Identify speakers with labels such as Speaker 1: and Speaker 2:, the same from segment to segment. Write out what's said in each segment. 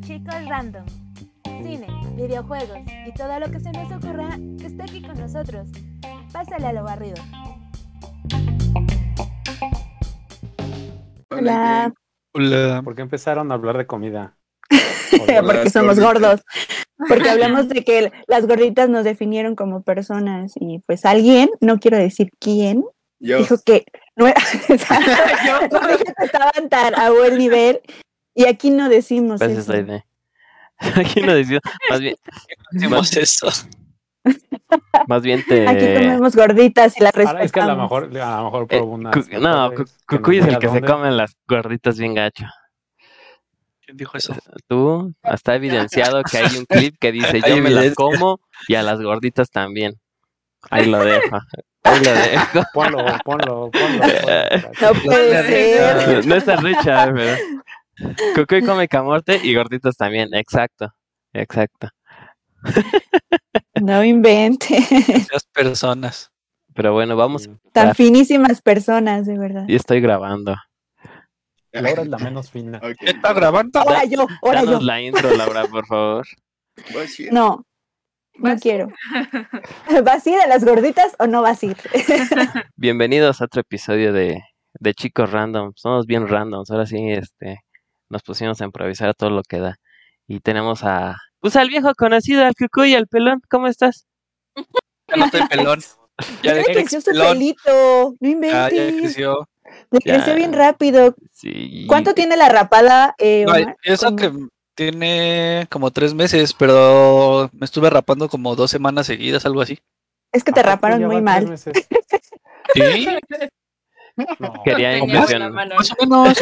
Speaker 1: Chicos Random. Cine, videojuegos y todo lo que se nos ocurra que esté aquí con nosotros. Pásale a lo barrido.
Speaker 2: Hola.
Speaker 3: Hola.
Speaker 4: ¿Por qué empezaron a hablar de comida?
Speaker 2: Porque
Speaker 3: Hola,
Speaker 2: somos
Speaker 3: Jordi.
Speaker 2: gordos. Porque hablamos de que las gorditas nos definieron como personas y pues alguien, no quiero decir quién,
Speaker 3: Yo.
Speaker 2: dijo que no, era- no dijo que estaban tan a buen nivel y aquí no decimos
Speaker 5: ¿Cuál Pues, es
Speaker 2: eso.
Speaker 5: la idea? Aquí no decimos, más bien,
Speaker 6: Hicimos eso.
Speaker 5: más bien
Speaker 2: Aquí
Speaker 5: te...
Speaker 2: comemos gorditas y las
Speaker 4: Ahora,
Speaker 2: respetamos.
Speaker 4: ah, es que a lo mejor, a lo mejor por
Speaker 5: Eh,
Speaker 4: una.
Speaker 5: Cu- No, Cu- Cucuy es el que se come las gorditas bien gacho. Eh,
Speaker 6: ¿Quién dijo eso?
Speaker 5: Tú, está evidenciado que hay un clip que dice yo
Speaker 6: Hay
Speaker 5: me las
Speaker 6: evidencia.
Speaker 5: como y a las gorditas también. Ahí lo dejo, ahí lo dejo.
Speaker 4: Ponlo, ponlo, ponlo. ponlo.
Speaker 2: No puede ser.
Speaker 5: No, no es tan rica, eh, pero... Cucuy come camote y gorditas también, exacto, exacto.
Speaker 2: No inventes.
Speaker 6: Las personas.
Speaker 5: Pero bueno, vamos,
Speaker 2: Tan finísimas personas, de verdad.
Speaker 5: y estoy grabando.
Speaker 4: Laura es la menos fina.
Speaker 3: Ok,
Speaker 6: ¿Está grabando?
Speaker 2: Ahora yo, ahora yo.
Speaker 5: Danos la intro, Laura, por favor.
Speaker 3: voy a decir,
Speaker 2: No, no
Speaker 7: ¿Vas?
Speaker 2: quiero. ¿Vas a ir a las gorditas o no vas a ir?
Speaker 5: Bienvenidos a otro episodio de, de Chicos Random. Somos bien randoms. Ahora sí, este, nos pusimos a improvisar a todo lo que da. Y tenemos a. Pues al viejo conocido, al cucuy, al pelón. ¿Cómo estás?
Speaker 6: Ya no estoy pelón. Ya
Speaker 2: Le
Speaker 6: dejé
Speaker 2: creció su
Speaker 6: pelón.
Speaker 2: pelito. No
Speaker 6: Ya, ya
Speaker 2: inventes.
Speaker 6: creció.
Speaker 2: Le
Speaker 5: ya.
Speaker 2: creció bien rápido.
Speaker 5: Sí.
Speaker 2: ¿Cuánto tiene la rapada, eh,
Speaker 6: No,
Speaker 2: Omar?
Speaker 6: eso
Speaker 2: Como-
Speaker 6: que tiene como tres meses, pero me estuve rapando como dos semanas seguidas, algo así.
Speaker 2: Es que te raparon muy mal.
Speaker 6: Sí,
Speaker 5: Quería
Speaker 7: Tenía
Speaker 5: impresionar-
Speaker 7: una mano.
Speaker 6: más o menos.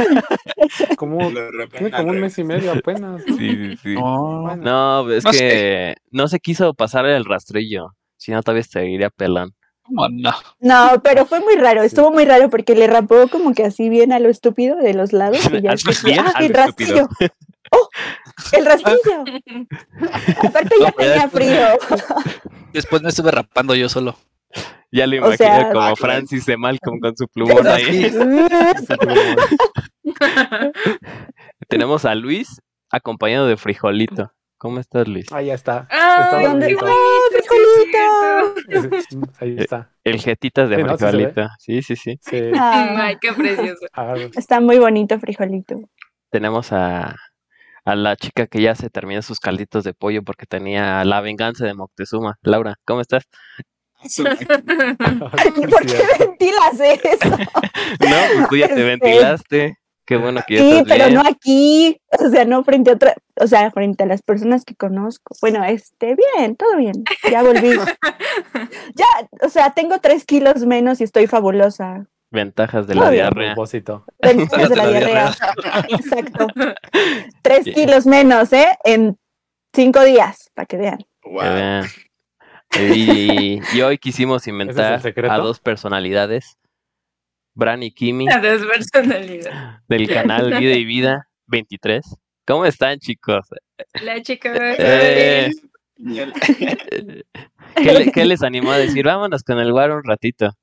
Speaker 4: como,
Speaker 3: lo repito
Speaker 4: tiene como
Speaker 3: al
Speaker 4: un
Speaker 3: revés.
Speaker 4: mes y medio apenas. ¿no?
Speaker 5: Sí, sí, sí.
Speaker 6: No.
Speaker 4: Bueno,
Speaker 5: No, es
Speaker 6: No
Speaker 5: que
Speaker 6: sé.
Speaker 5: no se quiso pasar el rastrillo. Si no, todavía seguiría pelón.
Speaker 6: ¿Cómo no?
Speaker 2: No, pero fue muy raro. Estuvo muy raro porque le rapó como que así bien a lo estúpido de los lados. Y ya
Speaker 5: Al-
Speaker 2: después,
Speaker 5: bien
Speaker 2: ¡ah,
Speaker 5: a lo
Speaker 2: el
Speaker 5: estúpido.
Speaker 2: rastrillo! ¡Oh! ¡El rastrillo! Aparte ya
Speaker 6: No, pero
Speaker 2: tenía
Speaker 6: es-
Speaker 2: frío.
Speaker 6: Después me estuve rapando yo solo.
Speaker 5: Ya lo
Speaker 2: O
Speaker 5: imagino
Speaker 2: sea- ah,
Speaker 5: como Francis de Malcolm con su plumón ahí.
Speaker 2: ¡Oh,
Speaker 4: sí, como-
Speaker 5: Tenemos a Luis acompañado de Frijolito. ¿Cómo estás, Luis?
Speaker 4: Ahí ya está. Está
Speaker 7: Ay,
Speaker 2: ¿Dónde?
Speaker 7: qué
Speaker 4: bonito.
Speaker 7: bonito, sí es
Speaker 2: frijolito!
Speaker 5: Eh.
Speaker 4: Ahí está.
Speaker 5: El jetitas de
Speaker 4: Sí, ¿no? Sí se ve.
Speaker 5: Frijolito. Sí, sí, sí.
Speaker 4: Sí.
Speaker 7: cierto.
Speaker 2: Ah,
Speaker 7: Ay, qué precioso.
Speaker 4: Ah,
Speaker 2: está muy bonito, frijolito.
Speaker 5: Tenemos a, a la chica que ya se terminó sus calditos de pollo porque tenía la venganza de Moctezuma. Laura, ¿cómo estás?
Speaker 3: Su-
Speaker 4: sí,
Speaker 2: ¿Por qué
Speaker 4: cierto.
Speaker 2: ventilas eso?
Speaker 5: No, pues tú ya te
Speaker 2: Este.
Speaker 5: ventilaste. Qué bueno que ya
Speaker 2: Sí,
Speaker 5: estás
Speaker 2: pero
Speaker 5: bien.
Speaker 2: no aquí, o sea, no frente a otra, o sea, frente a las personas que conozco. Bueno, este, bien, todo bien, ya volví. ya, o sea, tengo tres kilos menos y estoy fabulosa.
Speaker 5: Ventajas de
Speaker 2: Todo
Speaker 5: la
Speaker 2: bien.
Speaker 5: diarrea.
Speaker 4: Propósito.
Speaker 2: Ventajas de la
Speaker 6: La
Speaker 2: diarrea.
Speaker 6: diarrea.
Speaker 2: Exacto. Tres
Speaker 5: Bien.
Speaker 2: kilos menos, ¿eh? En cinco días, para que vean.
Speaker 5: Que
Speaker 3: Wow.
Speaker 5: vean. Y, y hoy quisimos inventar
Speaker 4: secreto?
Speaker 5: a dos personalidades, Bran y Kimi,
Speaker 7: La despersonalidad.
Speaker 5: del canal Vida y Vida 23. ¿Cómo están, chicos?
Speaker 7: La chica.
Speaker 5: Eh.
Speaker 3: Genial.
Speaker 5: Eh, ¿Qué, le- qué les animó a decir? Vámonos con el guaro un ratito.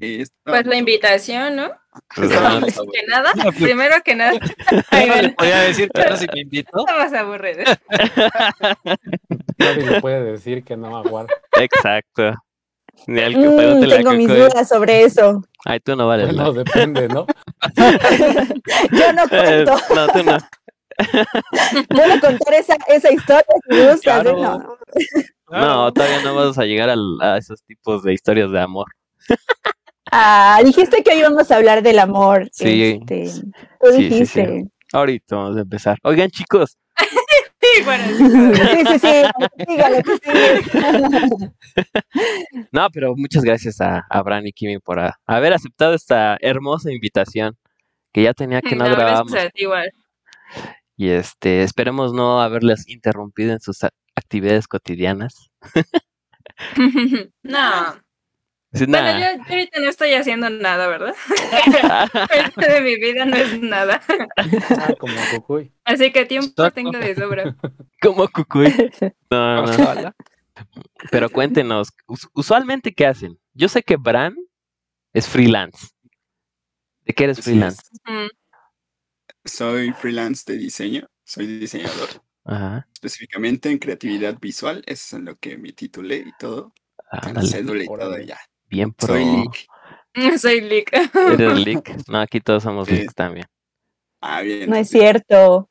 Speaker 3: Esto-
Speaker 7: Pues la invitación, ¿no?
Speaker 3: Está-
Speaker 5: Pues,
Speaker 3: está bueno.
Speaker 7: Que nada, primero que nada,
Speaker 6: Yo no le podía decir que no si me invitó.
Speaker 7: estabas aburrido.
Speaker 4: Nadie le puede decir que no aguarda.
Speaker 5: Exacto. Ni al que
Speaker 2: Mm,
Speaker 5: pregunte la
Speaker 2: tengo mis
Speaker 5: Cucuy.
Speaker 2: dudas sobre eso.
Speaker 5: Ay, tú no vales.
Speaker 4: Bueno,
Speaker 5: la-
Speaker 4: depende, ¿no?
Speaker 2: Yo no
Speaker 5: Eh,
Speaker 2: cuento,
Speaker 5: no, tú no.
Speaker 2: puedo contar esa, esa historia si gustas, ¿eh?
Speaker 6: Claro.
Speaker 2: No,
Speaker 5: No, todavía no vas a llegar al- a esos tipos de historias de amor.
Speaker 2: Ah, dijiste que hoy íbamos a hablar del amor.
Speaker 5: Sí.
Speaker 2: este, tú
Speaker 5: Sí, sí, sí.
Speaker 2: dijiste.
Speaker 5: Ahorita vamos a empezar. Oigan, chicos,
Speaker 7: Sí, bueno,
Speaker 2: Sí, sí, sí. Dígale que sí.
Speaker 5: no, pero muchas gracias a, a Bran y Kimi por a- haber aceptado esta hermosa invitación que ya tenía que no,
Speaker 7: no,
Speaker 5: grabábamos.
Speaker 7: gracias a ti, igual.
Speaker 5: Y este, esperemos no haberles interrumpido en sus a- actividades cotidianas.
Speaker 7: No.
Speaker 5: Sí,
Speaker 7: Bueno,
Speaker 5: nada.
Speaker 7: yo, yo ahorita no estoy haciendo nada, ¿verdad? Parte de mi vida no es nada.
Speaker 4: Ah, como Cucuy.
Speaker 7: Así que tiempo
Speaker 6: Exacto.
Speaker 7: tengo de sobra.
Speaker 5: Como cucuy. No, no, no.
Speaker 6: Ojalá.
Speaker 5: Pero cuéntenos, us- usualmente, ¿qué hacen? Yo sé que Bran es freelance. ¿De qué eres
Speaker 3: Así
Speaker 5: freelance?
Speaker 7: Ujú.
Speaker 3: es. Soy freelance de diseño, soy diseñador.
Speaker 5: Ajá.
Speaker 3: Específicamente en creatividad visual, eso es en lo que me titulé y todo. en la
Speaker 5: ándale,
Speaker 3: cédula y todo
Speaker 4: Órale.
Speaker 3: ya.
Speaker 5: bien pro.
Speaker 3: Soy leak.
Speaker 7: Soy Lick.
Speaker 5: ¿Eres leak? No, aquí todos somos
Speaker 3: Sí.
Speaker 5: leaks también.
Speaker 3: Ah, bien.
Speaker 2: No es
Speaker 3: ¿O
Speaker 2: cierto.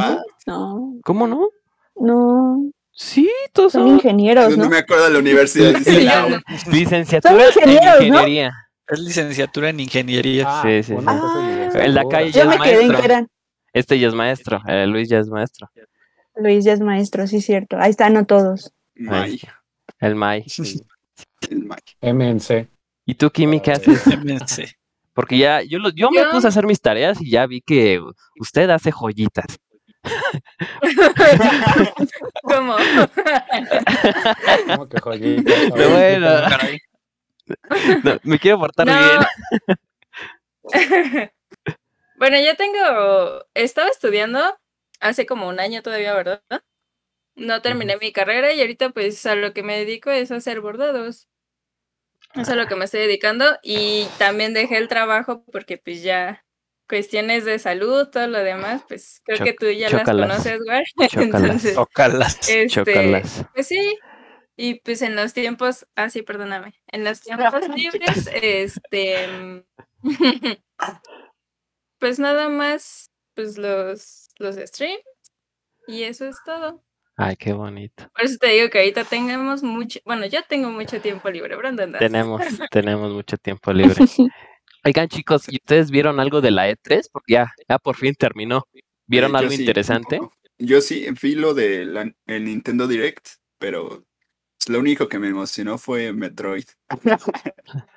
Speaker 3: sí?
Speaker 2: No,
Speaker 5: ¿Cómo no?
Speaker 2: no.
Speaker 5: Sí, todos
Speaker 2: Son
Speaker 5: somos
Speaker 2: ingenieros,
Speaker 3: Pues No
Speaker 2: ¿no?
Speaker 3: me acuerdo de la universidad. dice,
Speaker 7: Sí,
Speaker 3: "Ah,
Speaker 7: yo-
Speaker 5: licenciatura
Speaker 2: Son
Speaker 5: en
Speaker 2: ingenieros, ¿no?
Speaker 5: ingeniería.
Speaker 6: Es licenciatura en ingeniería.
Speaker 4: Ah,
Speaker 5: Sí, sí,
Speaker 4: una
Speaker 2: sí.
Speaker 4: cosa
Speaker 2: Ah.
Speaker 4: es
Speaker 5: En la
Speaker 4: segura.
Speaker 5: calle.
Speaker 2: Yo
Speaker 5: es
Speaker 2: me quedé en
Speaker 5: maestro.
Speaker 2: que eran.
Speaker 5: Este ya es maestro. eh, Luis ya es maestro.
Speaker 2: Luis ya es maestro, sí, cierto. Ahí están, no todos.
Speaker 3: May,
Speaker 5: El May.
Speaker 3: el May".
Speaker 4: MNC.
Speaker 5: ¿Y tú, Kimi, qué
Speaker 4: Ah,
Speaker 5: haces?
Speaker 6: MC.
Speaker 5: Porque ya, yo, lo- yo me
Speaker 7: Yo-
Speaker 5: puse a hacer mis tareas y ya vi que usted hace joyitas.
Speaker 7: ¿Cómo?
Speaker 4: ¿Cómo que joyita?
Speaker 5: Pero bueno,
Speaker 6: Caray.
Speaker 5: no, me quiero portar bien.
Speaker 7: bien. bueno, yo tengo. Estaba estudiando hace como un año todavía, ¿verdad? No terminé mi carrera y ahorita, pues, a lo que me dedico es a hacer bordados. Es a lo que me estoy dedicando y también dejé el trabajo porque, pues, ya cuestiones de salud, todo lo demás, pues, creo
Speaker 5: Choc-
Speaker 7: que tú ya
Speaker 5: chócalas.
Speaker 7: las conoces, güey.
Speaker 5: Chócalas.
Speaker 7: Entonces,
Speaker 6: Ojalá.
Speaker 2: Eh.
Speaker 7: este,
Speaker 5: Chócalas.
Speaker 7: Pues sí. Y pues en los tiempos, ah, sí, perdóname. En los tiempos libres, este. mm, pues nada más, pues los, los streams. Y eso es todo.
Speaker 5: Ay, qué bonito.
Speaker 7: Por eso te digo que ahorita tengamos mucho. Bueno, yo tengo mucho tiempo libre, Brandon. das.
Speaker 5: Tenemos, tenemos mucho tiempo libre. Oigan, chicos, ¿y ustedes vieron algo de la E3? Porque ya, ya por fin terminó. ¿Vieron
Speaker 3: Eh, yo
Speaker 5: algo
Speaker 3: sí, un
Speaker 5: interesante?
Speaker 3: poco. Yo sí, vi lo de la- el Nintendo Direct, pero pues, lo único que me emocionó fue Metroid.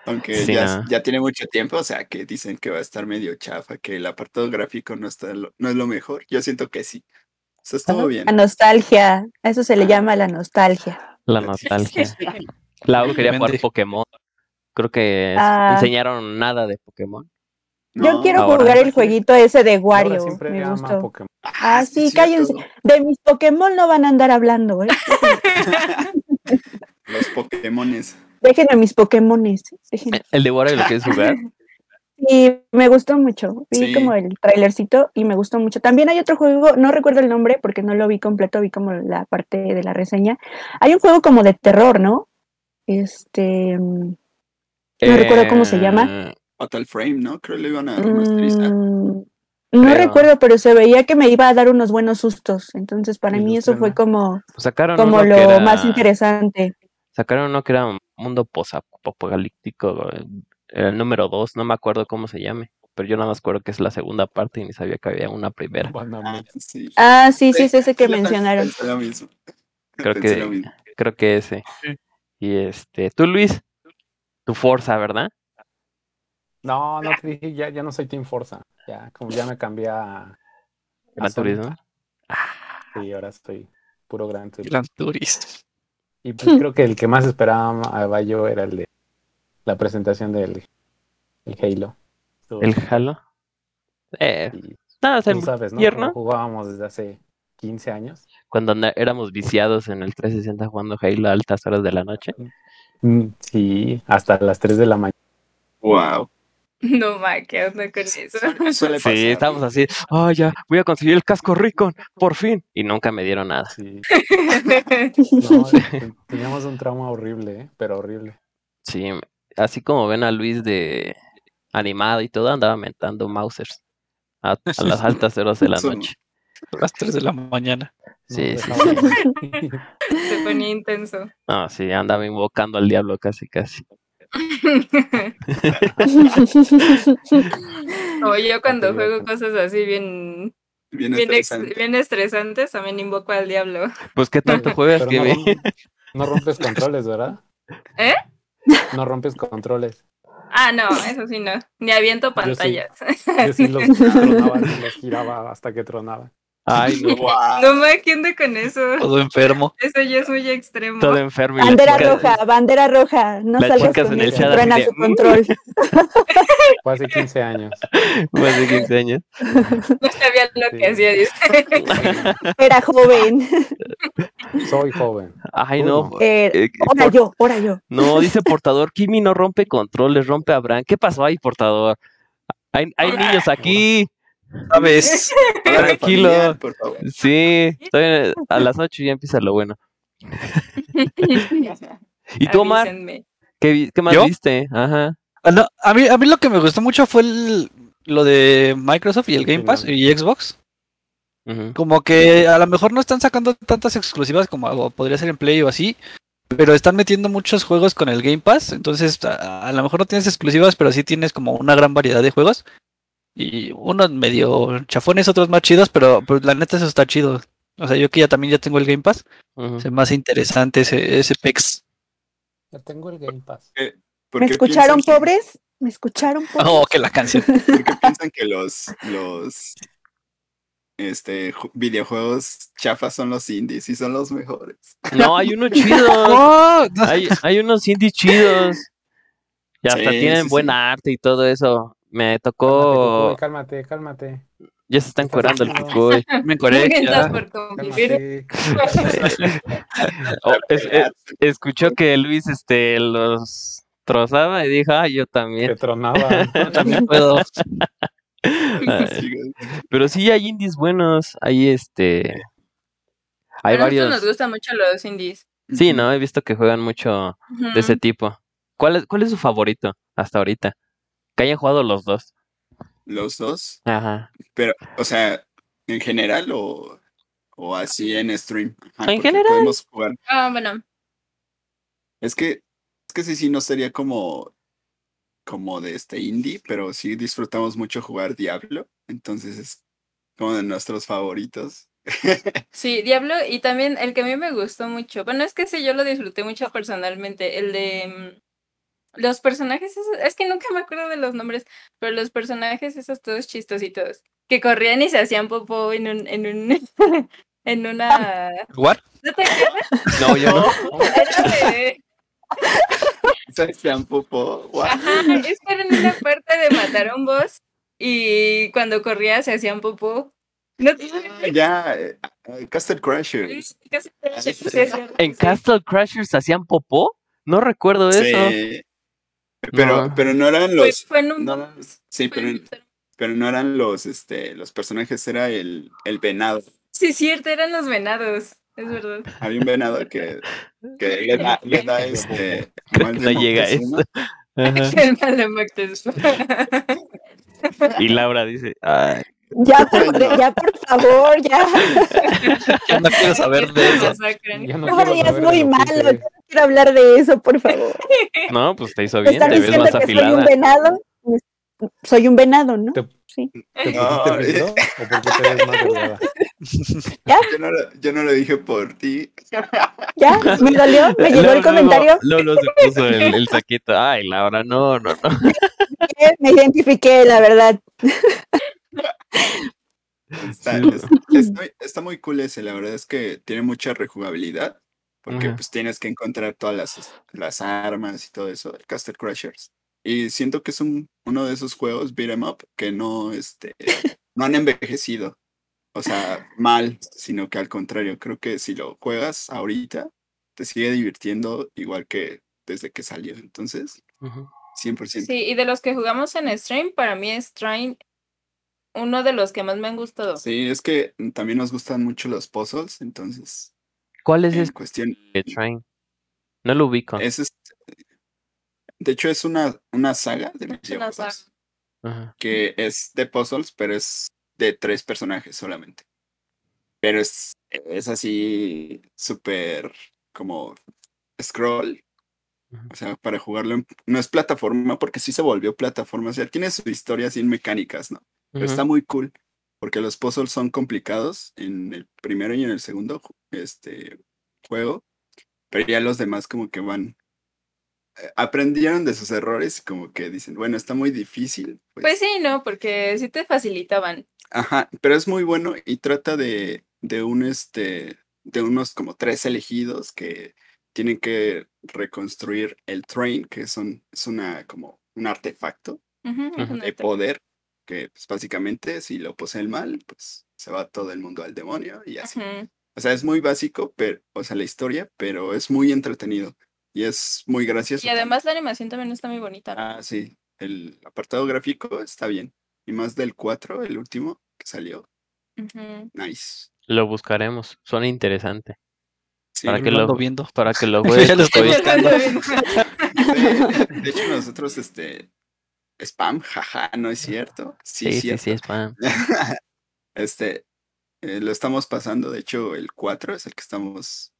Speaker 3: Aunque
Speaker 5: Sí,
Speaker 3: ya,
Speaker 5: ¿no?
Speaker 3: ya tiene mucho tiempo, o sea, que dicen que va a estar medio chafa, que el apartado gráfico no, está lo- no es lo mejor. Yo siento que sí. O sea, estuvo bien. Ah.
Speaker 2: La nostalgia. A eso se le llama la nostalgia.
Speaker 5: La
Speaker 3: Sí,
Speaker 5: nostalgia. Lau quería jugar
Speaker 6: Obviamente.
Speaker 5: Pokémon. Creo que
Speaker 2: Ah.
Speaker 5: enseñaron nada de Pokémon.
Speaker 2: Yo
Speaker 3: No,
Speaker 2: quiero
Speaker 5: ahora.
Speaker 2: jugar el jueguito ese de
Speaker 4: Ahora
Speaker 2: Wario.
Speaker 4: siempre
Speaker 2: Me
Speaker 4: ama
Speaker 2: gustó.
Speaker 4: Pokémon.
Speaker 2: Ah,
Speaker 3: sí,
Speaker 2: sí,
Speaker 3: es cierto,
Speaker 2: cállense. De mis Pokémon no van a andar hablando, ¿eh?
Speaker 3: Los Pokémones.
Speaker 2: Dejen a mis Pokémones. déjenlos.
Speaker 5: El de Wario lo quieres jugar.
Speaker 2: Y me gustó mucho. Vi
Speaker 3: Sí.
Speaker 2: como el trailercito y me gustó mucho. También hay otro juego, no recuerdo el nombre porque no lo vi completo, vi como la parte de la reseña. Hay un juego como de terror, ¿no? Este. mm, No recuerdo cómo se llama.
Speaker 5: Eh,
Speaker 3: Fatal Frame, ¿no? Creo que lo iban a remasterizar.
Speaker 2: mm, no
Speaker 5: Creo.
Speaker 2: recuerdo, pero se veía que me iba a dar unos buenos sustos. Entonces, para
Speaker 4: Y
Speaker 2: mí
Speaker 4: lo
Speaker 2: eso fue
Speaker 4: estrena.
Speaker 2: como,
Speaker 5: pues Sacaron
Speaker 2: como
Speaker 5: uno que
Speaker 2: lo
Speaker 5: era-
Speaker 2: más interesante.
Speaker 5: Sacaron uno que era un mundo posapocalíptico, eh, el número 2, no me acuerdo cómo se llame, pero yo nada más acuerdo que es la segunda parte y ni sabía que había una primera.
Speaker 3: Ah,
Speaker 4: Baname.
Speaker 3: sí.
Speaker 2: Ah, sí, sí,
Speaker 3: Sí,
Speaker 2: es ese que
Speaker 3: Yo también
Speaker 2: mencionaron.
Speaker 3: pensé lo mismo.
Speaker 5: Creo
Speaker 3: Pensé
Speaker 5: que-
Speaker 3: lo mismo.
Speaker 5: Creo que ese.
Speaker 6: Sí.
Speaker 5: Y este, tú Luis, tu Forza, ¿verdad?
Speaker 4: No, no te dije, ya, ya no soy Team Forza. Ya, como ya me cambié a.
Speaker 5: Gran
Speaker 4: Sony.
Speaker 5: Turismo.
Speaker 4: Sí, ahora estoy puro Gran Turismo.
Speaker 6: Gran Turismo.
Speaker 4: Y pues creo que el que más esperaba yo era el de la presentación del el Halo. Estuvo-
Speaker 5: El Halo. Eh,
Speaker 4: y
Speaker 5: nada, es el
Speaker 4: tú sabes, ¿no?
Speaker 5: tierno.
Speaker 4: Cómo jugábamos desde hace 15 años.
Speaker 5: cuando na- éramos viciados en el 360 jugando Halo a altas horas de la noche.
Speaker 4: Mm, Sí, hasta las 3 de la mañana.
Speaker 3: Wow.
Speaker 7: No, ma, ¿qué onda con eso?
Speaker 3: Suele pasar.
Speaker 5: Sí, estábamos así, oh ya, voy a conseguir el casco Ricon, por fin. Y nunca me dieron nada.
Speaker 4: Sí. No, ten- teníamos un trauma horrible, ¿eh? pero horrible.
Speaker 5: Sí, me- así como ven a Luis de animado y todo, andaba mentando Mausers a, a las altas horas de la
Speaker 3: Eso no.
Speaker 5: noche.
Speaker 6: A las 3 de la mañana.
Speaker 4: No
Speaker 5: Sí,
Speaker 4: nos
Speaker 5: sí,
Speaker 4: dejaban.
Speaker 7: Se ponía intenso.
Speaker 5: No, sí, andaba invocando al diablo casi, casi.
Speaker 7: o yo cuando
Speaker 4: te digo
Speaker 7: juego
Speaker 4: que-
Speaker 7: cosas así bien,
Speaker 3: Bien
Speaker 7: bien, ex-
Speaker 3: estresante.
Speaker 7: bien estresantes, también invoco al diablo.
Speaker 5: Pues, ¿qué tanto juegas,
Speaker 4: Pero no,
Speaker 5: Kimi?
Speaker 4: rom- no rompes controles, ¿verdad?
Speaker 7: ¿Eh?
Speaker 4: No rompes controles.
Speaker 7: Ah, no, eso sí no. Ni aviento
Speaker 4: Yo sí.
Speaker 7: pantallas.
Speaker 4: Yo sí los tronaba, sí los giraba hasta que tronaba.
Speaker 5: Ay, no,
Speaker 7: No me ¿qué onda con eso?
Speaker 6: Todo enfermo.
Speaker 7: Eso ya es muy extremo.
Speaker 5: todo enfermo. y la
Speaker 2: Bandera
Speaker 5: chica-
Speaker 2: roja, bandera roja. No
Speaker 5: las
Speaker 2: salgas
Speaker 5: chicas
Speaker 2: con
Speaker 5: en el
Speaker 2: eso,
Speaker 4: chat así
Speaker 2: truena
Speaker 5: de,
Speaker 2: su
Speaker 5: "Mm".
Speaker 2: control.
Speaker 4: Fue hace 15 años.
Speaker 5: Más de 15 años.
Speaker 7: No sabía lo que
Speaker 4: Sí.
Speaker 7: hacía, dice.
Speaker 2: Era joven.
Speaker 4: Soy joven.
Speaker 5: Ay,
Speaker 4: Uy,
Speaker 5: no.
Speaker 4: no.
Speaker 2: Eh,
Speaker 5: eh,
Speaker 2: ahora
Speaker 5: por-
Speaker 2: yo, ahora yo.
Speaker 5: No, dice portador, Kimi no rompe controles, rompe a Bran. ¿Qué pasó ahí, portador? Hay, hay niños aquí.
Speaker 6: ¿Sabes?
Speaker 3: Horario
Speaker 5: Tranquilo.
Speaker 3: familiar, por favor.
Speaker 5: Sí, estoy- a las 8 ya empieza lo bueno. ¿Y tú, Omar?
Speaker 7: Avísenme.
Speaker 5: ¿Qué, vi- qué más
Speaker 6: ¿Yo?
Speaker 5: viste? Ajá.
Speaker 6: Ah, no, a, mí, a mí lo que me gustó mucho fue el- lo de Microsoft y el Game Pass y Xbox.
Speaker 5: ujú.
Speaker 6: Como que a lo mejor no están sacando tantas exclusivas como algo podría ser en Play o así. Pero están metiendo muchos juegos con el Game Pass. Entonces, a, a lo mejor no tienes exclusivas, pero sí tienes como una gran variedad de juegos. Y unos medio chafones, otros más chidos, pero, pero la neta eso está chido. O sea, yo que ya también ya tengo el Game Pass.
Speaker 5: ujú.
Speaker 6: Se me hace interesante ese, ese pex.
Speaker 4: Ya tengo el Game Pass.
Speaker 3: ¿Por
Speaker 2: ¿Me
Speaker 3: qué
Speaker 2: escucharon,
Speaker 3: piensan que-
Speaker 2: pobres? ¿Me escucharon, pobres?
Speaker 6: Oh, que la canción.
Speaker 3: ¿Por qué piensan que los, los este, ju- videojuegos chafas son los indies y son los mejores?
Speaker 5: No, hay unos chidos.
Speaker 6: No, no,
Speaker 5: Hay, hay unos indies chidos. Y hasta
Speaker 3: Sí,
Speaker 5: tienen
Speaker 3: sí,
Speaker 5: buen
Speaker 3: sí.
Speaker 5: arte y todo eso. Me
Speaker 4: Cálmate,
Speaker 5: tocó.
Speaker 4: Cucuy, Cálmate, cálmate.
Speaker 5: Ya se están
Speaker 4: Estás
Speaker 5: curando el
Speaker 4: haciendo-
Speaker 5: cucuy.
Speaker 6: me encoré,
Speaker 7: Preguntas
Speaker 6: ya.
Speaker 7: por convivir.
Speaker 4: cálmate.
Speaker 5: Oh, es- es- escuchó que Luis este, los trozaba y dijo, ah, yo
Speaker 4: Te
Speaker 5: también.
Speaker 4: tronaba.
Speaker 6: También puedo.
Speaker 5: Ay, Pero sí hay indies buenos. Hay este. Hay
Speaker 7: A nosotros
Speaker 5: varios.
Speaker 7: nos gustan mucho los indies.
Speaker 5: Sí, ¿no? He visto que juegan mucho
Speaker 7: Ujú.
Speaker 5: de ese tipo. ¿Cuál es, cuál es su favorito hasta ahorita? Que hayan jugado los dos.
Speaker 3: Los dos,
Speaker 5: Ajá.
Speaker 3: pero, o sea, en general o, o así en stream. Ajá,
Speaker 5: En
Speaker 3: porque
Speaker 5: general.
Speaker 3: Podemos jugar.
Speaker 7: Ah, bueno.
Speaker 3: Es que, es que sí, sí, no sería como, como de este indie, pero sí disfrutamos mucho jugar Diablo, entonces es como de nuestros favoritos.
Speaker 7: Sí, Diablo. Y también el que a mí me gustó mucho. Bueno, es que sí, yo lo disfruté mucho personalmente. El de. mm, Los personajes, esos- es que nunca me acuerdo de los nombres, pero los personajes esos todos chistositos, que corrían y se hacían popó en un, en un, en una...
Speaker 6: ¿What?
Speaker 7: ¿No te acuerdas?
Speaker 5: No, yo no.
Speaker 7: Era de-
Speaker 3: ¿Sabes? Sean popó. guau.
Speaker 7: Ajá, es que era en una parte de matar a un boss y cuando corría se hacían popó. No te-
Speaker 3: Ya, eh, eh, Castle Crashers.
Speaker 7: Sí, casi te lo
Speaker 3: Sí,
Speaker 7: llevo,
Speaker 3: sí.
Speaker 7: sí, es cierto,
Speaker 5: ¿En
Speaker 7: sí.
Speaker 5: Castle Crashers hacían popó? No recuerdo eso.
Speaker 3: Sí. Pero,
Speaker 5: No.
Speaker 3: pero no eran
Speaker 7: Fue,
Speaker 3: los.
Speaker 7: Pues, fue en un
Speaker 3: no
Speaker 7: boss,
Speaker 3: eran- sí,
Speaker 7: fue
Speaker 3: pero,
Speaker 7: en-
Speaker 3: pero no eran los, este, los personajes, era el, el venado.
Speaker 7: Sí, es cierto, eran los venados, es verdad.
Speaker 3: Había un venado que, que le da, le da, este.
Speaker 5: Creo
Speaker 3: mal
Speaker 5: que
Speaker 3: de
Speaker 5: no llega a
Speaker 3: Moctezuma.
Speaker 5: Ajá.
Speaker 7: El mal de Moctezuma.
Speaker 5: Y Laura dice, "Ah, ay,
Speaker 2: Ya, por,
Speaker 3: Bueno.
Speaker 2: ya, por favor, ya.
Speaker 6: Yo no quiero saber de eso.
Speaker 7: Masacran.
Speaker 4: Yo no
Speaker 2: No,
Speaker 4: quiero
Speaker 2: ya es
Speaker 4: saber de
Speaker 2: muy
Speaker 4: lo que
Speaker 2: malo. Yo
Speaker 4: hice.
Speaker 2: no quiero hablar de eso, por favor.
Speaker 5: no, pues te hizo
Speaker 2: ¿Me
Speaker 5: bien,
Speaker 2: están
Speaker 5: te ves
Speaker 2: diciendo
Speaker 5: más
Speaker 2: que soy un
Speaker 5: afilada.
Speaker 2: venado? Soy un venado, ¿no?
Speaker 4: Te-
Speaker 2: Sí.
Speaker 4: ¿Te
Speaker 3: No,
Speaker 4: pusiste filo o por qué te ves más delgada?
Speaker 3: Yo no, lo, yo no lo dije por ti.
Speaker 2: ¿Ya? ¿Me dolió? ¿Me llegó el
Speaker 5: Luego, luego,
Speaker 2: comentario?
Speaker 5: Luego, se puso el, el saquito. Ay, Laura, no, no, no.
Speaker 2: Eh, Me identifiqué, la verdad.
Speaker 3: Está,
Speaker 5: Sí.
Speaker 3: es- está, está muy cool ese, la verdad es que tiene mucha rejugabilidad. Porque
Speaker 5: Ajá.
Speaker 3: pues tienes que encontrar todas las, las armas y todo eso, el Castle Crashers. Y siento que es un, uno de esos juegos beat 'em up que no, este, no han envejecido. O sea, mal, sino que al contrario, creo que si lo juegas ahorita, te sigue divirtiendo igual que desde que salió. Entonces,
Speaker 5: Ujú.
Speaker 3: 100%.
Speaker 7: Sí, y de los que jugamos en stream, para mí es Train uno de los que más me han gustado.
Speaker 3: Sí, es que también nos gustan mucho los puzzles, entonces,
Speaker 5: ¿Cuál es
Speaker 3: en
Speaker 5: este
Speaker 3: cuestión
Speaker 5: train? No lo ubico.
Speaker 3: Es este- de hecho, es una, una saga de
Speaker 7: una saga.
Speaker 3: videojuegos
Speaker 5: Ajá.
Speaker 3: que es de puzzles, pero es de tres personajes solamente. Pero es, es así súper como scroll.
Speaker 5: Ujú.
Speaker 3: O sea, para jugarlo en- no es plataforma porque sí se volvió plataforma. O sea, tiene su historia sin mecánicas, ¿no? Pero está
Speaker 5: Ujú.
Speaker 3: muy cool porque los puzzles son complicados en el primero y en el segundo ju- este, juego, pero ya los demás como que van, eh, aprendieron de sus errores y como que dicen, bueno, está muy difícil. Pues,
Speaker 7: Pues sí, no, porque sí te facilitaban.
Speaker 3: Ajá, pero es muy bueno y trata de, de un este, de unos como tres elegidos que tienen que reconstruir el train, que son, es una como un artefacto
Speaker 7: Ujú, es
Speaker 5: Ujú.
Speaker 7: una
Speaker 3: de
Speaker 7: tra-
Speaker 3: poder, que pues, básicamente si lo posee el mal, pues se va todo el mundo al demonio y así.
Speaker 7: Ujú.
Speaker 3: O sea, es muy básico, pero, o sea, la historia, pero es muy entretenido y es muy gracioso.
Speaker 7: Y además la animación también está muy bonita.
Speaker 3: Ah, sí, el apartado gráfico está bien. y más del 4, el último que salió.
Speaker 7: Ujú.
Speaker 3: Nice.
Speaker 5: Lo buscaremos. Suena interesante.
Speaker 3: Sí,
Speaker 5: Para
Speaker 6: Yo
Speaker 5: que
Speaker 6: lo
Speaker 5: lo-
Speaker 6: ando viendo.
Speaker 5: Para que lo
Speaker 6: Ya
Speaker 5: juegues.
Speaker 6: lo estoy
Speaker 5: con-
Speaker 6: buscando.
Speaker 3: de, de hecho, nosotros, este, spam, jaja, no es cierto. Sí,
Speaker 5: Ah, Sí, sí, sí,
Speaker 3: cierto.
Speaker 5: spam.
Speaker 3: Este, eh, lo estamos pasando, de hecho, el 4 es el que estamos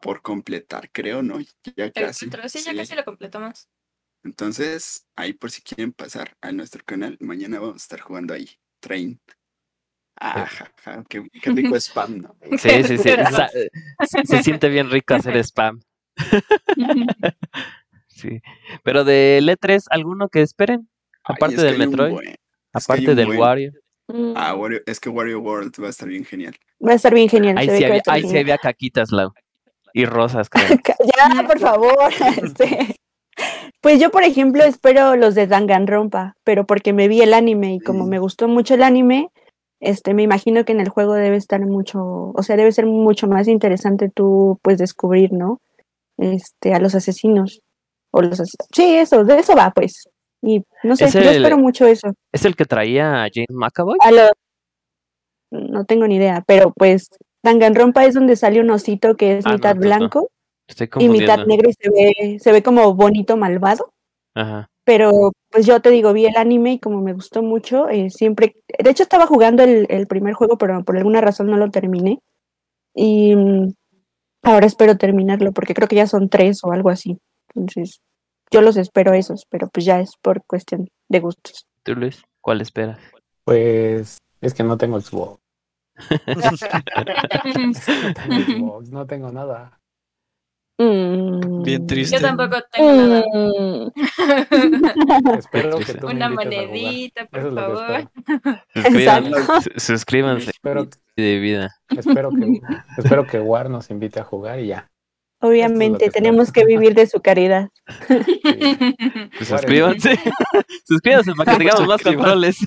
Speaker 3: por completar, creo, ¿no? Ya
Speaker 7: El
Speaker 3: casi.
Speaker 7: cuatro, sí, ya casi lo completamos.
Speaker 3: Entonces, ahí por si quieren pasar a nuestro canal, mañana vamos a estar jugando ahí. Train. Ah, ja, ja, qué, qué rico spam, ¿no?
Speaker 5: Sí, sí, sí. Sa- se siente bien rico hacer spam. Sí. Pero de E3, ¿alguno que esperen?
Speaker 3: Ay,
Speaker 5: Aparte
Speaker 3: es que
Speaker 5: del
Speaker 3: hay un
Speaker 5: Metroid,
Speaker 3: buen- es que hay
Speaker 5: aparte
Speaker 3: un
Speaker 5: del
Speaker 3: buen-
Speaker 5: Wario.
Speaker 3: Ah, Wario- es que Wario World va a estar bien genial.
Speaker 2: Va a estar bien genial.
Speaker 5: Ahí
Speaker 2: se ve
Speaker 5: sí,
Speaker 2: que va a
Speaker 5: había,
Speaker 2: estar
Speaker 5: ahí sí
Speaker 2: genial.
Speaker 5: había caquitas, Lau. Y rosas, creo.
Speaker 2: Ya, por favor. este. Pues yo, por ejemplo, espero los de Danganronpa, pero porque me vi el anime y como
Speaker 3: Mm.
Speaker 2: me gustó mucho el anime, este, me imagino que en el juego debe estar mucho, o sea, debe ser mucho más interesante tú, pues, descubrir, ¿no? Este, a los asesinos. O los as- sí, eso, de eso va, pues. Y no sé,
Speaker 5: Es
Speaker 2: yo
Speaker 5: el-
Speaker 2: espero mucho eso.
Speaker 5: ¿Es el que traía a James McAvoy?
Speaker 2: A lo- No tengo ni idea, pero pues Danganronpa es donde sale un osito que es
Speaker 5: Ah, no,
Speaker 2: mitad
Speaker 5: entonces no.
Speaker 2: blanco
Speaker 5: Estoy
Speaker 2: y mitad
Speaker 5: confundiendo.
Speaker 2: negro y se ve, se ve como bonito malvado.
Speaker 5: Ajá.
Speaker 2: Pero pues yo te digo, vi el anime y como me gustó mucho, eh, siempre, de hecho estaba jugando el, el primer juego, pero por alguna razón no lo terminé. Y mm, ahora espero terminarlo porque creo que ya son tres o algo así. Entonces, yo los espero esos, pero pues ya es por cuestión de gustos.
Speaker 5: ¿Tú, Luis? ¿Cuál esperas?
Speaker 4: Pues es que no tengo Xbox. No tengo Xbox, no tengo nada.
Speaker 6: Bien triste.
Speaker 7: Yo tampoco tengo nada.
Speaker 2: Mm.
Speaker 4: Espero que tú me
Speaker 7: Una
Speaker 4: invites a jugar.
Speaker 7: monedita, por
Speaker 4: Eso es lo que
Speaker 7: favor.
Speaker 4: espero.
Speaker 5: Suscríbanse.
Speaker 3: Exacto.
Speaker 5: su- Suscríbanse.
Speaker 4: Espero,
Speaker 5: De vida.
Speaker 4: espero, que, espero que War nos invite a jugar y ya.
Speaker 2: Obviamente,
Speaker 4: espero.
Speaker 2: tenemos que vivir de su caridad.
Speaker 4: Sí.
Speaker 5: Pues
Speaker 4: War,
Speaker 5: suscríbanse. suscríbanse para que tengamos más
Speaker 6: Suscríbanse.
Speaker 5: controles.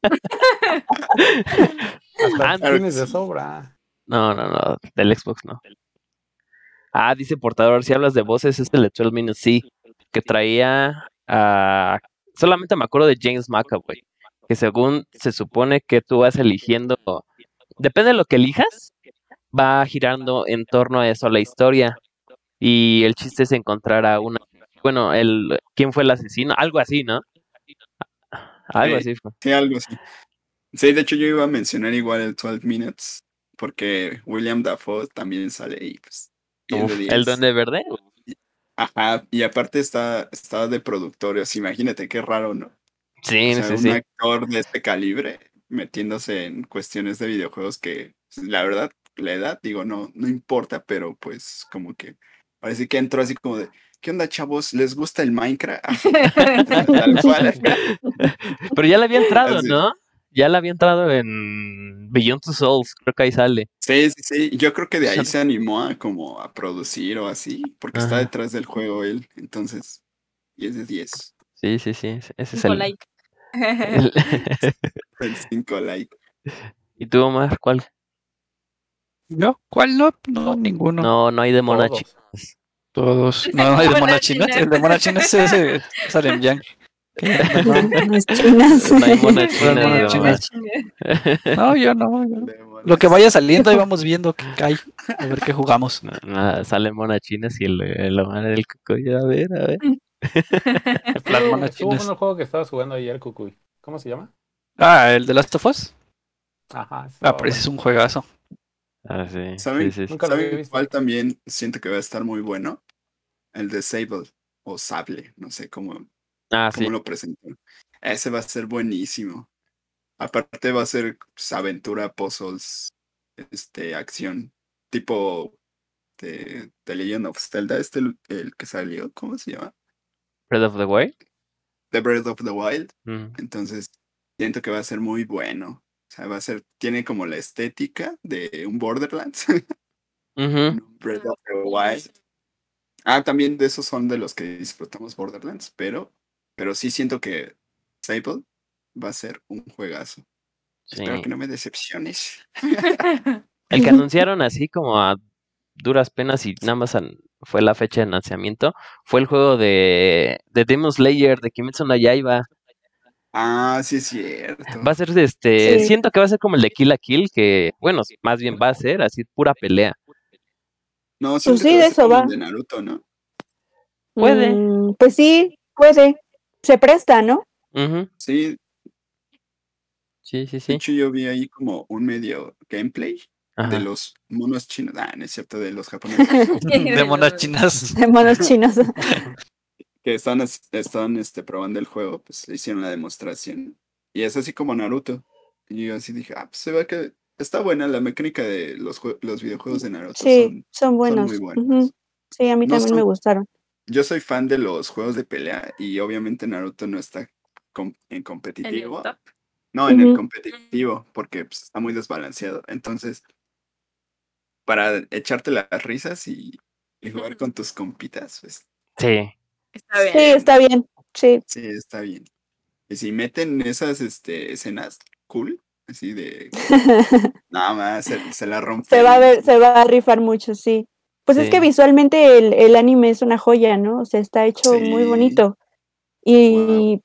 Speaker 4: Hasta
Speaker 5: Ah,
Speaker 3: claro
Speaker 4: tienes
Speaker 3: que
Speaker 4: de
Speaker 3: sí.
Speaker 4: sobra.
Speaker 5: No, no, no. Del Xbox no. Ah, dice portador, si hablas de voces, es el de 12 Minutes, sí. Que traía a... Solamente me acuerdo de James McAvoy. Que según se supone que tú vas eligiendo... Depende de lo que elijas, va girando en torno a eso la historia. Y el chiste es encontrar a una... Bueno, el... ¿Quién fue el asesino? Algo así, ¿no? Algo
Speaker 3: Eh,
Speaker 5: así fue.
Speaker 3: Sí, algo así. Sí, de hecho yo iba a mencionar igual el 12 Minutes, porque William Dafoe también sale y pues... y es
Speaker 5: Uf,
Speaker 3: de 10.
Speaker 5: ¿El Duende Verde?
Speaker 3: Ajá, y aparte está, está de productor, o sea, imagínate qué raro, ¿no?
Speaker 5: Sí,
Speaker 3: O sea,
Speaker 5: sí,
Speaker 3: un
Speaker 5: sí.
Speaker 3: actor de este calibre metiéndose en cuestiones de videojuegos que, pues, la verdad, la edad, digo, no, no importa, pero pues como que parece que entró así como de, ¿qué onda, chavos? ¿Les gusta el Minecraft? Ajá, Tal cual.
Speaker 5: Pero ya le había entrado,
Speaker 3: Así.
Speaker 5: ¿no? Ya le había entrado en Beyond Two Souls, creo que ahí sale.
Speaker 3: Sí, sí, sí. Yo creo que de ahí
Speaker 5: Sale.
Speaker 3: se animó a como a producir o así, porque está
Speaker 5: Ajá.
Speaker 3: detrás del juego él. Entonces, 10 de 10.
Speaker 5: Sí, sí, sí, ese ese es
Speaker 7: Con
Speaker 5: el...
Speaker 7: like.
Speaker 5: el-
Speaker 3: El 5 like.
Speaker 5: ¿Y tú, Omar? ¿Cuál?
Speaker 6: ¿Yo? ¿Cuál no? No, ninguno.
Speaker 5: No, no hay de mona
Speaker 4: Todos.
Speaker 5: chica.
Speaker 6: Todos. No, no, el de
Speaker 7: Mona
Speaker 6: Mona China.
Speaker 7: China.
Speaker 6: El de Mona China es ese. Es Alemán.
Speaker 2: Las chinas.
Speaker 5: No hay mona china.
Speaker 6: Las monas
Speaker 5: de Omar.
Speaker 6: No, yo no. yo no. Lo que vaya saliendo, ahí vamos viendo qué cae. A ver qué jugamos.
Speaker 5: No, nada, salen mona chinas y el, el Omar del cocoyo. A ver, a ver.
Speaker 6: Las
Speaker 4: Hubo
Speaker 6: monas
Speaker 4: estuvo
Speaker 6: chinas.
Speaker 4: bueno el juego que estabas jugando ayer, Cucuy. ¿Cómo se llama?
Speaker 6: Ah, el de Last of Us.
Speaker 4: Ajá.
Speaker 6: Ah,
Speaker 4: estaba
Speaker 6: pero ese
Speaker 5: pues,
Speaker 6: es un juegazo.
Speaker 5: Ah, sí,
Speaker 3: ¿Saben?
Speaker 5: sí, sí, sí.
Speaker 4: Nunca lo había
Speaker 3: ¿Saben
Speaker 4: visto.
Speaker 3: cuál también siento que va a estar muy bueno? El de Sable o Sable, no sé cómo,
Speaker 5: Ah, sí.
Speaker 3: cómo lo presentan. Ese va a ser buenísimo. Aparte va a ser pues, aventura, puzzles, este, acción, tipo de, de Legend of Zelda, este el, el que salió, ¿cómo se llama?
Speaker 5: Breath of the Wild.
Speaker 3: The Breath of the Wild.
Speaker 5: Mm.
Speaker 3: Entonces, siento que va a ser muy bueno. O sea, va a ser, tiene como la estética de un Borderlands.
Speaker 5: Ujú.
Speaker 3: un Breath of the Wild. Ah, también de esos son de los que disfrutamos Borderlands, pero, pero sí siento que Sable va a ser un juegazo.
Speaker 5: Sí.
Speaker 3: Espero que no me decepciones.
Speaker 5: El que anunciaron así como a duras penas y nada más an- fue la fecha de lanzamiento, fue el juego de, de Demon Slayer, de Kimetsu no Yaiba.
Speaker 3: Ah, sí es cierto.
Speaker 5: Va a ser este.
Speaker 2: Sí.
Speaker 5: Siento que va a ser como el de Kill a Kill, que, bueno, sí, más bien va a ser así pura pelea.
Speaker 3: No, siento
Speaker 2: Pues sí,
Speaker 3: que
Speaker 2: de
Speaker 3: a ser
Speaker 2: eso
Speaker 3: como
Speaker 2: va.
Speaker 3: el De Naruto, ¿no?
Speaker 5: Puede.
Speaker 2: Mm, pues sí, puede. Se presta, ¿no?
Speaker 5: Ujú,
Speaker 3: Sí,
Speaker 5: Sí, sí,
Speaker 3: de
Speaker 5: sí.
Speaker 3: hecho yo vi ahí como un medio gameplay
Speaker 5: Ajá.
Speaker 3: de los monos chinos. Ah, no es cierto, de los japoneses.
Speaker 6: De monas chinas.
Speaker 2: De monos chinos.
Speaker 3: que están, as- están este, probando el juego, pues hicieron la demostración. Y es así como Naruto. Y yo así dije, ah, pues se ve que está buena la mecánica de los, jue- los videojuegos de Naruto.
Speaker 2: Sí,
Speaker 3: son-
Speaker 2: son buenos.
Speaker 3: muy buenos.
Speaker 2: Ujú. Sí, a mí
Speaker 3: No
Speaker 2: también me
Speaker 3: son-
Speaker 2: gustaron.
Speaker 3: Yo soy fan de los juegos de pelea y obviamente Naruto no está com- en
Speaker 7: En el
Speaker 3: competitivo.
Speaker 7: top.
Speaker 3: No, en el
Speaker 2: Ujú.
Speaker 3: competitivo, porque pues, está muy desbalanceado. Entonces, para echarte las risas y, y jugar con tus compitas, pues
Speaker 5: Sí.
Speaker 7: Está bien.
Speaker 2: Sí, está bien. Sí,
Speaker 3: Sí, está bien. Y si meten esas este, escenas cool, así de nada más, se, se la rompe.
Speaker 2: se va a ver, se va a rifar mucho, sí. Pues es que
Speaker 5: Sí.
Speaker 2: visualmente el, el anime es una joya, ¿no? O sea, está hecho muy
Speaker 3: Sí.
Speaker 2: bonito. Y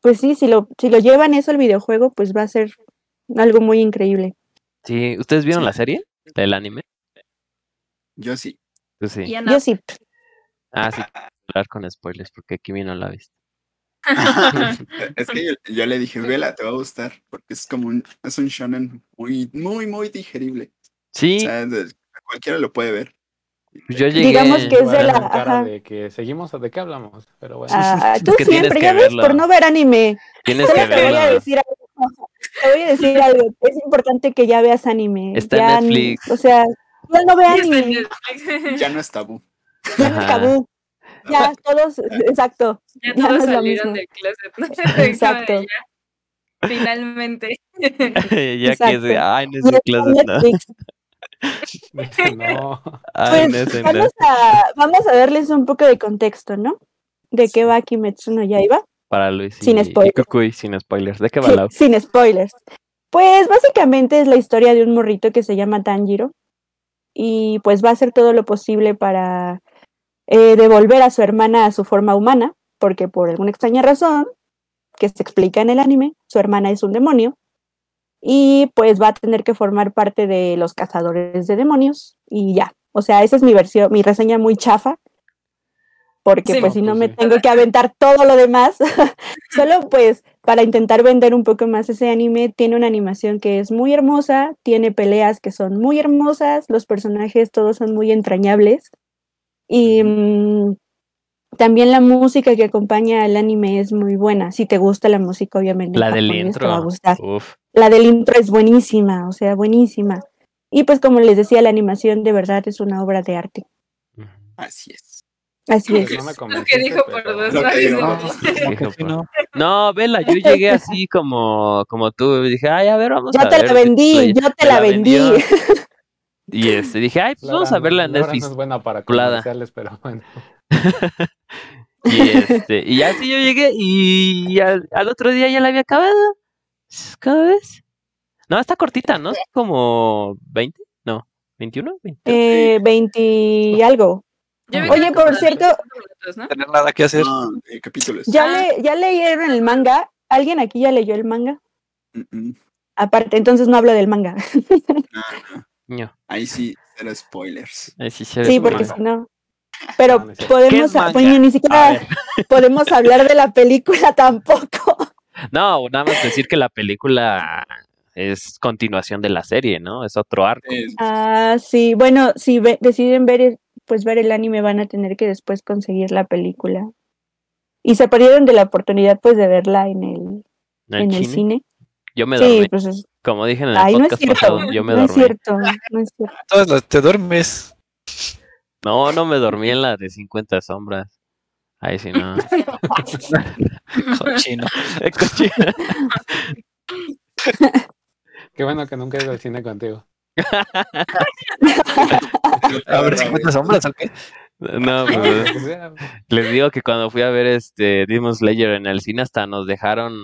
Speaker 2: pues sí, si lo, si lo llevan eso al videojuego, pues va a ser algo muy increíble.
Speaker 5: Sí, ¿ustedes vieron
Speaker 3: Sí.
Speaker 5: la serie? ¿El anime?
Speaker 3: Yo sí.
Speaker 5: Pues sí.
Speaker 7: Y Ana,
Speaker 2: Yo sí,
Speaker 5: Ah, sí, hablar con spoilers, porque Kimi no la ha visto.
Speaker 3: E, es que yo, yo le dije, vela, te va a gustar, porque es como un, es un shonen muy, muy, muy digerible. O
Speaker 5: Sí, pues
Speaker 3: sea, de- cualquiera lo puede ver.
Speaker 5: yo llegué.
Speaker 2: digamos que es de
Speaker 4: Guardaron
Speaker 2: la-
Speaker 4: cara
Speaker 2: ajá.
Speaker 4: de que seguimos o de qué hablamos, pero bueno.
Speaker 2: ah, tú
Speaker 5: que tienes
Speaker 2: siempre,
Speaker 5: que
Speaker 2: ya ves,
Speaker 5: verlo.
Speaker 2: por no ver anime.
Speaker 5: Tienes
Speaker 2: Solo
Speaker 5: que
Speaker 2: te voy a
Speaker 5: verla.
Speaker 2: decir algo. Te voy a decir algo. Es importante que ya veas anime.
Speaker 5: Está en
Speaker 2: Ya n-
Speaker 5: Netflix.
Speaker 2: O sea, ya no ve
Speaker 7: ya está en
Speaker 2: anime.
Speaker 7: Netflix.
Speaker 3: Ya no es tabú.
Speaker 2: Ya no es
Speaker 5: Ajá.
Speaker 2: tabú. Ya todos, exacto.
Speaker 7: Ya
Speaker 2: Ya no
Speaker 7: todos
Speaker 2: es lo mismo.
Speaker 7: salieron del closet. ¿no? Fue
Speaker 2: Exacto.
Speaker 7: como de ya, Finalmente.
Speaker 5: ya que es de,
Speaker 2: Exacto.
Speaker 5: ay, no es
Speaker 2: Ya está
Speaker 5: de
Speaker 2: en
Speaker 5: clases, no. Ah,
Speaker 2: Netflix.
Speaker 4: Este, no.
Speaker 5: Ay, no
Speaker 2: Pues,
Speaker 5: es de
Speaker 2: vamos,
Speaker 5: clases.
Speaker 2: a, vamos a darles un poco de contexto, ¿no? De qué va Kimetsu no Yaiba.
Speaker 5: Para Luis y,
Speaker 2: Sin
Speaker 5: y
Speaker 2: spoilers.
Speaker 5: Cucuy, sin spoilers. ¿De qué va
Speaker 2: Sí,
Speaker 5: la-
Speaker 2: sin spoilers. Pues básicamente es la historia de un morrito que se llama Tanjiro y pues va a hacer todo lo posible para eh, devolver a su hermana a su forma humana, porque por alguna extraña razón que se explica en el anime, su hermana es un demonio y pues va a tener que formar parte de los cazadores de demonios y ya. O sea, esa es mi versión, mi reseña muy chafa, porque
Speaker 7: Sí,
Speaker 2: pues
Speaker 4: no,
Speaker 2: si no
Speaker 4: pues,
Speaker 2: me
Speaker 4: sí.
Speaker 2: tengo que aventar todo lo demás, solo pues para intentar vender un poco más ese anime, tiene una animación que es muy hermosa, tiene peleas que son muy hermosas, los personajes todos son muy entrañables y
Speaker 3: Ujú.
Speaker 2: mm, también la música que acompaña al anime es muy buena. Si te gusta la música, obviamente
Speaker 5: La
Speaker 2: en
Speaker 5: del
Speaker 2: japonés te va a
Speaker 5: intro.
Speaker 2: gustar.
Speaker 5: Uf.
Speaker 2: La del intro es buenísima, o sea, buenísima. Y pues como les decía, la animación de verdad es una obra de arte.
Speaker 3: Así es.
Speaker 2: Así
Speaker 4: Pues
Speaker 2: es.
Speaker 4: no me
Speaker 7: Lo que
Speaker 4: convenciste,
Speaker 7: dijo por
Speaker 4: pero-
Speaker 7: dos
Speaker 3: Lo que
Speaker 7: veces.
Speaker 3: dijo.
Speaker 7: ¿no?
Speaker 4: Como que
Speaker 5: Hijo,
Speaker 4: sí, ¿no?
Speaker 5: No, vela, yo llegué así como, como tú. Dije, ay, a ver, vamos
Speaker 2: Yo
Speaker 5: a
Speaker 2: te
Speaker 5: ver.
Speaker 2: la
Speaker 5: de-
Speaker 2: vendí,
Speaker 5: oye,
Speaker 2: yo te
Speaker 5: me
Speaker 2: la vendí.
Speaker 5: vendió. Y este, dije, ay, pues vamos
Speaker 4: Laura
Speaker 5: a verla
Speaker 4: no-
Speaker 5: en
Speaker 4: Laura
Speaker 5: Netflix.
Speaker 4: no es buena para
Speaker 5: Plada.
Speaker 4: comerciales, pero bueno.
Speaker 5: Y este, y ya sí yo llegué y al, al otro día ya la había acabado. Cada vez. No, está cortita, ¿no? Es Como 20, no, 21, 22.
Speaker 2: Eh, 20 y algo.
Speaker 7: Yo vi que
Speaker 2: Oye,
Speaker 7: eran
Speaker 2: por
Speaker 7: como
Speaker 2: cierto-
Speaker 7: 25 minutos, ¿no?
Speaker 6: Tener nada que hacer.
Speaker 3: No, eh, capítulos.
Speaker 2: ¿Ya,
Speaker 7: Ah.
Speaker 2: le- ¿Ya leyeron el manga? ¿Alguien aquí ya leyó el manga?
Speaker 3: Mm, mm,
Speaker 2: Aparte, entonces no hablo del manga.
Speaker 5: No,
Speaker 3: Ahí sí, era spoilers.
Speaker 5: ahí sí se ve
Speaker 2: Sí,
Speaker 5: como-
Speaker 2: porque
Speaker 4: manga.
Speaker 2: si no. Pero
Speaker 4: No, no es cierto.
Speaker 2: podemos,
Speaker 5: ¿Qué es
Speaker 2: bueno,
Speaker 5: manga?
Speaker 2: ni
Speaker 5: A
Speaker 2: siquiera
Speaker 5: ver.
Speaker 2: podemos hablar de la película tampoco.
Speaker 5: No, nada más decir que la película es continuación de la serie, ¿no? Es otro arco.
Speaker 3: Es-
Speaker 2: Ah, sí, bueno, si ve- deciden ver, el- pues ver el anime van a tener que después conseguir la película. Y se perdieron de la oportunidad pues de verla en el,
Speaker 5: ¿no? El
Speaker 2: en el
Speaker 5: cine.
Speaker 2: cine.
Speaker 5: Yo me dormí.
Speaker 2: Sí, pues es-
Speaker 5: Como dije en el
Speaker 2: ay, no es
Speaker 5: podcast
Speaker 2: cierto,
Speaker 5: pasado, yo me
Speaker 2: no es
Speaker 5: dormí.
Speaker 2: cierto, no es cierto.
Speaker 6: Todas las- te duermes.
Speaker 5: No, no me dormí en la de 50 sombras. Ahí sí no.
Speaker 6: Cochino.
Speaker 5: Eh, cochina.
Speaker 4: Qué bueno que nunca he ido al cine contigo.
Speaker 6: A ver, 50 sombras, ¿o qué?
Speaker 5: No,
Speaker 4: No,
Speaker 5: pues,
Speaker 4: o sea,
Speaker 5: Les digo que cuando fui a ver este Demon Slayer en el cine hasta nos dejaron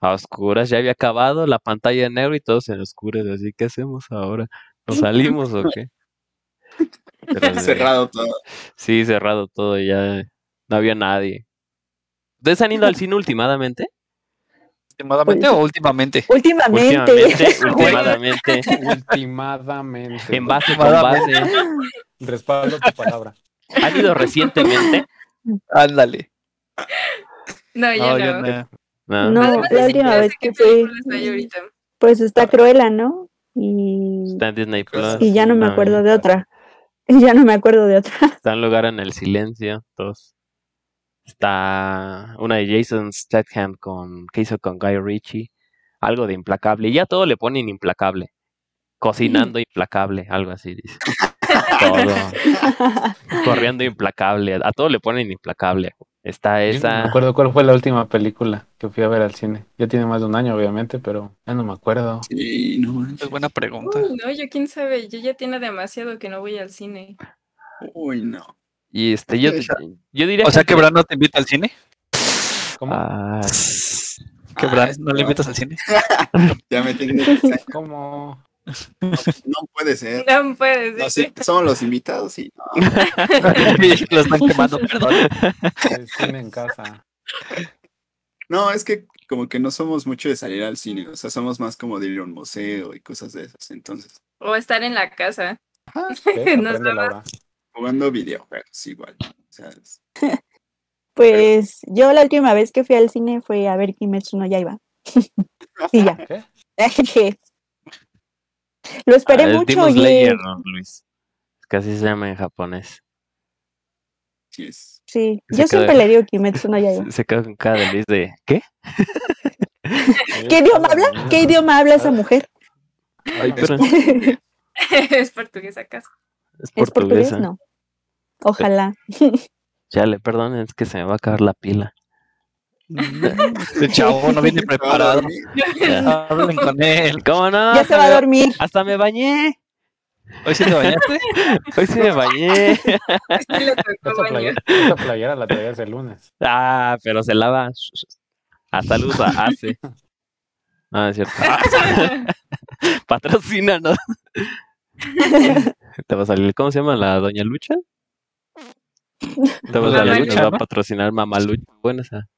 Speaker 5: a oscuras, ya había acabado la pantalla en negro y todos en oscuras, así ¿qué hacemos ahora? ¿Nos salimos o qué? Pero, eh,
Speaker 3: Cerrado todo.
Speaker 5: sí, cerrado todo, ya no había nadie. ¿Ustedes han ido al cine últimamente?
Speaker 6: ¿Últimamente o últimamente?
Speaker 2: Últimamente.
Speaker 5: Últimamente, últimamente,
Speaker 4: Ultimadamente.
Speaker 5: en base con base.
Speaker 4: Respaldo tu palabra.
Speaker 5: ¿Ha ido recientemente?
Speaker 6: Ándale.
Speaker 7: No,
Speaker 6: No,
Speaker 7: yo no.
Speaker 6: yo no.
Speaker 5: No.
Speaker 2: No.
Speaker 7: Además,
Speaker 2: la última
Speaker 7: ni siquiera
Speaker 2: vez
Speaker 7: sé qué
Speaker 2: que fui-
Speaker 7: películas hay ahorita.
Speaker 2: Pues está Cruella, ¿no? Y,
Speaker 5: Está en Disney Plus.
Speaker 2: y ya no me
Speaker 5: también
Speaker 2: acuerdo de
Speaker 5: está-
Speaker 2: otra. Y ya no me acuerdo de otra.
Speaker 5: Está en lugar en el silencio. Dos. Está una de Jason Statham con, que hizo con Guy Ritchie. Algo de implacable. Y ya todo le ponen implacable. Cocinando implacable. Algo así dice. todo. Corriendo implacable. A todo le ponen implacable. Está
Speaker 4: Yo no me
Speaker 5: esa.
Speaker 4: acuerdo cuál fue la última película que fui a ver al cine. Ya tiene más de un año, obviamente, pero ya no me acuerdo.
Speaker 3: Sí, no manches.
Speaker 6: Es buena pregunta.
Speaker 7: Uy, no, yo quién sabe. Yo ya tiene demasiado que no voy al cine.
Speaker 3: Uy, no.
Speaker 5: Y este, yo,
Speaker 3: Esa.
Speaker 5: yo diría.
Speaker 6: O sea que Bran no te invita al cine.
Speaker 4: ¿Cómo?
Speaker 5: Ah,
Speaker 6: Que Bran Ah, no le invitas al cine.
Speaker 3: Ya me tienen que sacar.
Speaker 4: ¿Cómo?
Speaker 3: No puede ser.
Speaker 7: No puedes.
Speaker 3: Eh. No, sí, somos los invitados y no.
Speaker 6: Lo están quemando, perdón.
Speaker 4: El cine en casa.
Speaker 3: No, es que como que no somos mucho de salir al cine, o sea, somos más como de ir a un museo y cosas de esas. Entonces,
Speaker 7: O estar en la casa.
Speaker 2: Ah.
Speaker 4: ¿Ves? Aprende,
Speaker 7: Nos daba-
Speaker 4: Laura.
Speaker 3: jugando videojuegos igual. O sea, es-
Speaker 2: Pues yo la última vez que fui al cine fue a ver Kimetsu no Yaiba. y ya.
Speaker 4: ¿Qué?
Speaker 2: Lo esperé
Speaker 5: ah, es
Speaker 2: mucho,
Speaker 5: Demon
Speaker 2: oye.
Speaker 5: Slayer, ¿no, Luis. Casi se llama en japonés.
Speaker 3: sí es-
Speaker 2: Sí, yo
Speaker 5: Se queda-
Speaker 2: siempre le digo Kimetsu no Yaiba.
Speaker 5: Se, se quedó con cara de Luis de. ¿Qué?
Speaker 2: ¿Qué idioma habla? ¿Qué idioma habla esa mujer?
Speaker 5: Ay, pero
Speaker 7: es portuguesa casa.
Speaker 2: ¿Es
Speaker 5: es
Speaker 2: portugués?
Speaker 5: portuguesa.
Speaker 2: No. Ojalá.
Speaker 5: Chale, perdón, es que se me va a acabar la pila.
Speaker 6: Este chavo no viene preparado.
Speaker 3: Ahora, ¿eh?
Speaker 6: Hablen con él.
Speaker 5: ¿Cómo no?
Speaker 2: Ya se va a
Speaker 5: me-
Speaker 2: dormir.
Speaker 5: Hasta me bañé.
Speaker 6: ¿Hoy sí te bañaste?
Speaker 5: Hoy sí me bañé.
Speaker 7: Sí le tocó
Speaker 4: Esta
Speaker 7: baño.
Speaker 4: playera, esta playera la traías el lunes.
Speaker 5: Ah, pero se lava. Hasta luz a- hace. No, es cierto. Patrocina, ¿no? Te va a salir. ¿Cómo se llama la doña Lucha? Te va a
Speaker 7: Mamá
Speaker 5: salir.
Speaker 7: Lucha,
Speaker 5: Nos va a
Speaker 6: ¿no?
Speaker 5: patrocinar Mamá Lucha. Bueno, esa.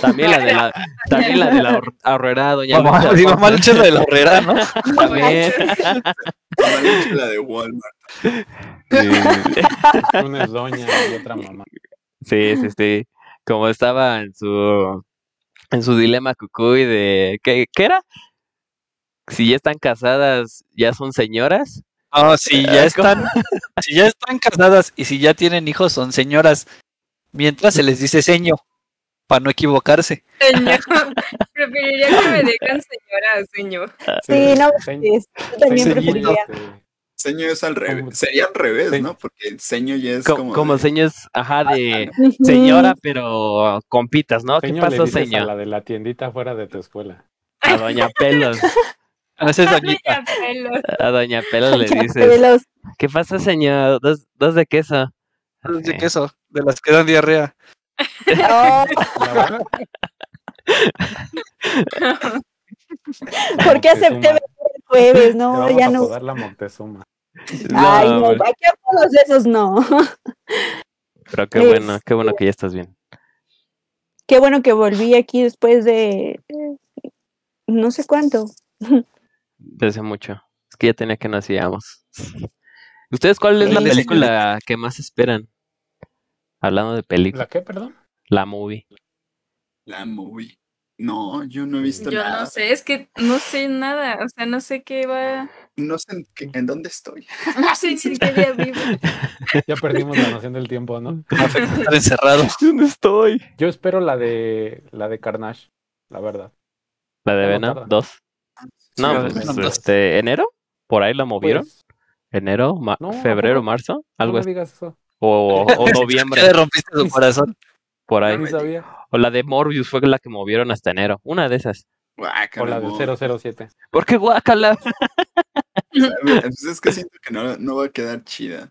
Speaker 5: También la de la, también la de la hor- ahorrera, doña
Speaker 6: Mamá,
Speaker 5: Lucha.
Speaker 6: sí, mamá lucha es la de la horrera, ¿no?
Speaker 5: También.
Speaker 3: Tomar mucho la de Walmart.
Speaker 5: Sí.
Speaker 4: Una es doña y otra mamá.
Speaker 5: Sí, sí, sí. Como estaba en su en su dilema cucuy de ¿qué, qué era? Si ya están casadas, ya son señoras.
Speaker 6: No, si ya
Speaker 5: Ah, ¿cómo?
Speaker 6: están, si ya están casadas y si ya tienen hijos, son señoras. Mientras se les dice seño, para no equivocarse.
Speaker 7: Señor, preferiría que me digan señora a señor.
Speaker 5: Ah.
Speaker 2: Sí, no,
Speaker 4: Señ-
Speaker 2: es- yo también
Speaker 4: señ-
Speaker 6: Señor.
Speaker 2: preferiría.
Speaker 4: este,
Speaker 3: Seño es al
Speaker 4: Como-
Speaker 3: revés. Sería al revés,
Speaker 4: Sí.
Speaker 3: ¿no? Porque el seño ya es
Speaker 5: Co-
Speaker 3: como.
Speaker 5: como
Speaker 3: de-
Speaker 5: señas, ajá, de
Speaker 2: Ujú.
Speaker 5: señora, pero compitas, ¿no? ¿Qué
Speaker 4: seño le
Speaker 5: pasó,
Speaker 4: dices a
Speaker 5: señor?
Speaker 4: la de la tiendita fuera de tu escuela.
Speaker 5: A doña Pelos.
Speaker 6: Haces doñita.
Speaker 7: Doña Pelos.
Speaker 5: A doña Pelos le
Speaker 2: Ya,
Speaker 5: dices,
Speaker 2: pelos.
Speaker 5: ¿qué pasa, señor? Dos, dos de queso.
Speaker 6: Dos de
Speaker 5: Sí.
Speaker 6: queso, de las que dan diarrea.
Speaker 2: Oh,
Speaker 4: La verdad,
Speaker 2: ¿Por qué acepté
Speaker 4: Moctezuma.
Speaker 2: venir el jueves?
Speaker 4: Te
Speaker 2: No,
Speaker 4: vamos
Speaker 2: ya
Speaker 4: a
Speaker 2: no.
Speaker 4: apodar la Moctezuma.
Speaker 2: Ay,
Speaker 5: No,
Speaker 2: no,
Speaker 5: hombre,
Speaker 2: aquí a todos esos no.
Speaker 5: pero qué bueno, qué bueno que ya estás bien.
Speaker 2: Qué bueno que volví aquí después de eh, no sé cuánto.
Speaker 5: Desde mucho. Es que ya tenía que no hacíamos. ¿Ustedes cuál es la
Speaker 2: Sí.
Speaker 5: película que más esperan? Hablando de película,
Speaker 4: ¿La qué, perdón?
Speaker 5: la movie.
Speaker 3: La movie. No, yo no he visto
Speaker 7: Yo
Speaker 3: nada.
Speaker 7: no sé, es que no sé nada. O sea, no sé qué va.
Speaker 3: No sé en, qué- en dónde estoy.
Speaker 7: No sé ni en qué día vivo.
Speaker 4: Ya perdimos la noción del tiempo, ¿no?
Speaker 6: Me afecta estar encerrado.
Speaker 5: ¿Dónde estoy?
Speaker 4: Yo espero la de la de Carnage, la verdad.
Speaker 5: La de
Speaker 4: Ya no
Speaker 5: Venom
Speaker 4: tarda.
Speaker 5: 2.
Speaker 3: Sí,
Speaker 5: No,
Speaker 6: la de
Speaker 5: pues,
Speaker 6: Venom dos.
Speaker 5: este, enero, por ahí la movieron.
Speaker 4: Pues,
Speaker 5: Enero, ma-
Speaker 4: No, ¿a
Speaker 5: febrero,
Speaker 4: poco?
Speaker 5: marzo,
Speaker 4: no
Speaker 5: algo
Speaker 4: me
Speaker 5: así.
Speaker 4: digas eso.
Speaker 5: O, o- o
Speaker 6: Ya le
Speaker 5: noviembre,
Speaker 6: rompiste su corazón.
Speaker 5: por ahí.
Speaker 4: No sabía.
Speaker 5: O la de Morbius fue la que movieron hasta enero. Una de esas.
Speaker 4: O la
Speaker 3: Guácala, amor.
Speaker 4: de 007.
Speaker 5: ¿Por qué guacala?
Speaker 3: Pues es que siento que no, no va a quedar chida.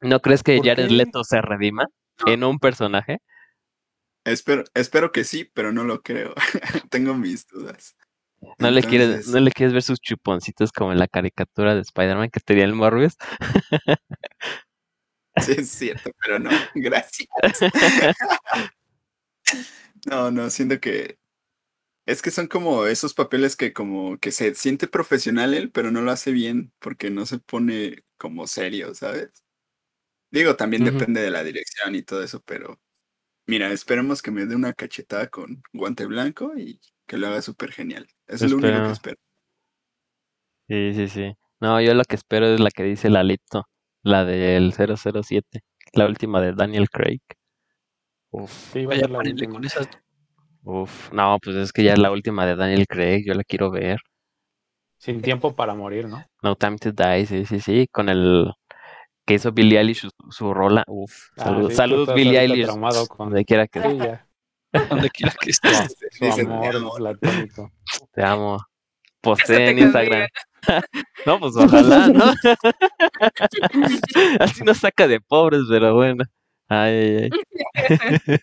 Speaker 5: ¿No crees que
Speaker 4: ¿Por
Speaker 5: Jared
Speaker 4: qué?
Speaker 5: Leto se redima en un personaje?
Speaker 3: Espero, espero que sí, pero no lo creo. Tengo mis dudas.
Speaker 5: ¿No le, quieres,
Speaker 3: Entonces,
Speaker 5: ¿No le quieres ver sus chuponcitos como en la caricatura de Spider-Man que tenía el Morbius?
Speaker 3: Sí, es cierto, pero no. Gracias. no, no, siento que Es que son como esos papeles que como que se siente profesional él, pero no lo hace bien porque no se pone como serio, ¿sabes? Digo, también
Speaker 5: Ujú.
Speaker 3: depende de la dirección y todo eso, pero mira, esperemos que me dé una cachetada con guante blanco y que lo haga súper genial. Es lo único que
Speaker 5: Esperemos.
Speaker 3: espero.
Speaker 5: Sí, sí, sí. No, yo lo que espero es la que dice Lalito, la del 007, la última de Daniel Craig. Uf,
Speaker 4: Sí, va a
Speaker 6: Vaya,
Speaker 4: ser la
Speaker 6: párenle
Speaker 4: última.
Speaker 6: con esas.
Speaker 5: uf, no, pues es que ya es la última de Daniel Craig, yo la quiero ver.
Speaker 4: Sin tiempo para morir, ¿no? Ah,
Speaker 5: No Time to Die, sí, sí, sí, con el que hizo Billie Eilish su, su rola. Uf,
Speaker 4: Ah,
Speaker 5: saludos,
Speaker 4: sí, tú
Speaker 5: saludos
Speaker 4: estás
Speaker 5: Billie
Speaker 4: ahorita
Speaker 5: Eilish.
Speaker 4: traumado con-
Speaker 5: Donde quiera que
Speaker 4: Sí, ya.
Speaker 6: Donde quiera que estés.
Speaker 4: Su
Speaker 3: Dicen,
Speaker 4: amor
Speaker 3: "Te amo".
Speaker 4: platónico.
Speaker 5: te amo. Posté
Speaker 7: Cásate
Speaker 5: en Instagram. No, pues ojalá, ¿no? Así nos saca de pobres, pero bueno. Ay, ay, ay.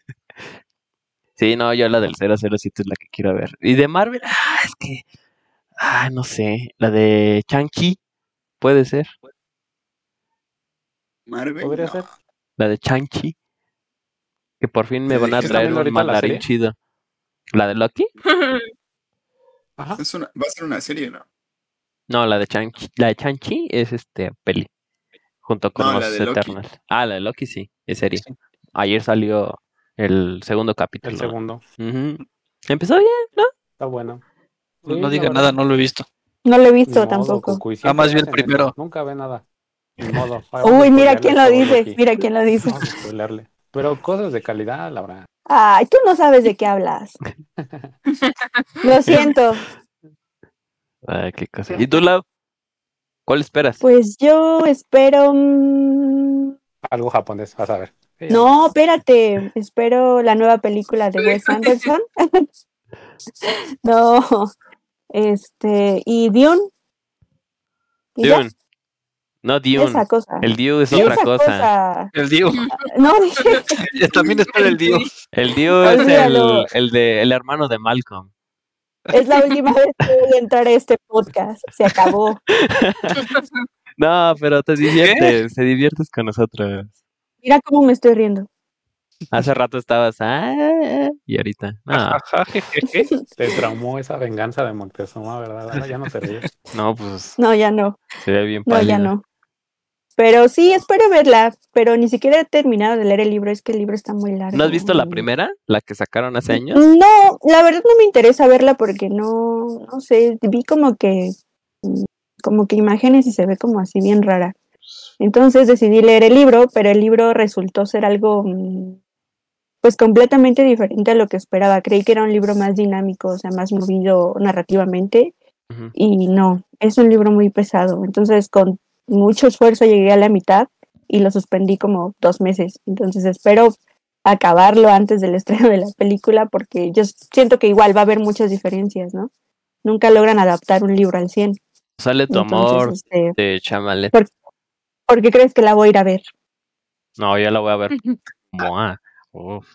Speaker 5: Sí, no, yo la del 007 es la que quiero ver. Y de Marvel, ah, es que. Ah, no sé. La de Chang-Chi, puede ser.
Speaker 3: Marvel,
Speaker 4: Podría
Speaker 3: no.
Speaker 4: ser.
Speaker 5: La de Chang-Chi. Que por fin me
Speaker 3: Sí,
Speaker 5: van a
Speaker 3: ¿estás
Speaker 5: traer
Speaker 4: viendo
Speaker 5: un
Speaker 4: ahorita la
Speaker 5: mandarín
Speaker 4: serie?
Speaker 5: chido. ¿La de Loki?
Speaker 4: Ajá.
Speaker 3: Es una- va a ser una serie, ¿no?
Speaker 5: No, la de Chang-Chi. La de Chang-Chi es este peli. Junto con
Speaker 3: No, la
Speaker 5: los
Speaker 3: de Loki.
Speaker 5: Eternals. Ah, la de Loki sí, es serie.
Speaker 6: Sí.
Speaker 5: Ayer salió el segundo capítulo.
Speaker 4: El segundo.
Speaker 5: Ujú. Empezó bien.
Speaker 4: Está bueno.
Speaker 6: No,
Speaker 4: Sí,
Speaker 6: no
Speaker 4: la
Speaker 6: diga
Speaker 4: verdad.
Speaker 6: nada, no lo he visto.
Speaker 2: No lo he
Speaker 4: Ni
Speaker 2: visto
Speaker 4: modo,
Speaker 2: tampoco.
Speaker 4: Cucuy,
Speaker 6: Ah, más
Speaker 4: siempre
Speaker 6: bien
Speaker 4: hacen
Speaker 6: primero.
Speaker 4: eso, Nunca ve nada. Ni modo. pues, vamos a
Speaker 2: Uy, mira
Speaker 4: spoilearle
Speaker 2: quién lo
Speaker 4: todo
Speaker 2: dice,
Speaker 4: Loki.
Speaker 2: mira quién lo dice.
Speaker 4: Vamos a spoilearle. Pero cosas de calidad, la verdad.
Speaker 2: Ay, tú no sabes de qué hablas. Lo siento.
Speaker 5: Ay, qué cosa. ¿Y tú, Lau? ¿Cuál esperas?
Speaker 2: Pues yo espero. mm,
Speaker 4: Algo japonés, vas a ver. Sí,
Speaker 2: No, espérate. Espero la nueva película de Wes Anderson. No. Este. Y Dune. Y ya,
Speaker 5: Dune. No Dune.
Speaker 2: Esa cosa.
Speaker 5: El Dune es
Speaker 2: Esa
Speaker 5: otra cosa.
Speaker 2: cosa.
Speaker 6: El Dio.
Speaker 2: No, dije-
Speaker 6: Ya También es para el Dio.
Speaker 5: El Dune es el,
Speaker 2: Olvídalo.
Speaker 5: el de el hermano de Malcolm.
Speaker 2: es la última vez que voy a entrar a este podcast. Se acabó.
Speaker 5: No, pero te diviertes, te diviertes con nosotros.
Speaker 2: Mira cómo me estoy riendo.
Speaker 5: Hace rato estabas ah, y ahorita. No,
Speaker 6: Ajá, jejeje.
Speaker 4: Te traumó esa venganza de Moctezuma, ¿verdad? Ahora ya no te ríes.
Speaker 5: no, pues
Speaker 2: No, ya no.
Speaker 5: se ve bien
Speaker 2: No,
Speaker 5: pálido.
Speaker 2: ya no. Pero sí, espero verla, pero ni siquiera he terminado de leer el libro, es que el libro está muy largo.
Speaker 5: ¿No has visto la primera? La que sacaron hace años.
Speaker 2: No, la verdad no me interesa verla porque no, no sé, vi como que, mm, como que imágenes y se ve como así bien rara. Entonces decidí leer el libro, pero el libro resultó ser algo, mm, pues completamente diferente a lo que esperaba. Creí que era un libro más dinámico, o sea, más movido narrativamente,
Speaker 5: Ujú.
Speaker 2: y no, es un libro muy pesado. Entonces, con mucho esfuerzo llegué a la mitad y lo suspendí como dos meses. Entonces, espero acabarlo antes del estreno de la película porque yo siento que igual va a haber muchas diferencias, ¿no? Nunca logran adaptar un libro al 100.
Speaker 5: Sale tu amor
Speaker 2: Entonces, este,
Speaker 5: de Chamalet.
Speaker 2: ¿por qué crees que la voy a ir a ver?
Speaker 5: No, yo la voy a ver. Moa. Uf.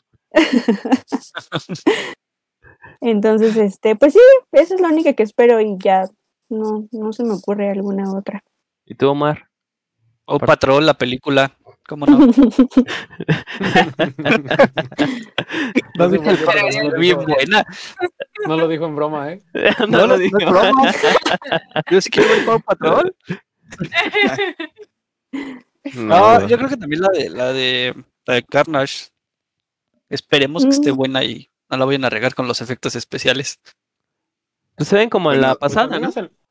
Speaker 2: Entonces, este, pues sí, esa es la única que espero y ya no, no se me ocurre alguna otra.
Speaker 5: ¿Y tú, Omar?
Speaker 6: O Oh, Patrol, la película. ¿Cómo no?
Speaker 4: No, se volvió a
Speaker 7: Pero
Speaker 4: hablar de
Speaker 6: Bien
Speaker 4: eso.
Speaker 6: buena.
Speaker 4: No lo dijo en broma, ¿eh?
Speaker 5: no,
Speaker 6: No,
Speaker 5: lo
Speaker 6: no,
Speaker 5: digo.
Speaker 6: no es broma. Yo sí quiero ver Paw Patrol. No, Ah, yo creo que también la de la de, la de Carnage. Esperemos que esté
Speaker 2: Mm.
Speaker 6: buena y no la vayan a regar con los efectos especiales.
Speaker 5: Pues se ven como en
Speaker 3: Bueno,
Speaker 5: la
Speaker 3: pues
Speaker 5: pasada, ¿no?
Speaker 4: Pues también es el-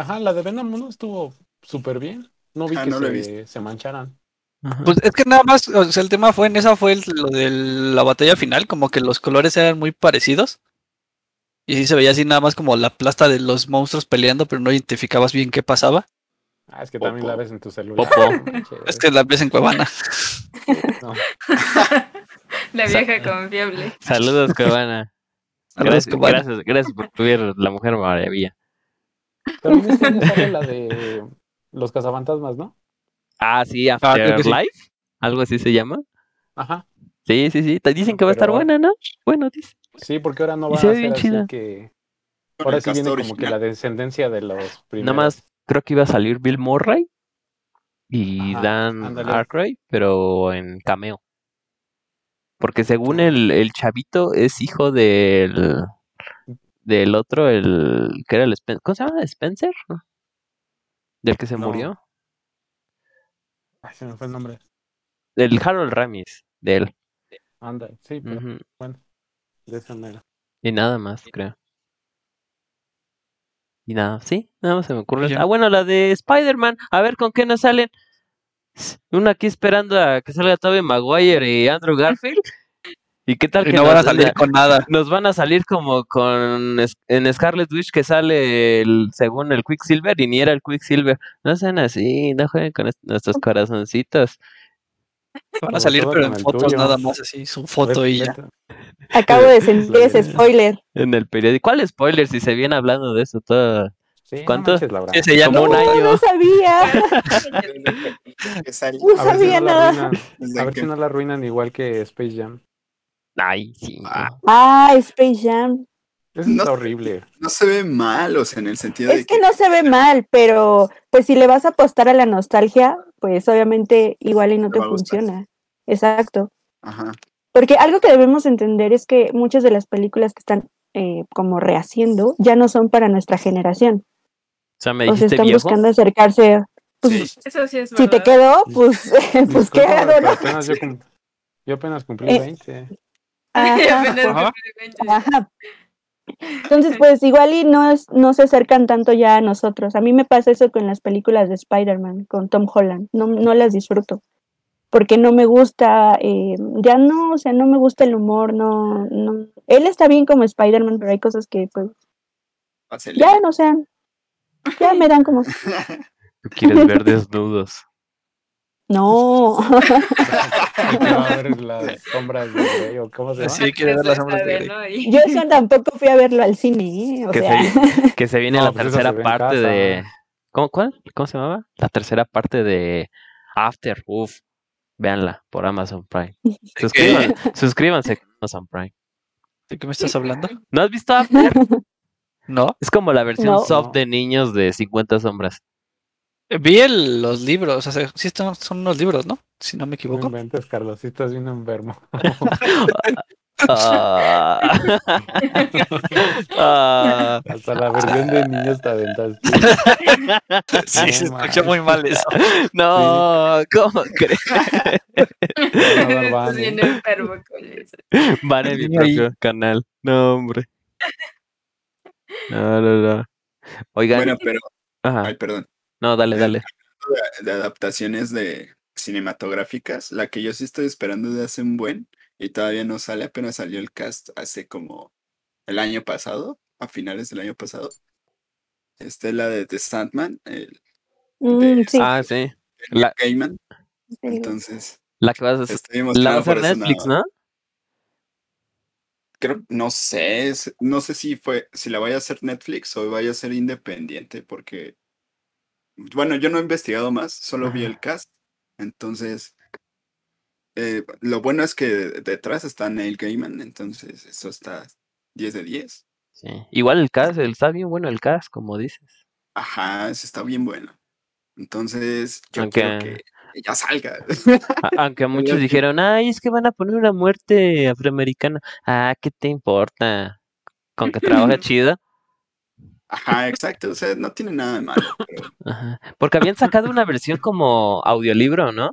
Speaker 4: Ajá, la de Venom no estuvo súper bien. No vi
Speaker 3: Ah,
Speaker 4: que
Speaker 3: no la he
Speaker 4: se, se mancharan.
Speaker 5: Ajá.
Speaker 6: Pues es que nada más, o sea, el tema fue en esa fue el- lo de la batalla final, como que los colores eran muy parecidos. Y sí se veía así nada más como la plasta de los monstruos peleando, pero no identificabas bien qué pasaba.
Speaker 4: Ah, es que
Speaker 3: Popo.
Speaker 4: también la ves en tu celular.
Speaker 5: Popo.
Speaker 4: No manches.
Speaker 6: Es que la ves en Cuevana.
Speaker 4: No,
Speaker 7: La
Speaker 5: Sa-
Speaker 7: vieja confiable.
Speaker 5: Saludos, Cabana.
Speaker 6: Saludos,
Speaker 5: Gracias,
Speaker 6: Cuevana.
Speaker 5: gracias, gracias por ver La Mujer Maravilla.
Speaker 4: También este año sale la de los cazafantasmas, ¿no?
Speaker 5: Ah, sí,
Speaker 6: creo que sí.
Speaker 5: Afterlife. Algo así se llama.
Speaker 4: Ajá.
Speaker 5: Sí, sí, sí. Te dicen que va a estar
Speaker 4: Pero-
Speaker 5: buena, ¿no? Bueno, dice.
Speaker 4: Sí, porque ahora no
Speaker 5: Y
Speaker 4: va a
Speaker 5: se ve
Speaker 4: ser
Speaker 5: bien
Speaker 4: así
Speaker 5: chida.
Speaker 4: que...
Speaker 3: Con
Speaker 4: Ahora
Speaker 3: el
Speaker 4: sí viene
Speaker 3: castor
Speaker 4: como que la
Speaker 3: original.
Speaker 4: descendencia de los primeros.
Speaker 5: Nada más creo que iba a salir Bill Murray y
Speaker 4: Ajá,
Speaker 5: Dan
Speaker 4: ándale.
Speaker 5: Aykroyd, pero en cameo. Porque según el, el chavito es hijo del, del otro, el que era el Spencer. ¿Cómo se llama? ¿Spencer? ¿No? ¿Del que se
Speaker 4: No.
Speaker 5: murió?
Speaker 4: Ay, se me fue el nombre.
Speaker 5: Del Harold Ramis, de él.
Speaker 4: Anda, sí, pero
Speaker 5: Ujú.
Speaker 4: bueno. De esa manera.
Speaker 5: Y nada más, creo. Y nada, sí, nada más se me ocurre.
Speaker 6: Ya.
Speaker 5: Ah, bueno, la de Spider-Man. A ver con qué nos salen. Una aquí esperando a que salga Tobey Maguire y Andrew Garfield. ¿Y qué tal
Speaker 6: Y
Speaker 5: que
Speaker 6: no van a
Speaker 5: nos-
Speaker 6: salir con nada.
Speaker 5: nos van a salir como con es- en Scarlet Witch que sale el, según el Quicksilver y ni era el Quicksilver. No sean así, no jueguen con est- nuestros corazoncitos.
Speaker 6: Van
Speaker 4: Como
Speaker 6: a salir,
Speaker 4: todo
Speaker 6: pero
Speaker 4: con
Speaker 6: en
Speaker 4: el
Speaker 6: fotos
Speaker 4: tuyo.
Speaker 6: nada más, así, su foto
Speaker 4: Vete-
Speaker 6: y ya.
Speaker 4: vete-
Speaker 2: Acabo de sentir ese spoiler.
Speaker 5: En el periódico. ¿Cuál spoiler si se viene hablando de eso todo?
Speaker 4: Sí, no
Speaker 5: ¿Cuántos?
Speaker 4: manches, Laura.
Speaker 6: Ese ya
Speaker 5: Como
Speaker 6: no.
Speaker 5: un año.
Speaker 2: No, no sabía.
Speaker 3: Desde que- que salió,
Speaker 2: No
Speaker 4: A ver si
Speaker 2: sabía
Speaker 4: no la
Speaker 2: nada.
Speaker 4: arruinan.
Speaker 3: desde
Speaker 4: A ver
Speaker 3: que-
Speaker 4: si no la arruinan igual que Space Jam.
Speaker 5: Ay, sí. no.
Speaker 3: Ah,
Speaker 2: Ah, Space Jam.
Speaker 4: Eso
Speaker 3: No.
Speaker 4: está horrible.
Speaker 3: no se ve mal, o sea, en el sentido de
Speaker 2: Es que no se ve mal, pero pues si le vas a apostar a la nostalgia, pues obviamente igual y no
Speaker 3: Te
Speaker 2: te
Speaker 3: va a gustar.
Speaker 2: funciona. Exacto.
Speaker 3: Ajá.
Speaker 2: Porque algo que debemos entender es que muchas de las películas que están eh, como rehaciendo ya no son para nuestra generación.
Speaker 5: O sea, me
Speaker 2: O sea,
Speaker 5: dijiste
Speaker 2: están
Speaker 5: viejo.
Speaker 2: buscando acercarse. a- Pues,
Speaker 3: Sí.
Speaker 7: Eso sí es
Speaker 2: Si te
Speaker 7: verdad.
Speaker 2: quedó, pues, pues qué
Speaker 4: Disculpa,
Speaker 2: hago,
Speaker 4: porque
Speaker 2: ¿no?
Speaker 4: apenas yo, cum- yo apenas cumplí
Speaker 2: Eh.
Speaker 4: 20.
Speaker 2: Ajá,
Speaker 7: Apenas
Speaker 6: Ajá.
Speaker 7: cumplí 20.
Speaker 2: ajá. Entonces, pues igual y no, es- no se acercan tanto ya a nosotros. A mí me pasa eso con las películas de Spider-Man, con Tom Holland. No, no las disfruto. Porque no me gusta, eh, ya no, o sea, no me gusta el humor, no, no. Él está bien como Spider-Man, pero hay cosas que, pues,
Speaker 3: Vaselina.
Speaker 2: ya no sean, ya me dan como,
Speaker 5: Tú quieres ver desnudos.
Speaker 2: no.
Speaker 4: Porque va a ver las sombras de Grey o cómo
Speaker 5: ¿Ah,
Speaker 4: se llama.
Speaker 6: Sí, quiere ver las sombras de Grey.
Speaker 7: Esta de Grey.
Speaker 2: Yo eso tampoco fui a verlo al cine, ¿eh? O
Speaker 5: Que
Speaker 2: sea,
Speaker 5: se, que se viene
Speaker 4: No,
Speaker 5: la
Speaker 4: pues eso se
Speaker 5: tercera
Speaker 4: ve en
Speaker 5: parte
Speaker 4: casa.
Speaker 5: de. ¿Cómo, cuál? ¿Cómo se llamaba? La tercera parte de After. Uf. Véanla por Amazon Prime. Suscríbanse, suscríbanse con Amazon Prime.
Speaker 6: ¿De qué me estás hablando?
Speaker 5: ¿No has visto After?
Speaker 6: No.
Speaker 5: Es como la versión
Speaker 2: No.
Speaker 5: soft
Speaker 4: No.
Speaker 5: de niños de 50 sombras.
Speaker 6: Vi el- los libros, o sea, sí están- son unos libros, ¿no? Si no me
Speaker 4: No
Speaker 6: equivoco.
Speaker 4: inventes, Carlos, si estás bien enfermo.
Speaker 5: Ah. Ah.
Speaker 4: Hasta la versión de niños te aventaste.
Speaker 6: Sí, se
Speaker 4: No
Speaker 6: escucha muy mal ¿eh? eso.
Speaker 5: no, ¿cómo crees?
Speaker 4: Ahora van,
Speaker 7: Estás bien
Speaker 4: ¿eh?
Speaker 7: enfermo con eso.
Speaker 5: Van en mi
Speaker 6: Niño ahí.
Speaker 5: propio canal. No, hombre. No, no, no. Oigan,
Speaker 3: Bueno, pero,
Speaker 5: ajá.
Speaker 3: ay, perdón.
Speaker 5: no, dale,
Speaker 3: eh,
Speaker 5: dale.
Speaker 3: de adaptaciones de cinematográficas, la que yo sí estoy esperando de hace un buen y todavía no sale, apenas salió el cast hace como el año pasado, a finales del año pasado. Esta es la de The Sandman, el
Speaker 2: mm, sí.
Speaker 5: Ah, sí. La,
Speaker 3: Gaiman,
Speaker 2: el-
Speaker 3: entonces
Speaker 5: la que vas a hacer.
Speaker 3: estoy
Speaker 5: La
Speaker 3: emocionado
Speaker 5: vas a
Speaker 3: por
Speaker 5: hacer
Speaker 3: eso,
Speaker 5: Netflix,
Speaker 3: no,
Speaker 5: ¿no?
Speaker 3: creo- no sé, es- no sé si fue, si la vaya a hacer Netflix o vaya a ser independiente, porque bueno, yo no he investigado más, solo vi el cast, entonces eh, lo bueno es que de- detrás está Neil Gaiman, entonces eso está 10 de 10.
Speaker 5: Sí. Igual el CAS, el, está bien bueno el CAS, como dices.
Speaker 3: Ajá, eso está bien bueno. Entonces, yo
Speaker 5: Aunque-
Speaker 3: quiero que que ya salga.
Speaker 5: A- aunque muchos
Speaker 3: que-
Speaker 5: dijeron, ay, es que van a poner una muerte afroamericana. Ah, ¿qué te importa? Con que trabaje chido.
Speaker 3: Ajá, exacto, o sea, no tiene nada de malo. pero
Speaker 5: Ajá. Porque habían sacado una versión como audiolibro, ¿no?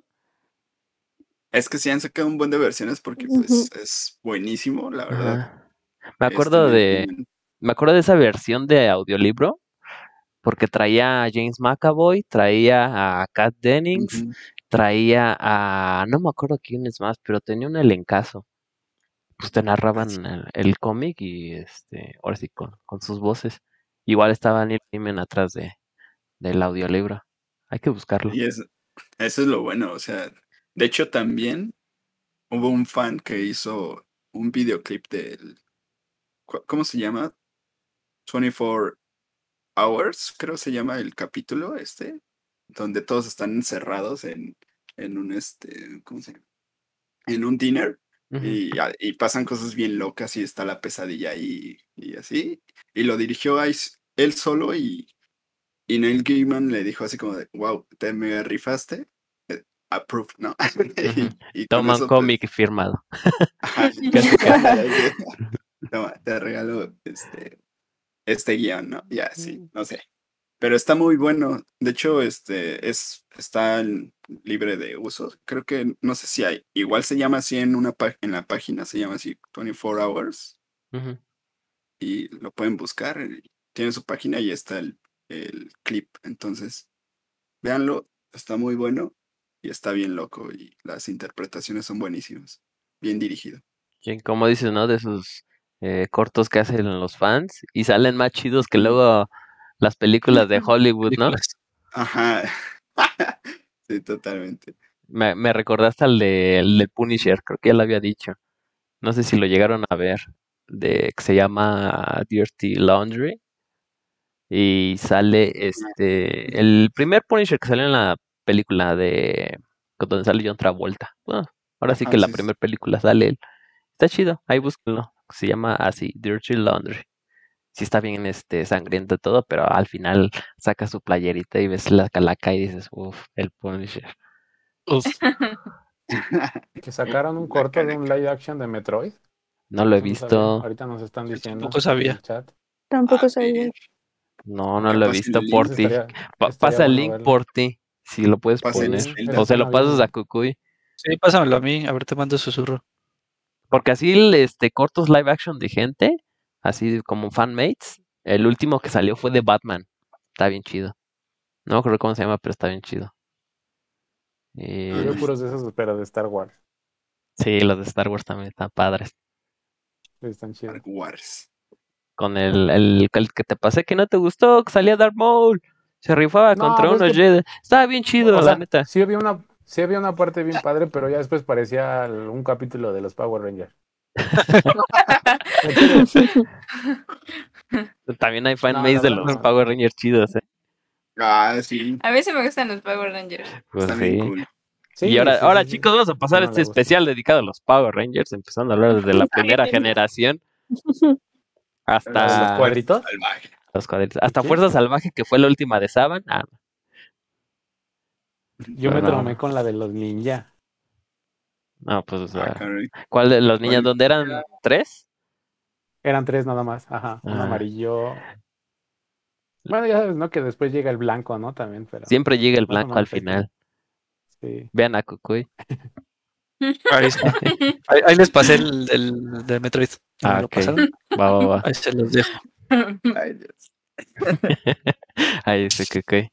Speaker 3: es que sí han sacado un buen de versiones porque
Speaker 2: Ujú.
Speaker 3: pues es buenísimo, la verdad.
Speaker 5: Ajá. Me
Speaker 3: Este,
Speaker 5: acuerdo
Speaker 3: Neil
Speaker 5: de,
Speaker 3: Gaiman,
Speaker 5: me acuerdo de esa versión de audiolibro, porque traía a James McAvoy, traía a Kat Dennings,
Speaker 3: ujú.
Speaker 5: traía a, no me acuerdo quién es más, pero tenía un elencazo. Pues te narraban el, el cómic y este, ahora sí, con, con sus voces. Igual estaba Neil Gaiman atrás de, del audiolibro. Hay que buscarlo.
Speaker 3: Y es- eso es lo bueno, o sea, de hecho también hubo un fan que hizo un videoclip del, cu- ¿cómo se llama? 24 Hours, creo se llama el capítulo este, donde todos están encerrados en, en un, este, ¿cómo se llama? En un dinner
Speaker 5: Ujú.
Speaker 3: y, a- y pasan cosas bien locas y está la pesadilla y, y así. Y lo dirigió a is- él solo y, y Neil Gaiman le dijo así como de, wow, te me rifaste. eh, Approved, ¿no?
Speaker 5: Ujú.
Speaker 3: y, y con
Speaker 5: Toma
Speaker 3: eso,
Speaker 5: un
Speaker 3: pues,
Speaker 5: cómic firmado.
Speaker 3: ajá,
Speaker 5: Casi, casi.
Speaker 3: Toma, te regalo este, este guión, ¿no? Ya, sí, no sé. Pero está muy bueno. De hecho, este es, está en- libre de uso. Creo que no sé si hay. Igual se llama así en una pá- en la página, se llama así 24 hours.
Speaker 5: Ujú.
Speaker 3: y lo pueden buscar. eh, Tiene su página y está el, el clip. Entonces, véanlo, está muy bueno y está bien loco y las interpretaciones son buenísimas. Bien dirigido.
Speaker 5: Sí, como dices, ¿no? De sus eh, cortos que hacen los fans y salen más chidos que luego las películas de Hollywood, Pues, ¿no?
Speaker 6: películas.
Speaker 3: Ajá. sí, totalmente.
Speaker 5: Me, me recordaste al de, el de Punisher, creo que ya lo había dicho. No sé si lo llegaron a ver, de que se llama Dirty Laundry. Y sale este el primer Punisher que salió en la película de con donde sale John Travolta. Bueno, ahora sí
Speaker 3: Ajá,
Speaker 5: que la
Speaker 3: sí, sí.
Speaker 5: primera película sale él. Está chido, ahí búsquenlo. Se llama así, Dirty Laundry. Sí está bien este sangriento todo, pero al final saca su playerita y ves la calaca y dices, uff, el Punisher.
Speaker 6: Uf,
Speaker 4: Que sacaron un
Speaker 3: La
Speaker 4: corto de
Speaker 3: caneca.
Speaker 4: un live action de Metroid.
Speaker 5: No lo he
Speaker 4: Eso no sabía.
Speaker 5: visto.
Speaker 4: Ahorita nos están
Speaker 6: Yo
Speaker 4: diciendo.
Speaker 6: tampoco sabía.
Speaker 4: en el chat.
Speaker 2: Tampoco
Speaker 3: A
Speaker 2: sabía.
Speaker 3: ver,
Speaker 5: No, no
Speaker 3: Que
Speaker 5: lo he
Speaker 3: pase el
Speaker 5: visto
Speaker 3: link.
Speaker 5: por
Speaker 4: Entonces
Speaker 5: ti.
Speaker 4: estaría-
Speaker 5: Pa-
Speaker 4: estaría
Speaker 5: pasa el
Speaker 4: bueno
Speaker 5: link
Speaker 4: verlo.
Speaker 5: por ti, si lo puedes
Speaker 3: Pasa el
Speaker 5: poner.
Speaker 3: link.
Speaker 5: O se lo
Speaker 4: Navidad.
Speaker 5: pasas a Cucuy.
Speaker 6: sí, pásamelo a mí, a ver, te mando susurro.
Speaker 5: Porque así el, este, cortos live action de gente, así como fanmates. El último que salió fue de Batman. Está bien chido. No me acuerdo cómo se llama, pero está bien chido. Y
Speaker 4: Yo veo puros de esos, pero de Star Wars.
Speaker 5: sí, los de Star Wars también están padres.
Speaker 4: Están chidos.
Speaker 3: Star Wars.
Speaker 5: Con el, el- el que te pasé que no te gustó, que salía Darth Maul. Se rifaba
Speaker 4: No,
Speaker 5: contra
Speaker 4: pero es
Speaker 5: unos
Speaker 4: que-
Speaker 5: Jedi. Estaba bien chido,
Speaker 4: O
Speaker 5: la
Speaker 4: sea,
Speaker 5: neta.
Speaker 4: Sí había, una, sí había una parte bien padre, pero ya después parecía el- un capítulo de los Power Rangers.
Speaker 5: También hay
Speaker 4: la
Speaker 5: fanmates de
Speaker 4: verdad
Speaker 5: los
Speaker 4: no.
Speaker 5: Power Rangers chidos, eh.
Speaker 3: Ah, sí.
Speaker 7: A mí sí me gustan los Power Rangers.
Speaker 5: Pues
Speaker 3: está
Speaker 5: sí.
Speaker 3: bien cool.
Speaker 4: Sí,
Speaker 5: y ahora,
Speaker 4: sí,
Speaker 5: ahora
Speaker 4: sí, sí.
Speaker 5: chicos, vamos a pasar
Speaker 4: No,
Speaker 5: a
Speaker 4: no
Speaker 5: este
Speaker 4: le gusta.
Speaker 5: especial dedicado a los Power Rangers, empezando a hablar desde la primera
Speaker 7: Ay, no.
Speaker 5: generación
Speaker 4: La de los
Speaker 5: hasta
Speaker 4: cuadritos.
Speaker 3: Salvaje.
Speaker 5: los cuadritos, hasta
Speaker 4: ¿Qué?
Speaker 5: Fuerza Salvaje, que fue la última de Saban. Ah,
Speaker 4: Yo me
Speaker 5: Pero no.
Speaker 4: tromé con la de los ninja.
Speaker 5: no, pues, o
Speaker 3: Ah,
Speaker 5: sea,
Speaker 3: caray.
Speaker 5: ¿cuál de los niñas?
Speaker 3: ¿Cuál?
Speaker 5: ¿Dónde eran tres?
Speaker 4: Eran tres nada más. Ajá. Un
Speaker 5: Ah.
Speaker 4: amarillo. Bueno, ya sabes, ¿no? Que después llega el blanco, ¿no? También, pero.
Speaker 5: Siempre llega el
Speaker 4: Más o
Speaker 5: blanco
Speaker 4: menos
Speaker 5: al
Speaker 4: ahí sí.
Speaker 5: final.
Speaker 4: Sí.
Speaker 5: Vean a Cucuy.
Speaker 6: Ahí, está. ahí, ahí les pasé el, el de Metroid.
Speaker 5: Ah,
Speaker 6: ¿Me lo
Speaker 5: ok.
Speaker 6: pasaron?
Speaker 5: Va, va, va.
Speaker 6: Ahí se los dejo.
Speaker 3: Ay, Dios.
Speaker 5: Ahí dice Cucuy.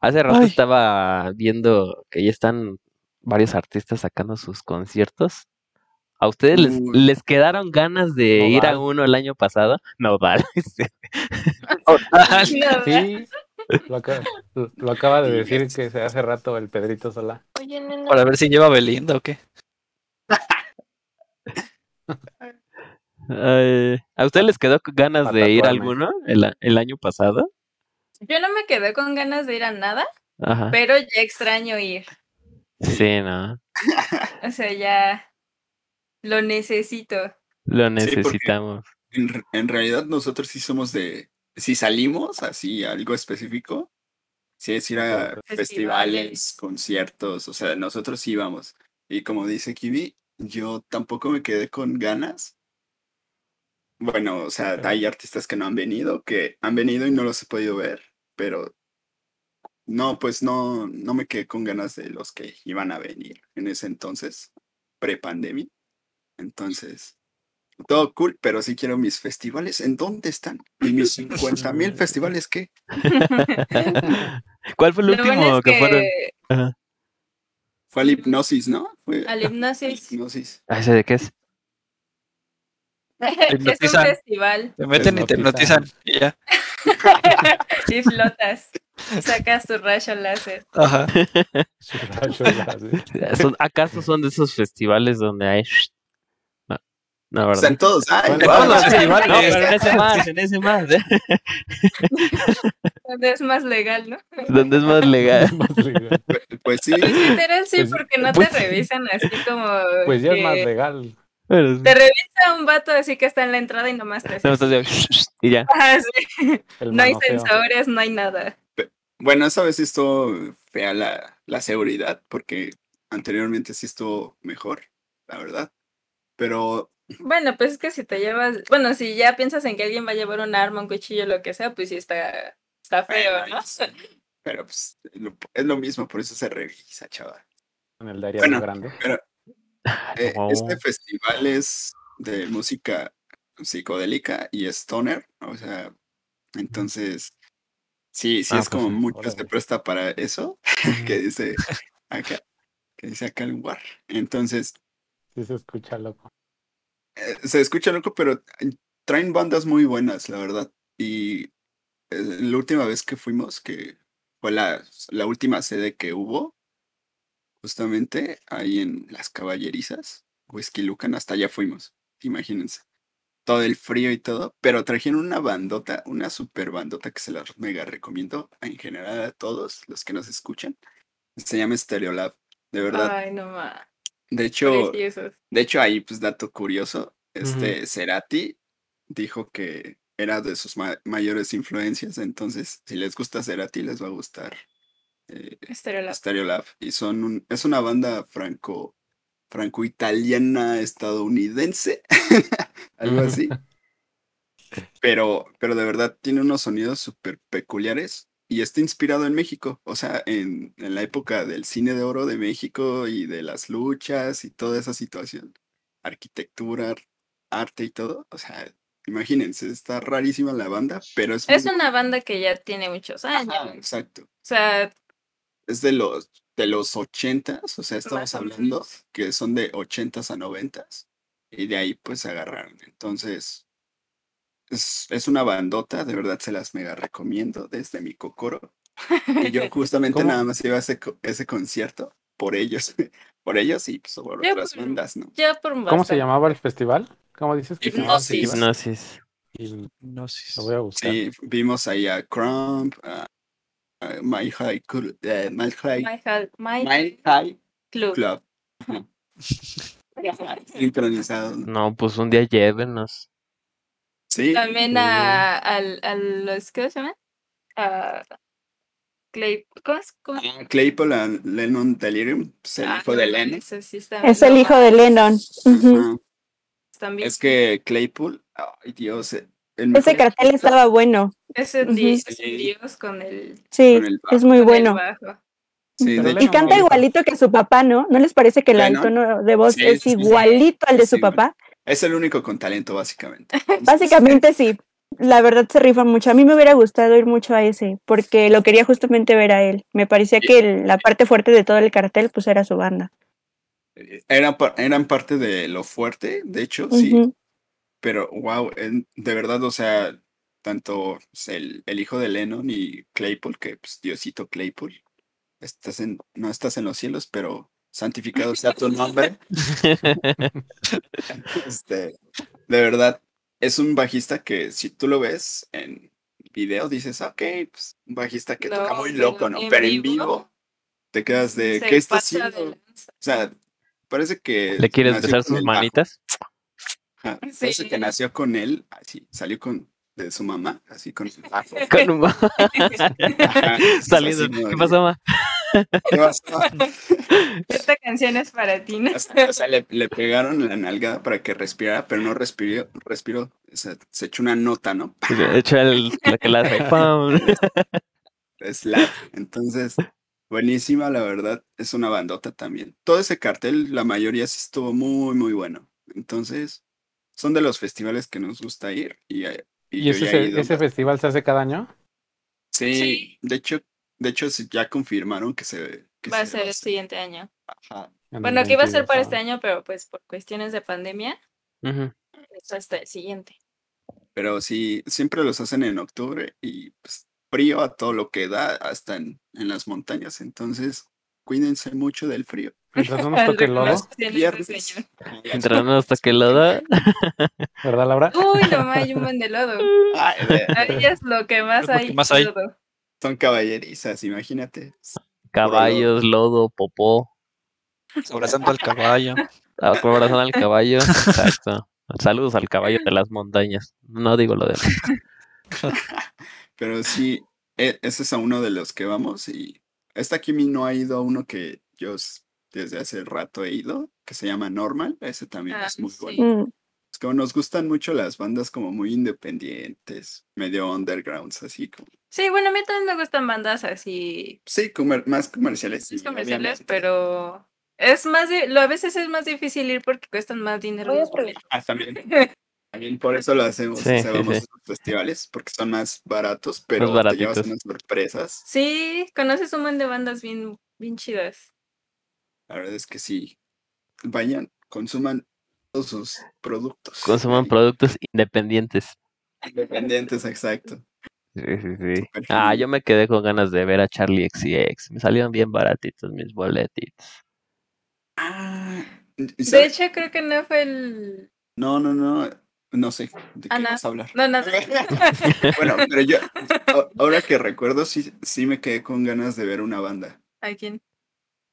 Speaker 5: Hace rato
Speaker 6: Ay.
Speaker 5: estaba viendo que ya están varios artistas sacando sus conciertos. ¿A ustedes les,
Speaker 3: Uy.
Speaker 5: les quedaron ganas de ir a
Speaker 4: Nodal.
Speaker 5: uno el año pasado? No, vale.
Speaker 7: No,
Speaker 4: Ah, Sí. Lo acaba, lo- lo acaba de decir que se hace rato el Pedrito Sola.
Speaker 8: Oye, nena,
Speaker 6: Para ver si lleva Belinda o qué.
Speaker 5: Ay, ¿A ustedes les quedó ganas
Speaker 4: Pa'
Speaker 5: de ir a
Speaker 4: tatuarme.
Speaker 5: alguno el, a- el año pasado?
Speaker 7: Yo no me quedé con ganas de ir a nada,
Speaker 4: Ah.
Speaker 5: Ajá.
Speaker 7: pero ya extraño ir.
Speaker 5: Sí, ¿no?
Speaker 7: O sea, ya lo necesito.
Speaker 5: Lo
Speaker 3: porque-
Speaker 5: necesitamos.
Speaker 3: En, re- en realidad nosotros sí somos de, si salimos así a algo específico, sí es ir a
Speaker 4: Conciertos.
Speaker 3: festivales, conciertos, o sea, nosotros sí íbamos. Y como dice Kibi, yo tampoco me quedé con ganas. Bueno, o sea,
Speaker 4: Pero-
Speaker 3: hay artistas que no han venido, que han venido y no los he podido ver, pero no, pues no, no me quedé con ganas de los que iban a venir en ese entonces, pre-pandemia. Entonces, todo cool, pero sí quiero mis festivales. ¿En dónde están? ¿Y mis 50 mil festivales qué?
Speaker 5: ¿Cuál fue el
Speaker 7: Lo
Speaker 5: último
Speaker 7: bueno es
Speaker 5: que,
Speaker 7: que
Speaker 5: fueron?
Speaker 3: Fue al hipnosis, ¿no? Fue
Speaker 7: al
Speaker 3: al
Speaker 7: hipnosis
Speaker 3: hipnosis.
Speaker 5: Ah, ¿Ese de qué es?
Speaker 7: es un
Speaker 6: hipnotizan.
Speaker 7: festival
Speaker 6: Te meten y te
Speaker 4: hipnotizan.
Speaker 6: hipnotizan. Y ya.
Speaker 7: y flotas. Sacas tu rayo láser.
Speaker 6: Ajá.
Speaker 4: Chula, chula, sí.
Speaker 5: ¿Son- ¿Acaso son de esos festivales donde hay... No, no, ¿verdad?
Speaker 3: Están todos. ¡Ay,
Speaker 4: Bueno,
Speaker 3: guau!
Speaker 4: todos los festivales.
Speaker 5: No, pero en ese más, en ese más, ¿eh?
Speaker 7: Donde es más legal, ¿no?
Speaker 5: Donde es más legal.
Speaker 4: Más legal.
Speaker 3: Pues sí,
Speaker 7: Pues literal sí,
Speaker 4: Pues-
Speaker 7: porque no
Speaker 5: pues-
Speaker 7: te revisan así como.
Speaker 4: Pues ya es más
Speaker 7: que-
Speaker 4: legal.
Speaker 5: Pero sí,
Speaker 7: Te revisa un vato así que está en la entrada y nomás te hace
Speaker 5: nada más
Speaker 7: así.
Speaker 5: así, y ya.
Speaker 7: Ah, sí.
Speaker 4: El
Speaker 7: No hay
Speaker 4: manoseo.
Speaker 7: sensores, no hay nada.
Speaker 3: bueno, esa vez sí estuvo fea la, la seguridad, porque anteriormente sí estuvo mejor, la verdad. Pero
Speaker 7: Bueno, pues es que si te llevas, bueno, si ya piensas en que alguien va a llevar un arma, un cuchillo, lo que sea, pues sí está, está feo,
Speaker 3: Bueno,
Speaker 7: ¿no?
Speaker 3: es- Pero pues lo- es lo mismo, por eso se revisa, chaval.
Speaker 4: Con el Daria
Speaker 3: Bueno.
Speaker 4: grande.
Speaker 3: Eh,
Speaker 5: Wow.
Speaker 3: Este festival es de música psicodélica y stoner, o sea, entonces, sí, sí
Speaker 4: Ah,
Speaker 3: es
Speaker 4: pues
Speaker 3: como
Speaker 4: sí,
Speaker 3: mucho se
Speaker 4: órale.
Speaker 3: presta para eso, que dice acá, que dice acá el lugar. Entonces,
Speaker 4: Sí se escucha loco.
Speaker 3: eh, se escucha loco, pero traen bandas muy buenas, la verdad. Y eh, la última vez que fuimos, que fue la, la última sede que hubo, justamente ahí en Las Caballerizas, Whisky Lucan, hasta allá fuimos, imagínense. Todo el frío y todo, pero trajeron una bandota, una super bandota que se las mega recomiendo en general a todos los que nos escuchan. Se llama Stereolab, de verdad.
Speaker 7: Ay, no más.
Speaker 3: de hecho,
Speaker 7: Preciosos.
Speaker 3: de hecho, ahí, pues, dato curioso, este
Speaker 5: Ujú.
Speaker 3: Cerati dijo que era de sus ma- mayores influencias, entonces, si les gusta Cerati, les va a gustar eh,
Speaker 7: Estereolab.
Speaker 3: Stereolab. Y son un- es una banda franco, franco-italiana, estadounidense, algo
Speaker 5: Ujú.
Speaker 3: así. Pero, pero de verdad tiene unos sonidos súper peculiares y está inspirado en México, o sea, en, en la época del cine de oro de México y de las luchas y toda esa situación, arquitectura, ar- arte y todo, o sea, imagínense, está rarísima la banda, pero es...
Speaker 7: Es
Speaker 3: muy-
Speaker 7: una banda que ya tiene muchos
Speaker 3: Mm. Ajá,
Speaker 7: años.
Speaker 3: exacto,
Speaker 7: O sea,
Speaker 3: es de los, de los ochentas, o sea, estamos
Speaker 7: Más o
Speaker 3: hablando
Speaker 7: menos.
Speaker 3: que son de ochentas a noventas y de ahí pues se agarraron, entonces... Es, es una bandota, de verdad se las mega recomiendo desde mi cocoro. Y yo justamente
Speaker 4: ¿Cómo?
Speaker 3: nada más iba a ese, co- ese concierto por ellos, por ellos y pues, por
Speaker 7: Ya,
Speaker 3: otras
Speaker 7: pero-
Speaker 3: bandas, ¿no?
Speaker 7: ya por un
Speaker 4: ¿Cómo se
Speaker 7: bastante.
Speaker 4: llamaba el festival? ¿Cómo dices que se llamaba?
Speaker 7: Hipnosis.
Speaker 5: Hipnosis.
Speaker 4: Y
Speaker 6: No sé.
Speaker 4: Lo voy a buscar.
Speaker 3: Sí, vimos ahí a Crump, a, a My High, Cl- eh, My High,
Speaker 7: My, Hal- My
Speaker 3: My High
Speaker 7: Club.
Speaker 3: Club, sincronizado. ¿no?
Speaker 5: No, pues un día llévenos.
Speaker 3: Sí,
Speaker 7: También a, al- a los, ¿qué se llama? A Clay, ¿cómo es? ¿Cómo?
Speaker 3: a Claypole, Ah, a Lennon Delirium, pues, el
Speaker 7: Ah,
Speaker 3: hijo de
Speaker 7: no,
Speaker 3: Lennon.
Speaker 7: ese sí está-
Speaker 2: Es el
Speaker 7: no,
Speaker 2: hijo de Lennon.
Speaker 3: Ah,
Speaker 2: Ujú.
Speaker 3: Ajá.
Speaker 7: También.
Speaker 3: Es que Claypool, ay Dios, eh, el
Speaker 2: Ese
Speaker 3: mejor
Speaker 2: cartel estaba bueno.
Speaker 7: Ese
Speaker 2: Ujú.
Speaker 7: di- ese
Speaker 3: Sí.
Speaker 7: Dios con el,
Speaker 2: Sí,
Speaker 3: con el bajo.
Speaker 2: es muy
Speaker 7: con el
Speaker 2: bueno.
Speaker 7: bajo.
Speaker 3: Sí, de
Speaker 4: Pero
Speaker 2: Y
Speaker 3: hecho,
Speaker 4: Lennon
Speaker 2: canta
Speaker 4: Bonito.
Speaker 2: igualito que su papá, ¿no? ¿No les parece que el
Speaker 3: Lennon?
Speaker 2: tono de voz
Speaker 3: Sí,
Speaker 2: es
Speaker 3: sí, sí.
Speaker 2: igualito al de su
Speaker 3: Sí,
Speaker 2: papá?
Speaker 3: es el único con talento, básicamente. Entonces,
Speaker 2: Básicamente sí. La verdad se rifa mucho. A mí me hubiera gustado ir mucho a ese, porque lo quería justamente ver a él. Me parecía que el- la parte fuerte de todo el cartel, pues era su banda.
Speaker 3: eh, Eran, par- eran parte de lo fuerte, de hecho, sí,
Speaker 2: Ujú.
Speaker 3: pero wow, de verdad, o sea, tanto pues, el, el hijo de Lennon y Claypool, que pues, Diosito Claypool, estás en, no estás en los cielos, pero santificado sea tu nombre. Este, de verdad, es un bajista que si tú lo ves en video, dices, ok, pues, un bajista que
Speaker 7: No,
Speaker 3: toca muy
Speaker 7: pero
Speaker 3: loco, ¿no?
Speaker 7: en
Speaker 3: Pero en
Speaker 7: vivo,
Speaker 3: vivo te quedas de,
Speaker 7: Se
Speaker 3: ¿qué está
Speaker 7: pasa de
Speaker 3: haciendo?
Speaker 7: lanza.
Speaker 3: O sea, parece que.
Speaker 5: ¿Le quieres
Speaker 3: nació
Speaker 5: besar
Speaker 3: con
Speaker 5: sus
Speaker 3: el bajo.
Speaker 5: manitas?
Speaker 3: Ajá,
Speaker 7: Sí.
Speaker 3: Parece que nació con él, así, salió con de su mamá, así con el bajo.
Speaker 5: Con un bajo
Speaker 3: Ajá, es
Speaker 5: saliendo.
Speaker 3: así, ¿no?
Speaker 5: ¿Qué pasó, ma?
Speaker 3: ¿Qué pasó?
Speaker 7: Esta canción es para ti, ¿no?
Speaker 3: Hasta- o sea, le, le pegaron la nalgada para que respirara, pero no respiró, respiró. O sea, se echó una nota, ¿no?
Speaker 5: De hecho, el, la que la hace. ¡pam!
Speaker 3: Slap. Entonces, buenísima, la verdad. Es una bandota también. Todo ese cartel, la mayoría sí estuvo muy, muy bueno. Entonces, son de los festivales que nos gusta ir. Y, eh, y
Speaker 4: ¿Y
Speaker 3: yo
Speaker 4: ese,
Speaker 3: ya he
Speaker 4: se-
Speaker 3: ido
Speaker 4: ese festival se hace cada año?
Speaker 3: Sí,
Speaker 7: Sí.
Speaker 3: de hecho, de hecho sí, ya confirmaron que se que
Speaker 7: Va a
Speaker 3: se
Speaker 7: ser el
Speaker 3: hacer.
Speaker 7: siguiente año.
Speaker 3: Ajá.
Speaker 4: En el
Speaker 7: Bueno, que iba a
Speaker 4: 22,
Speaker 7: ser para
Speaker 4: ah.
Speaker 7: este año, pero pues por cuestiones de pandemia,
Speaker 5: Ujú.
Speaker 7: es hasta el siguiente.
Speaker 3: Pero sí, siempre los hacen en octubre y pues, frío a todo lo que da, hasta en, en las montañas. Entonces, cuídense mucho del frío.
Speaker 4: Mientras no nos toque el lodo,
Speaker 7: Las este recomendaciones del
Speaker 3: Viernes.
Speaker 7: señor.
Speaker 5: Mientras no nos toque el lodo.
Speaker 4: ¿verdad, Laura?
Speaker 7: Uy, no más hay un buen de lodo.
Speaker 3: Ay, de-
Speaker 7: Ahí es lo que más
Speaker 6: Es lo que
Speaker 7: hay.
Speaker 6: más hay.
Speaker 7: lodo.
Speaker 3: son caballerizas, imagínate.
Speaker 5: Caballos, lodo, popó. Ah,
Speaker 6: Abrazando al caballo.
Speaker 5: Abrazan al caballo. Exacto. Saludos al caballo de las montañas. No digo lo de
Speaker 3: Pero sí, e- ese es a uno de los que vamos y esta Kimi no ha ido a uno que yo s- desde hace rato he ido, que se llama Normal. Ese también
Speaker 7: Ah,
Speaker 3: es muy
Speaker 7: sí.
Speaker 3: bueno.
Speaker 2: Mm.
Speaker 3: Es como nos gustan mucho las bandas como muy independientes, medio undergrounds, así como.
Speaker 7: Sí, bueno, a mí también me gustan bandas así,
Speaker 3: Sí, comer- más comerciales.
Speaker 7: sí,
Speaker 3: sí,
Speaker 7: comerciales,
Speaker 3: obviamente.
Speaker 7: pero es más, di- lo, a veces es más difícil ir porque cuestan más dinero.
Speaker 1: Voy a
Speaker 7: los boletos.
Speaker 3: Ah, también. También por eso lo hacemos.
Speaker 5: Sí,
Speaker 3: o sea,
Speaker 5: sí,
Speaker 3: vamos
Speaker 5: sí.
Speaker 3: a esos festivales porque son más baratos, pero te llevas
Speaker 5: baratitos.
Speaker 3: unas sorpresas.
Speaker 7: Sí, conoces un montón de bandas bien, bien chidas.
Speaker 3: La verdad es que sí. Vayan, consuman todos sus productos.
Speaker 5: Consuman
Speaker 3: Y-
Speaker 5: productos independientes.
Speaker 3: Independientes, exacto.
Speaker 5: Sí, sí, sí.
Speaker 3: Súper
Speaker 5: Ah,
Speaker 3: genial.
Speaker 5: yo me quedé con ganas de ver a Charlie XCX. Me salieron bien baratitos mis boletitos.
Speaker 3: Ah,
Speaker 7: De
Speaker 3: ¿sabes?
Speaker 7: hecho, creo que no fue el...
Speaker 3: No, no, no. No sé de qué
Speaker 7: Ana.
Speaker 3: vas a hablar.
Speaker 7: No, nada.
Speaker 3: Bueno, pero yo, a- ahora que recuerdo, sí, sí me quedé con ganas de ver una banda.
Speaker 7: ¿A quién?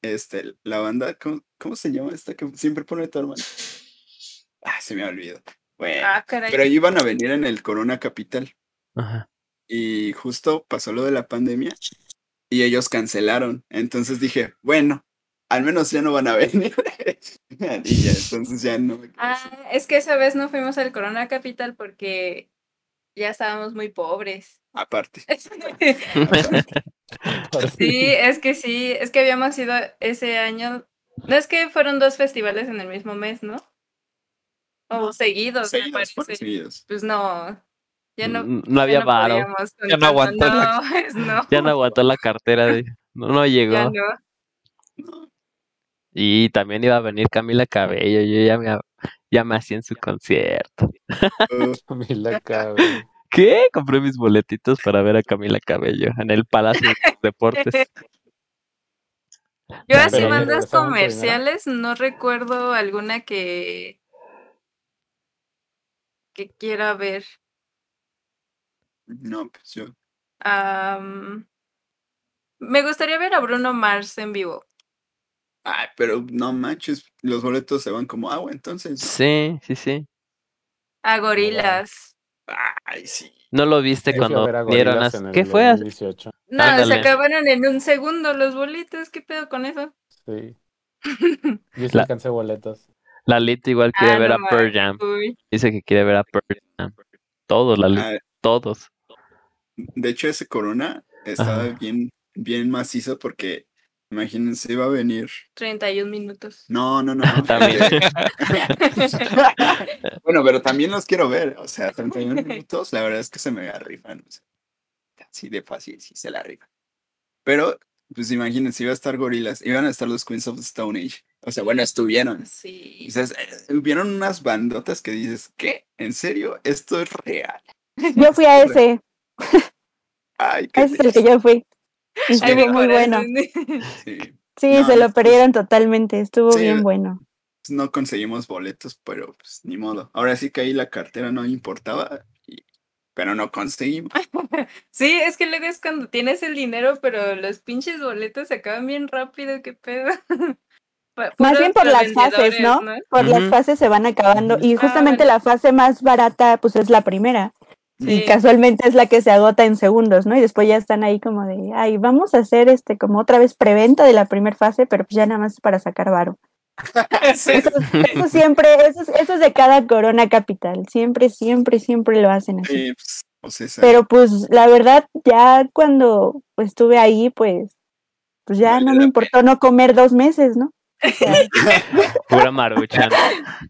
Speaker 3: Este, la banda, ¿cómo, cómo se llama esta que siempre pone tu hermano? Ah, se me olvidó. Bueno,
Speaker 7: Ah, caray.
Speaker 3: pero iban a venir en el Corona Capital.
Speaker 5: Ajá.
Speaker 3: y justo pasó lo de la pandemia y ellos cancelaron. Entonces dije, bueno, al menos ya no van a venir. y ya, entonces ya no me quedé así.
Speaker 7: Ah, es que esa vez no fuimos al Corona Capital porque ya estábamos muy pobres.
Speaker 3: Aparte.
Speaker 7: Sí, es que sí, es que habíamos ido ese año. No es que fueron dos festivales en el mismo mes, ¿no? O seguidos, me
Speaker 3: Seguidos, fueron
Speaker 7: parece.
Speaker 3: seguidos.
Speaker 7: Pues no, ya no.
Speaker 5: N-
Speaker 7: ya
Speaker 5: Mm, había
Speaker 7: no
Speaker 5: varo.
Speaker 7: podíamos con
Speaker 6: Ya no
Speaker 7: tanto,
Speaker 6: aguantó la-
Speaker 7: No, es no,
Speaker 5: Ya no aguantó la cartera. de- No, no llegó.
Speaker 7: ya no.
Speaker 5: Y también iba a venir Camila Cabello. Yo ya me, ha- ya me hacía en su concierto.
Speaker 3: Uh,
Speaker 4: Camila Cabello.
Speaker 5: ¿Qué? Compré mis boletitos para ver a Camila Cabello en el Palacio de los Deportes. No,
Speaker 7: Yo así
Speaker 5: pero ya
Speaker 7: bandas
Speaker 4: regresaron primero.
Speaker 7: comerciales no recuerdo alguna que que quiera ver.
Speaker 3: no, pues yo.
Speaker 7: Am, me gustaría ver a Bruno Mars en vivo.
Speaker 3: Ay, pero no manches, los boletos se van como agua, entonces.
Speaker 5: Sí, sí, sí.
Speaker 7: A Gorilas.
Speaker 3: Ay, sí.
Speaker 5: No lo viste
Speaker 4: Yo fui a
Speaker 5: cuando
Speaker 4: ver a
Speaker 5: vieron
Speaker 4: Gorillaz
Speaker 5: a-
Speaker 4: en el
Speaker 5: ¿Qué fue?
Speaker 4: 2018.
Speaker 7: No,
Speaker 5: Ándale.
Speaker 7: se acabaron en un segundo los boletos. ¿Qué pedo con eso?
Speaker 4: Sí. Yo sí
Speaker 5: La-
Speaker 4: alcancé boletos.
Speaker 5: La Lita igual quiere
Speaker 7: Ah,
Speaker 5: ver
Speaker 7: no
Speaker 5: a Pearl
Speaker 7: manches.
Speaker 5: Jam.
Speaker 7: Uy,
Speaker 5: Dice que quiere ver a Pearl Jam. Todos, la Lita,
Speaker 3: Ah,
Speaker 5: todos.
Speaker 3: de hecho, ese corona estaba
Speaker 5: Ajá.
Speaker 3: bien, bien macizo porque imagínense, iba a venir.
Speaker 7: 31 minutos.
Speaker 3: No, no, no.
Speaker 5: También.
Speaker 3: Bueno, pero también los quiero ver. O sea, 31 minutos, la verdad es que se me rifan. o sea, así de fácil, sí se la rifan. Pero, pues imagínense, iba a estar gorilas, iban a estar los Queens of the Stone Age. O sea, bueno, estuvieron.
Speaker 7: Sí.
Speaker 3: Quizás hubieron unas bandotas que dices, ¿qué? ¿En serio? Esto es real.
Speaker 2: Yo fui a ese,
Speaker 3: Ay, qué
Speaker 2: ese es el que
Speaker 3: triste.
Speaker 2: yo fui.
Speaker 3: Ay,
Speaker 2: Y Estuvo
Speaker 3: no.
Speaker 2: muy bueno.
Speaker 3: Sí,
Speaker 2: Sí,
Speaker 3: No,
Speaker 2: se lo
Speaker 3: es-
Speaker 2: perdieron totalmente, estuvo
Speaker 3: Sí.
Speaker 2: bien bueno.
Speaker 3: pues, no conseguimos boletos, pero pues ni modo. Ahora sí que ahí la cartera no importaba, y- pero no conseguimos.
Speaker 7: Sí, es que luego es cuando tienes el dinero, pero los pinches boletos se acaban bien rápido. ¿Qué pedo? Pa-
Speaker 2: Más
Speaker 7: puros
Speaker 2: bien por las fases,
Speaker 7: revendedores,
Speaker 2: ¿no? Por
Speaker 5: Ujú.
Speaker 2: las fases se van acabando y
Speaker 7: Ah,
Speaker 2: justamente
Speaker 7: bueno.
Speaker 2: la fase más barata pues es la primera
Speaker 7: Sí.
Speaker 2: y casualmente es la que se agota en segundos, ¿no? Y después ya están ahí como de, ay, vamos a hacer este como otra vez preventa de la primera fase, pero pues ya nada más es para sacar varo. Eso, eso siempre, eso, es- eso es de cada corona capital, siempre, siempre, siempre lo hacen así.
Speaker 3: Sí, pues, o sea, esa-
Speaker 2: Pero pues la verdad, ya cuando pues, estuve ahí, pues, pues ya
Speaker 3: Vale
Speaker 2: no
Speaker 3: la
Speaker 2: me importó no comer dos meses, ¿no? O sea,
Speaker 5: Pura maruchan.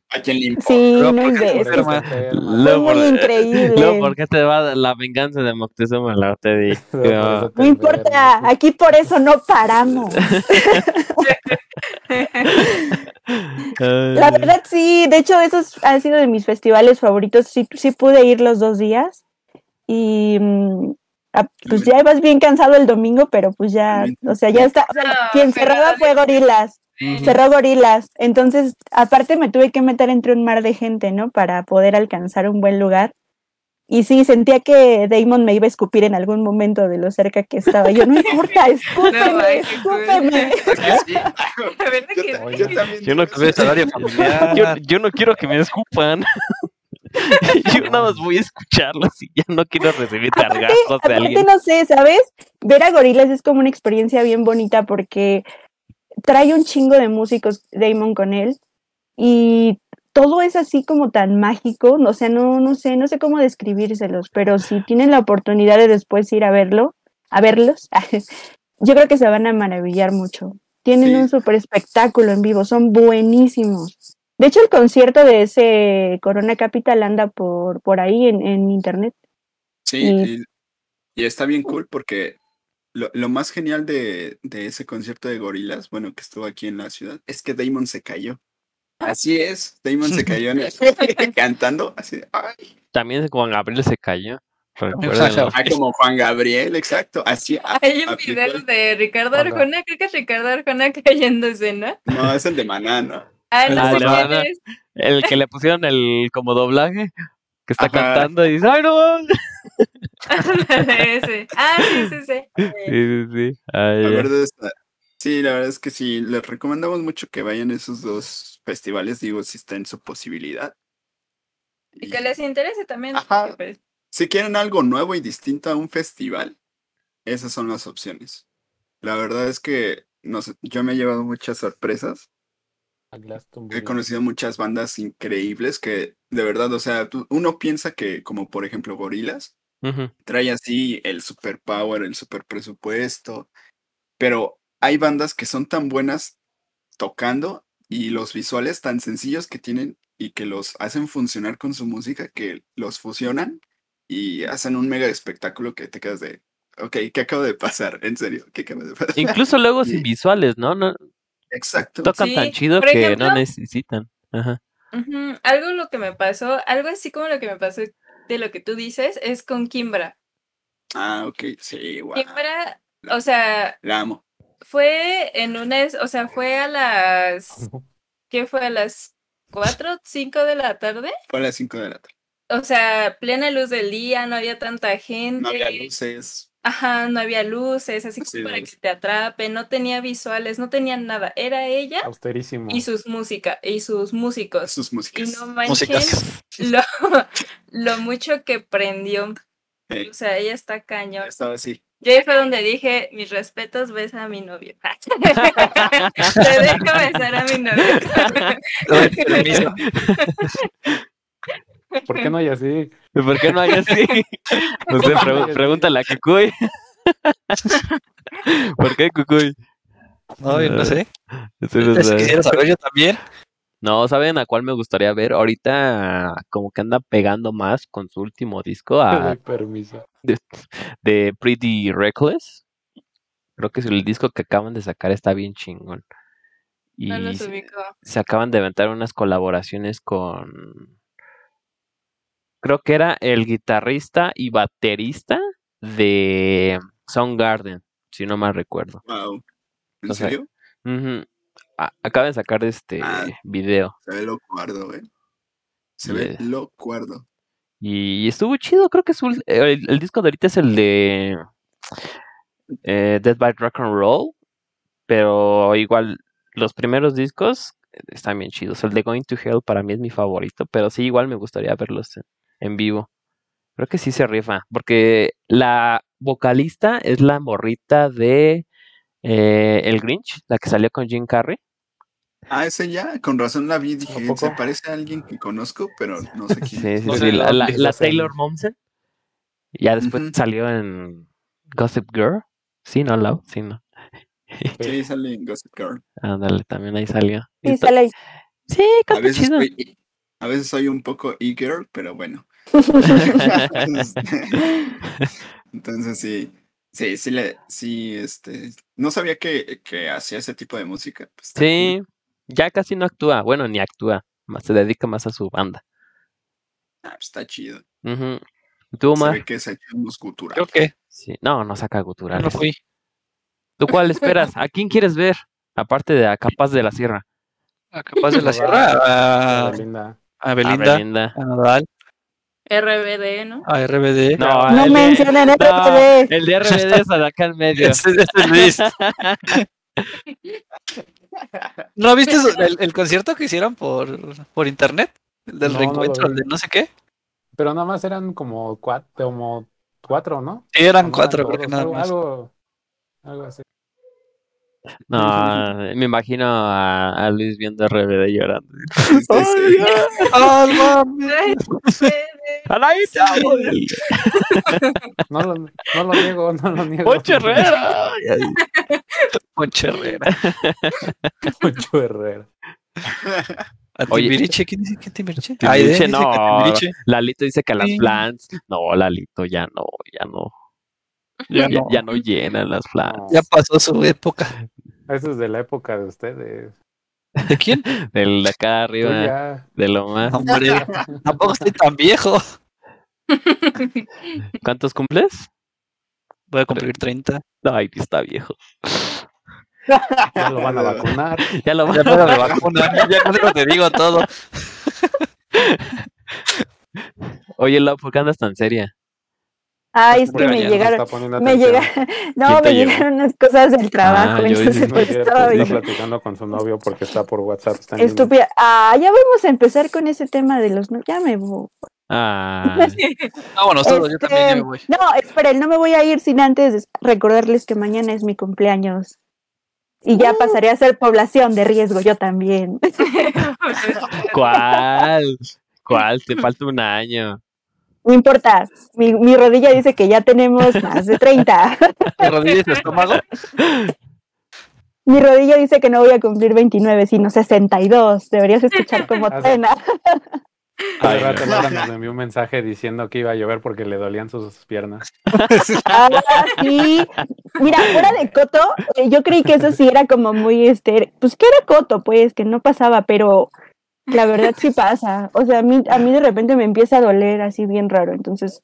Speaker 3: ¿A quién le importa?
Speaker 2: sí,
Speaker 6: Pero
Speaker 2: no
Speaker 6: porque se
Speaker 2: inventes.
Speaker 6: enferma.
Speaker 4: enferma.
Speaker 2: Fue
Speaker 5: Luego,
Speaker 2: muy
Speaker 5: por-
Speaker 2: increíble.
Speaker 5: Luego, ¿por qué te va la venganza de Moctezuma? La te digo.
Speaker 4: Por eso te
Speaker 2: No importa,
Speaker 4: enfermas.
Speaker 2: aquí por eso no paramos. La verdad sí, de hecho esos han sido de mis festivales favoritos, sí, sí pude ir los dos días y mm, ah, pues ya ibas bien cansado el domingo, pero pues ya, o sea, ya
Speaker 7: Ah,
Speaker 2: está, quien cerraba fue Gorilas, cerró Gorilas, entonces aparte me tuve que meter entre un mar de gente, ¿no? Para poder alcanzar un buen lugar. Y sí, sentía que Damon me iba a escupir en algún momento de lo cerca que estaba. Yo, no importa,
Speaker 7: No,
Speaker 2: escúpeme,
Speaker 7: ay, qué cool.
Speaker 2: escúpeme.
Speaker 7: La verdad
Speaker 3: Yo,
Speaker 7: que
Speaker 3: ta-
Speaker 4: Oye.
Speaker 3: yo también.
Speaker 5: Yo no
Speaker 3: quiero ser-
Speaker 6: salario
Speaker 5: yo,
Speaker 6: familiar.
Speaker 5: yo no quiero que me escupan. yo nada más voy a escucharlos y ya no quiero recibir
Speaker 2: Aparte,
Speaker 5: cargazos de
Speaker 2: aparte
Speaker 5: alguien.
Speaker 2: no sé, ¿sabes? Ver a gorilas es como una experiencia bien bonita porque trae un chingo de músicos Damon con él y todo es así como tan mágico, o sea, no, no sé, no sé cómo describírselos, pero si tienen la oportunidad de después ir a verlo, a verlos, yo creo que se van a maravillar mucho. Tienen
Speaker 3: Sí.
Speaker 2: un super espectáculo en vivo, son buenísimos. De hecho, el concierto de ese Corona Capital anda por, por ahí en, en internet.
Speaker 3: Sí, y, y está bien cool porque lo, lo más genial de, de ese concierto de gorilas, bueno, que estuvo aquí en la ciudad, es que Damon se cayó. Así es, Damon se cayó en el- cantando, así, ay,
Speaker 5: También Juan Gabriel se cayó.
Speaker 6: Exacto.
Speaker 5: Recuerden.
Speaker 3: ah, como Juan Gabriel, exacto, así. a-
Speaker 7: Hay un
Speaker 3: aplicó
Speaker 7: video
Speaker 3: el-
Speaker 7: de Ricardo
Speaker 4: Hola.
Speaker 7: Arjona, creo que es Ricardo Arjona cayéndose, ¿no?
Speaker 3: No, es el de Maná, ¿no?
Speaker 7: Ah, no
Speaker 5: Ah,
Speaker 7: sé
Speaker 5: no,
Speaker 7: quién
Speaker 5: no.
Speaker 7: es.
Speaker 5: El que le pusieron el como doblaje, que está
Speaker 3: Ajá.
Speaker 5: cantando y dice, ¡ay, no! Sí,
Speaker 7: Ah, Ándale, ese. Ah, sí, sí, sí. Eh,
Speaker 5: sí, sí. Ay,
Speaker 3: La
Speaker 5: ya.
Speaker 3: verdad está- Sí, la verdad es que sí, les recomendamos mucho que vayan a esos dos festivales, digo, si está en su posibilidad.
Speaker 7: Y
Speaker 3: Y-
Speaker 7: que les interese también.
Speaker 3: Ajá.
Speaker 7: porque, pues,
Speaker 3: Si quieren algo nuevo y distinto a un festival, esas son las opciones. La verdad es que nos- yo me he llevado muchas sorpresas.
Speaker 4: A Glastonbury.
Speaker 3: He conocido muchas bandas increíbles que, de verdad, o sea, tú- uno piensa que, como por ejemplo, Gorilas,
Speaker 5: Ujú.
Speaker 3: trae así el super power, el super presupuesto, pero hay bandas que son tan buenas tocando y los visuales tan sencillos que tienen y que los hacen funcionar con su música, que los fusionan y hacen un mega espectáculo que te quedas de, ok, ¿qué acaba de pasar? En serio, ¿qué acaba de pasar?
Speaker 5: Incluso luego sin
Speaker 3: Sí.
Speaker 5: visuales, ¿no? no
Speaker 3: Exacto.
Speaker 5: tocan tan
Speaker 7: Sí,
Speaker 5: chido
Speaker 7: por
Speaker 5: que no
Speaker 7: ejemplo.
Speaker 5: necesitan. Ajá.
Speaker 7: ujú, Algo lo que me pasó, algo así como lo que me pasó de lo que tú dices, es con Kimbra.
Speaker 3: Ah, ok, sí, wow.
Speaker 7: Kimbra, o sea,
Speaker 3: La amo.
Speaker 7: fue en una, es- o sea, fue a las, ¿qué fue? A las 4, 5 de la tarde.
Speaker 3: Fue a las 5 de la tarde.
Speaker 7: O sea, plena luz del día, no había tanta gente.
Speaker 3: No había luces.
Speaker 7: Ajá, no había luces, así
Speaker 3: Sí,
Speaker 7: como para
Speaker 3: no.
Speaker 7: que te atrape, no tenía visuales, no tenía nada. Era ella
Speaker 3: Ah,
Speaker 4: Austerísimo.
Speaker 7: y sus música, y sus músicos.
Speaker 3: Sus
Speaker 7: Y
Speaker 3: músicas.
Speaker 7: no manchen
Speaker 6: Músicas.
Speaker 7: lo, lo mucho que prendió.
Speaker 3: Ey,
Speaker 7: O sea, ella está cañón.
Speaker 3: estaba así.
Speaker 7: Yo ahí fue donde dije, mis respetos, besa a mi novio. Te dejo besar a mi novio.
Speaker 6: Ay, permiso.
Speaker 4: ¿Por qué no hay así?
Speaker 5: ¿Y ¿Por qué no hay así? No sé, pregu- pregúntale a Cucuy. ¿Por qué Cucuy?
Speaker 6: Ay, no sé.
Speaker 5: Sí, no
Speaker 6: Entonces,
Speaker 5: sé.
Speaker 6: quisiera saber yo también.
Speaker 5: No, ¿saben a cuál me gustaría ver? Ahorita como que anda pegando más con su último disco
Speaker 4: Te
Speaker 5: a
Speaker 4: doy permiso.
Speaker 5: de Pretty Reckless. Creo que es el disco que acaban de sacar está bien chingón. Y
Speaker 7: No los
Speaker 5: se-
Speaker 7: ubico.
Speaker 5: se acaban de aventar unas colaboraciones con. Creo que era el guitarrista y baterista de Soundgarden, si no mal recuerdo.
Speaker 3: Wow. ¿En
Speaker 5: O sea,
Speaker 3: serio?
Speaker 5: Ujú. A- acaban de sacar este
Speaker 3: Ah.
Speaker 5: video.
Speaker 3: Se ve lo cuerdo, ¿eh? Se ve
Speaker 5: Yeah.
Speaker 3: lo cuerdo.
Speaker 5: Y estuvo chido, creo que su ul- eh, el, el disco de ahorita es el de eh, Dead by Rock and Roll, pero igual los primeros discos están bien chidos. El de Going to Hell para mí es mi favorito, pero sí igual me gustaría verlos en, en vivo. Creo que sí se rifa, porque la vocalista es la morrita de eh, El Grinch, la que salió con Jim Carrey.
Speaker 3: Ah, ese ya, con razón la vi, dije, se
Speaker 4: poco?
Speaker 3: parece a alguien que conozco, pero no sé quién
Speaker 5: Sí,
Speaker 3: es.
Speaker 5: sí,
Speaker 4: No
Speaker 5: sí,
Speaker 4: sé,
Speaker 5: la,
Speaker 4: no,
Speaker 5: la-
Speaker 4: please
Speaker 5: la
Speaker 4: don't say
Speaker 5: Taylor
Speaker 4: me.
Speaker 5: Momsen. Ya después
Speaker 3: Ujú.
Speaker 5: salió en Gossip Girl. Sí, no, Lau, sí, no.
Speaker 3: Sí, sale en Gossip Girl.
Speaker 5: Ándale, también ahí salió. Y
Speaker 2: Sí,
Speaker 5: está-
Speaker 2: sale ahí.
Speaker 5: sí,
Speaker 3: A
Speaker 5: canta
Speaker 3: veces
Speaker 5: chido.
Speaker 3: soy, a veces soy un poco e-girl, pero bueno. Entonces sí, sí, sí, le, sí, este, no sabía que, que hacía ese tipo de música. pues, está
Speaker 5: Sí,
Speaker 3: cool.
Speaker 5: ya casi no actúa. Bueno, ni actúa. Más, se dedica más a su banda.
Speaker 3: Ah, está chido.
Speaker 5: Ujú.
Speaker 3: Se
Speaker 5: ¿Tú, Omar?
Speaker 3: ve que se echó unos guturales.
Speaker 6: Creo que
Speaker 5: Sí. No, no saca
Speaker 6: yo
Speaker 5: guturales.
Speaker 6: no fui.
Speaker 5: ¿Tú cuál esperas? ¿A quién quieres ver? Aparte de a Capaz de la Sierra.
Speaker 6: A Capaz de la
Speaker 4: No va.
Speaker 6: Sierra,
Speaker 5: Ah.
Speaker 6: a,
Speaker 4: Belinda.
Speaker 6: a
Speaker 5: A
Speaker 6: Belinda,
Speaker 5: Belinda.
Speaker 6: a Nadal,
Speaker 7: RBD, ¿no?
Speaker 6: a RBD.
Speaker 5: No, a-
Speaker 2: no
Speaker 5: el de-
Speaker 2: mencionan
Speaker 5: no,
Speaker 2: RBD.
Speaker 5: el de RBD es de acá en medio.
Speaker 6: Ese- ese es Luis. ¿No viste eso? el, el concierto que hicieron por, por internet? El
Speaker 4: No, no
Speaker 6: del
Speaker 4: lo
Speaker 6: reencuentro, el
Speaker 4: vi.
Speaker 6: de no sé qué.
Speaker 4: Pero nada más eran como cuatro, como cuatro ¿no?
Speaker 6: Sí, eran
Speaker 4: ¿O no eran
Speaker 6: cuatro, creo que
Speaker 4: todos?
Speaker 6: nada
Speaker 4: algo,
Speaker 6: más.
Speaker 4: algo, algo así.
Speaker 5: No, me imagino a, a Luis viendo RBD llorando.
Speaker 3: Sí, sí.
Speaker 6: ¡Ah, mames!
Speaker 5: ¡Alaita!
Speaker 4: No lo, no lo niego, no lo niego.
Speaker 5: ¡Ocho Herrera!
Speaker 6: Poncho Herrera.
Speaker 4: Poncho Herrera.
Speaker 6: ¿A
Speaker 5: Oye.
Speaker 6: Timbiriche? ¿Quién dice que Timbiriche?
Speaker 5: Timbiriche,
Speaker 6: Aide dice que
Speaker 5: no.
Speaker 6: Timbiriche.
Speaker 5: Lalito dice que las
Speaker 6: Sí.
Speaker 5: flans. No, Lalito, ya no, ya no.
Speaker 6: Ya
Speaker 5: Ya, ya
Speaker 6: no.
Speaker 5: no. llenan las flans.
Speaker 6: Ya pasó su época.
Speaker 4: Eso es de la época de ustedes.
Speaker 6: ¿De quién?
Speaker 5: Del de acá
Speaker 4: Yo
Speaker 5: arriba,
Speaker 4: ya,
Speaker 5: de lo más.
Speaker 6: Hombre, tampoco estoy tan viejo.
Speaker 5: ¿Cuántos cumples?
Speaker 6: Voy a cumplir 30.
Speaker 5: Ay, está viejo.
Speaker 4: ya lo van a vacunar.
Speaker 5: Ya lo
Speaker 6: Ya puedo de vacuna. Ya con eso te digo todo.
Speaker 5: Oye, Lau, ¿por qué andas tan seria?
Speaker 6: Pues
Speaker 2: Ay, Ah, es que
Speaker 5: Bueno,
Speaker 2: me
Speaker 5: ya no
Speaker 2: llegaron.
Speaker 4: está poniendo
Speaker 2: Me
Speaker 4: atención.
Speaker 2: llegaron, no,
Speaker 5: te
Speaker 2: me
Speaker 5: llegó?
Speaker 2: llegaron unas cosas
Speaker 6: Ah,
Speaker 2: del trabajo,
Speaker 5: yo
Speaker 2: entonces
Speaker 5: dije,
Speaker 4: No
Speaker 2: pues
Speaker 4: es cierto,
Speaker 2: estaba
Speaker 4: está
Speaker 2: bien
Speaker 4: platicando con su novio porque está por WhatsApp. está en línea.
Speaker 2: estúpida. Ah, ya vamos a empezar con ese tema de los no, ya me voy.
Speaker 5: Ah,
Speaker 6: Vámonos todos, yo también ya me
Speaker 2: Este,
Speaker 6: voy.
Speaker 2: No, esperen, no me voy a ir sin antes recordarles que mañana es mi cumpleaños. Y ya pasaré a ser población de riesgo, yo también.
Speaker 5: ¿cuál? ¿Cuál? Te falta un año.
Speaker 2: No importa, mi, mi rodilla dice que ya tenemos más de 30.
Speaker 6: ¿Te rodillas el estómago?
Speaker 2: Mi rodilla dice que no voy a cumplir 29, sino 62. Deberías escuchar como
Speaker 4: Ah, sí.
Speaker 2: cena.
Speaker 4: Hace
Speaker 5: Ay, no.
Speaker 4: rato Laura nos envió un mensaje diciendo que iba a llover porque le dolían sus piernas.
Speaker 2: Ah, sí. Mira, fuera de coto, eh, yo creí que eso sí era como muy, este, pues que era coto, pues, que no pasaba, pero la verdad sí pasa. O sea, a mí, a mí de repente me empieza a doler así bien raro, entonces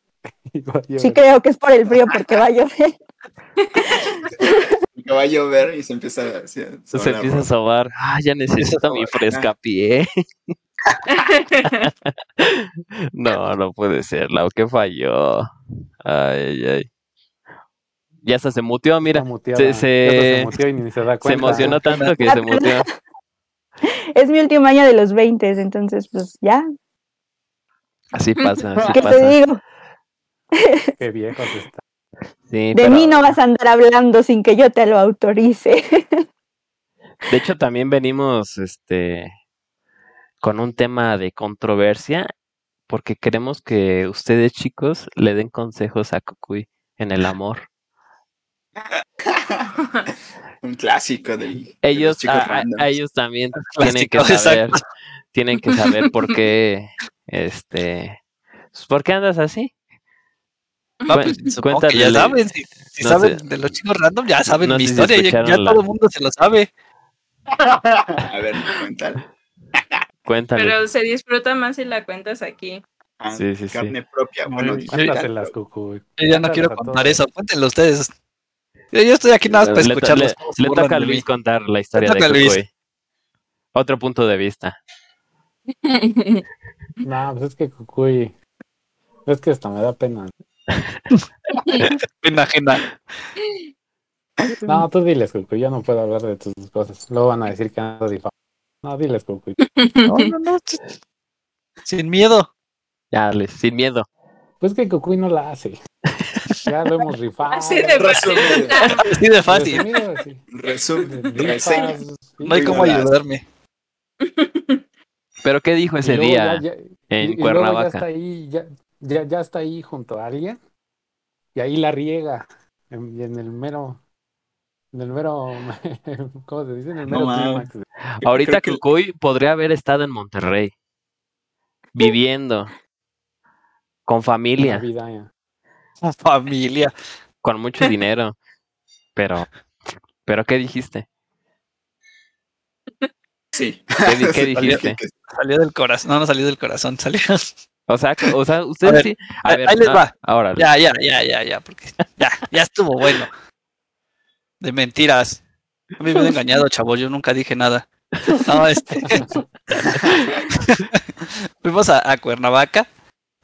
Speaker 4: Iba a llover.
Speaker 2: sí creo que es por el frío porque va a llover.
Speaker 3: Que va a llover y se empieza a. Se,
Speaker 5: Se empieza a sobar. Ah, ya necesito mi
Speaker 3: sobar, ajá.
Speaker 5: fresca pie. No, no puede ser, Lau, que falló. Ay, ay, ay. Ya hasta se muteó, mira.
Speaker 4: Está muteada.
Speaker 5: se-
Speaker 4: Ya hasta
Speaker 5: se-
Speaker 4: se muteó y ni se da
Speaker 5: Se
Speaker 4: cuenta.
Speaker 5: emocionó tanto que
Speaker 2: Ah,
Speaker 5: se muteó.
Speaker 2: Es mi último año de los 20, entonces pues ya,
Speaker 5: Así pasa, así
Speaker 2: ¿qué te
Speaker 5: Ah, pasa.
Speaker 2: digo?
Speaker 4: Qué viejos están.
Speaker 5: Sí,
Speaker 2: De
Speaker 5: pero-
Speaker 2: mí no vas a andar hablando sin que yo te lo autorice.
Speaker 5: De hecho, también venimos este con un tema de controversia porque queremos que ustedes chicos le den consejos a Cucuy en el amor.
Speaker 3: Un clásico del. de los
Speaker 5: Ellos ah,
Speaker 3: chicos
Speaker 5: a- a-
Speaker 3: random.
Speaker 5: a ellos también tienen que
Speaker 6: Clásico,
Speaker 5: saber,
Speaker 6: exacto.
Speaker 5: tienen que saber por qué este pues, ¿Por qué andas así?
Speaker 6: No,
Speaker 5: Cuen-
Speaker 6: pues, supongo que ya
Speaker 5: cuéntale.
Speaker 6: saben, si, si
Speaker 5: No
Speaker 6: saben
Speaker 5: sé.
Speaker 6: de los chicos random, ya saben
Speaker 5: No
Speaker 6: mi
Speaker 5: sé si
Speaker 6: historia, ya- ya,
Speaker 5: escucharon la-
Speaker 6: todo el mundo se lo sabe.
Speaker 3: A ver, cuéntale.
Speaker 5: Cuéntale.
Speaker 7: Pero se disfruta más si la cuentas aquí.
Speaker 3: Ah,
Speaker 5: Sí, sí, sí.
Speaker 3: carne propia. Bueno,
Speaker 6: Muy bien.
Speaker 4: Cuéntaselas, Cucuy.
Speaker 6: Yo ya no
Speaker 4: Cuéntalas
Speaker 6: quiero
Speaker 4: a
Speaker 6: contar
Speaker 4: todos.
Speaker 6: eso, cuéntenlo ustedes. Yo, yo estoy aquí nada más para
Speaker 5: Le to-
Speaker 6: escucharlos.
Speaker 5: le-
Speaker 6: cómo se
Speaker 5: Le,
Speaker 6: burlan
Speaker 5: toca a
Speaker 6: de mí.
Speaker 5: Luis contar la historia de
Speaker 6: toca a Luis.
Speaker 5: Cucuy. Otro punto de vista.
Speaker 4: No, pues es que Cucuy. Es que hasta me da pena.
Speaker 6: Pena ajena.
Speaker 4: No, tú diles, Cucuy. Yo no puedo hablar de tus cosas. Luego van a decir que ando difamando. No, diles, Cucuy.
Speaker 6: No, no, no. sí. Sin miedo.
Speaker 5: Ya, Luis, sin miedo.
Speaker 4: Pues que Cucuy no la hace. Ya lo hemos rifado.
Speaker 7: Así de fácil.
Speaker 3: Resumido.
Speaker 6: Así de fácil.
Speaker 4: Resumido, sí.
Speaker 3: Resumen. Reseña.
Speaker 4: Rifas,
Speaker 6: No hay
Speaker 4: y
Speaker 6: como
Speaker 3: Cucuy no la hace.
Speaker 6: ayudarme.
Speaker 5: ¿Pero qué dijo ese
Speaker 4: luego
Speaker 5: día
Speaker 4: ya- ya-
Speaker 5: en
Speaker 4: y- y luego ya
Speaker 5: Cuernavaca?
Speaker 4: está ahí, ya, ya, ya está ahí junto a alguien y ahí la riega en, y en el mero, en el mero, ¿cómo se dice? En el
Speaker 3: No
Speaker 4: mero
Speaker 3: mames.
Speaker 4: clímax de-
Speaker 5: Ahorita
Speaker 3: Creo que-
Speaker 5: Cucuy podría haber estado en Monterrey, viviendo, con
Speaker 4: de la
Speaker 5: familia,
Speaker 4: vida, ya.
Speaker 6: Familia.
Speaker 5: con mucho dinero. Pero, pero ¿qué dijiste?
Speaker 3: Sí.
Speaker 5: ¿Qué, di- qué
Speaker 3: Sí,
Speaker 5: dijiste?
Speaker 3: que-
Speaker 6: Salió del corazón. No, no salió del corazón. Salió.
Speaker 5: O sea, que- o sea, ustedes
Speaker 6: ver,
Speaker 5: sí.
Speaker 6: ahí- ahí les va.
Speaker 5: Ahora,
Speaker 6: Ya, ya, ya, ya, ya. Porque ya, ya estuvo bueno. De mentiras. A mí me han engañado, chavos. Yo nunca dije nada. No, este. Fuimos a, a Cuernavaca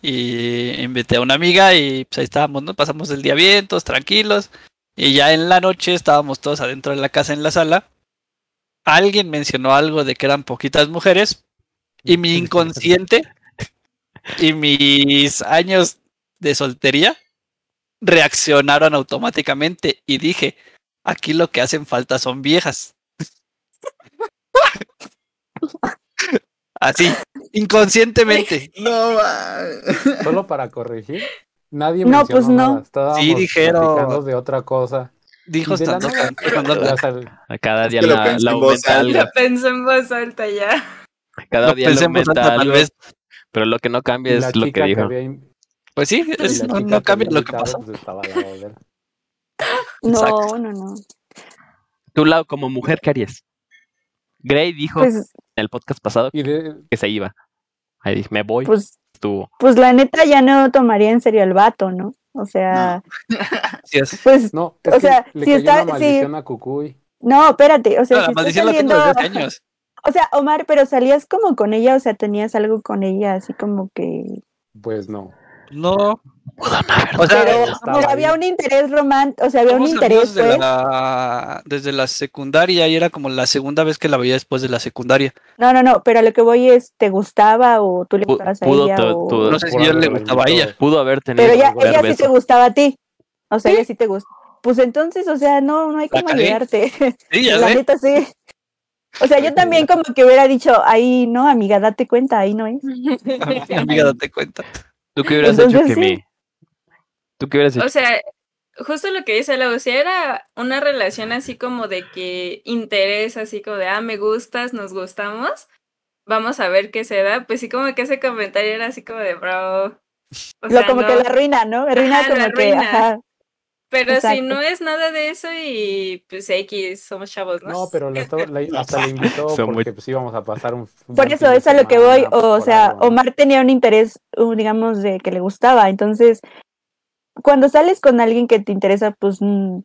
Speaker 6: y invité a una amiga y pues ahí estábamos, ¿no? Pasamos el día bien, todos tranquilos. Y ya en la noche estábamos todos adentro de la casa en la sala. Alguien mencionó algo de que eran poquitas mujeres y mi inconsciente y mis años de soltería reaccionaron automáticamente y dije, Aquí lo que hacen falta son viejas. Así, inconscientemente.
Speaker 3: No, ma.
Speaker 4: Solo para corregir. Nadie
Speaker 2: No,
Speaker 4: mencionó
Speaker 2: pues no.
Speaker 4: nada, estábamos
Speaker 6: Sí, dijeron.
Speaker 4: platicando de otra cosa.
Speaker 6: Dijo
Speaker 4: Y de la
Speaker 6: tanto
Speaker 4: nada,
Speaker 6: cuando-
Speaker 4: ya sal-
Speaker 5: A Cada día
Speaker 3: que lo
Speaker 5: la,
Speaker 3: pensé
Speaker 5: la
Speaker 3: en voz alta.
Speaker 5: aumenta algo.
Speaker 7: Lo pensé en voz alta ya.
Speaker 5: Cada
Speaker 6: lo
Speaker 5: día la
Speaker 6: pensé en voz
Speaker 5: aumenta
Speaker 6: alta, tal
Speaker 5: algo,
Speaker 6: vez.
Speaker 5: Pero lo que no
Speaker 4: y
Speaker 5: cambia
Speaker 4: la
Speaker 5: es lo
Speaker 4: chica
Speaker 5: que dijo.
Speaker 4: había in-
Speaker 6: Pues sí,
Speaker 4: y
Speaker 6: es-
Speaker 4: la
Speaker 6: no,
Speaker 4: chica
Speaker 6: no cambia
Speaker 4: había
Speaker 6: lo que
Speaker 4: invitado,
Speaker 6: pasa.
Speaker 4: pues, estaba la babosa.
Speaker 2: No,
Speaker 6: Exacto.
Speaker 2: no, no.
Speaker 5: Tú, Lau, como mujer, ¿qué harías? Grey dijo
Speaker 2: Pues,
Speaker 5: en el podcast pasado
Speaker 4: Y de-
Speaker 5: que se iba. Ahí dije, me voy.
Speaker 2: pues,
Speaker 5: Estuvo.
Speaker 2: pues la neta ya no tomaría en serio al vato, ¿no? O sea,
Speaker 6: Así es.
Speaker 2: pues,
Speaker 4: No,
Speaker 2: O
Speaker 4: es que
Speaker 2: sea,
Speaker 4: le
Speaker 2: si
Speaker 4: cayó
Speaker 2: está-
Speaker 4: una
Speaker 2: sí.
Speaker 4: maldición a Cucuy.
Speaker 2: no, espérate, o sea,
Speaker 6: la
Speaker 2: si estás
Speaker 6: maldición la tengo
Speaker 2: saliendo,
Speaker 6: desde hace años.
Speaker 2: o sea, Omar, pero salías como con ella, o sea, tenías algo con ella, así como que
Speaker 4: Pues no.
Speaker 6: No.
Speaker 5: Pudo no haber-
Speaker 6: O sea,
Speaker 2: pero,
Speaker 4: estaba
Speaker 2: pero había
Speaker 4: ahí.
Speaker 2: un interés romántico, o sea, había un
Speaker 6: Somos
Speaker 2: interés,
Speaker 6: amigos de
Speaker 2: pues.
Speaker 6: la- desde la secundaria y era como la segunda vez que la veía después de la secundaria.
Speaker 2: No, no, no, pero a lo que voy es, ¿te gustaba o tú le
Speaker 5: Pu-
Speaker 2: gustabas a
Speaker 5: pudo
Speaker 2: ella?
Speaker 5: tu-
Speaker 2: o-
Speaker 5: tu-
Speaker 6: No sé si
Speaker 4: Por
Speaker 6: yo
Speaker 4: algo
Speaker 6: le
Speaker 4: lo
Speaker 6: gustaba a
Speaker 4: invitó.
Speaker 6: ella.
Speaker 5: Pudo haber tenido
Speaker 2: Pero ya,
Speaker 5: un
Speaker 2: ella sí
Speaker 5: beso.
Speaker 2: te gustaba a ti. O sea, ella sí te gusta. Pues entonces, o sea, no, no hay
Speaker 6: La
Speaker 2: cómo
Speaker 6: cagué.
Speaker 2: ayudarte.
Speaker 6: Sí, ya
Speaker 2: La
Speaker 6: sé.
Speaker 2: neta sí. O sea, yo también como que hubiera dicho, ahí no, amiga, date cuenta, ahí no es.
Speaker 6: Am- Ah, Amiga, date cuenta.
Speaker 5: ¿Tú qué hubieras
Speaker 2: Entonces,
Speaker 5: hecho, Kimi? ¿Tú qué hubieras hecho?
Speaker 7: O sea, justo lo que dice la si era una relación así como de que interés, así como de, ah, me gustas, nos gustamos, vamos a ver qué se da. Pues sí, como que ese comentario era así como de, bro. o
Speaker 2: Lo
Speaker 7: sea,
Speaker 2: como
Speaker 7: no.
Speaker 2: que la arruina, ¿no? Arruina
Speaker 7: Ajá, lo
Speaker 2: como que,
Speaker 7: arruina.
Speaker 2: ajá.
Speaker 7: Pero si
Speaker 2: exacto.
Speaker 7: no es nada de eso y pues X, somos chavos, ¿no?
Speaker 4: No, pero la estaba- la- hasta la invitó
Speaker 5: Son muy-
Speaker 4: porque pues íbamos a pasar un. un
Speaker 2: Por
Speaker 4: buen
Speaker 2: eso,
Speaker 4: fin de
Speaker 2: es a lo que voy.
Speaker 4: semana,
Speaker 2: O
Speaker 4: por
Speaker 2: sea,
Speaker 4: algo, ¿no?
Speaker 2: Omar tenía un interés, un, digamos, de que le gustaba. Entonces, cuando sales con alguien que te interesa, pues mm,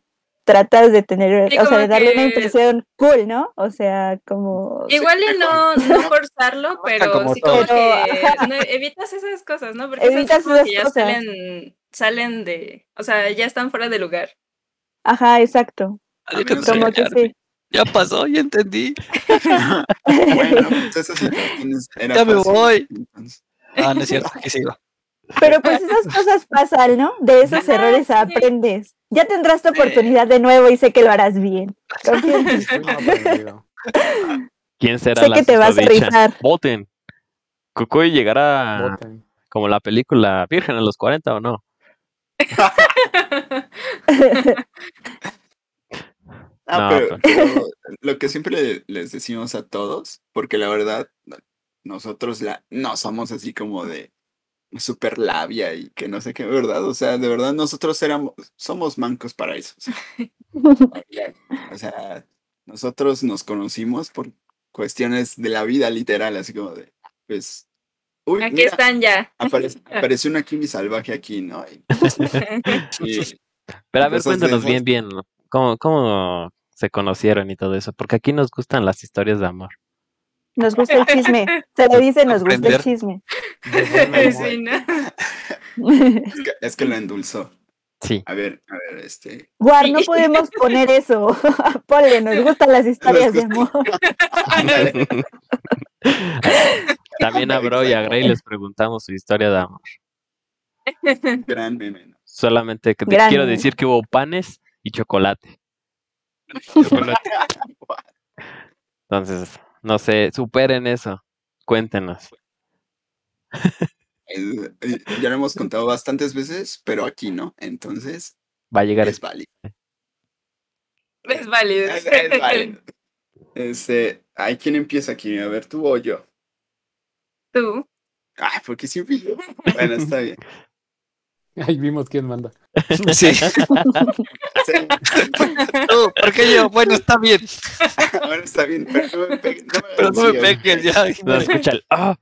Speaker 2: tratas de tener,
Speaker 7: Sí,
Speaker 2: o sea,
Speaker 7: como
Speaker 2: de darle una
Speaker 7: que-
Speaker 2: impresión cool, ¿no? O sea, como...
Speaker 7: Igual y no, no forzarlo, pero
Speaker 6: como
Speaker 7: sí como
Speaker 2: todo.
Speaker 7: que no, evitas esas cosas, ¿no? Porque esas
Speaker 2: Evitas
Speaker 7: como que
Speaker 2: esas
Speaker 7: ya
Speaker 2: cosas.
Speaker 7: salen, salen de, o sea, ya están fuera de lugar.
Speaker 2: Ajá, exacto.
Speaker 6: Nadie
Speaker 5: A mí no
Speaker 6: tendrá
Speaker 5: me
Speaker 2: Como
Speaker 6: que
Speaker 2: que
Speaker 6: engañarme.
Speaker 2: sí.
Speaker 6: Ya pasó, ya entendí.
Speaker 3: Bueno, pues esas situaciones era
Speaker 6: Ya me
Speaker 3: fácil,
Speaker 6: voy.
Speaker 3: entonces.
Speaker 6: Ah, no es cierto, que se iba.
Speaker 2: Pero pues esas cosas pasan, ¿no? De esos
Speaker 7: Ajá,
Speaker 2: errores
Speaker 7: sí.
Speaker 2: aprendes. Ya tendrás tu oportunidad de nuevo y sé que lo harás bien. Confío en ti.
Speaker 4: Muy mal aprendido.
Speaker 5: ¿Quién será
Speaker 2: Sé
Speaker 5: la
Speaker 2: que te vas a
Speaker 5: susodicha?
Speaker 2: rifar.
Speaker 5: Voten. Cucuy llegará
Speaker 4: Voten.
Speaker 5: como la película Virgen a los 40 o no.
Speaker 3: Ah,
Speaker 5: No,
Speaker 3: pero, pero lo que siempre le- les decimos a todos, porque la verdad, nosotros la, no somos así como de super labia y que no sé qué, ¿verdad? O sea, de verdad, nosotros éramos, somos mancos para eso. O sea, o sea, nosotros nos conocimos por cuestiones de la vida literal, así como de, pues, uy,
Speaker 7: Aquí
Speaker 3: mira,
Speaker 7: están ya.
Speaker 3: apare- apareció una Kimi salvaje aquí, ¿no? Y- y-
Speaker 5: Pero a ver,
Speaker 3: Cosas de
Speaker 5: cuéntanos
Speaker 3: esas.
Speaker 5: bien, bien. ¿Cómo, ¿Cómo se conocieron y todo eso? Porque aquí nos gustan las historias de amor.
Speaker 2: Nos gusta el chisme. Se le dice, nos gusta el
Speaker 6: Aprender.
Speaker 2: chisme.
Speaker 7: sí, ¿no?
Speaker 3: es, que, es que lo endulzó.
Speaker 5: Sí.
Speaker 3: A ver, a ver, este.
Speaker 2: Guar, no
Speaker 7: Sí.
Speaker 2: podemos poner eso. Ponle, nos gustan las historias de amor.
Speaker 3: ándale.
Speaker 5: También a Bro y a Grey les preguntamos su historia de amor.
Speaker 3: Gran meme. ¿no?
Speaker 5: Solamente que te
Speaker 2: Gran
Speaker 5: quiero
Speaker 2: meme.
Speaker 5: decir que hubo panes y chocolate. Entonces, no sé, superen eso. Cuéntenos.
Speaker 3: Eh, eh, Ya lo hemos contado bastantes veces, pero aquí no. Entonces,
Speaker 5: Va a llegar
Speaker 3: es válido.
Speaker 7: Es válido.
Speaker 3: Es, es válido. Este, ay, ¿quién empieza aquí? A ver, tú o yo.
Speaker 7: Tú.
Speaker 3: Ay, porque siempre yo. Bueno, está bien.
Speaker 4: Ahí vimos quién manda.
Speaker 3: Sí,
Speaker 6: Sí. No, porque yo, bueno, está bien,
Speaker 3: Ahora está bien, pero no me peguen. No me, hagan
Speaker 6: pero no me
Speaker 3: así, oye.
Speaker 6: pegues ya.
Speaker 5: No escucha el. ¡Ah!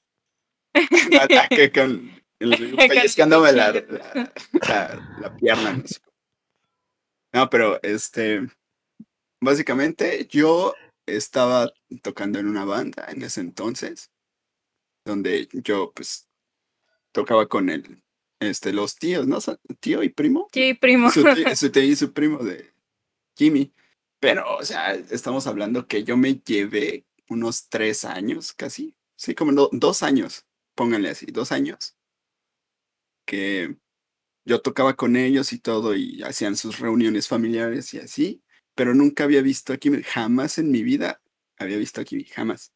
Speaker 3: Un ataque con el
Speaker 7: Con el
Speaker 3: pellizcándome la,
Speaker 7: cuchillo.
Speaker 3: la, la- la pierna. No, sé. No, pero este, básicamente yo estaba tocando en una banda en ese entonces, donde yo pues tocaba con el, este, los tíos, ¿no? Son Tío y primo.
Speaker 7: Sí, primo.
Speaker 3: Su tío, su tío y su primo de Jimmy. Pero, o sea, estamos hablando que yo me llevé unos tres años casi. Sí, como do- dos años, pónganle así, dos años. Que yo tocaba con ellos y todo, y hacían sus reuniones familiares y así, pero nunca había visto a Kimi, jamás en mi vida había visto a Kimi, jamás.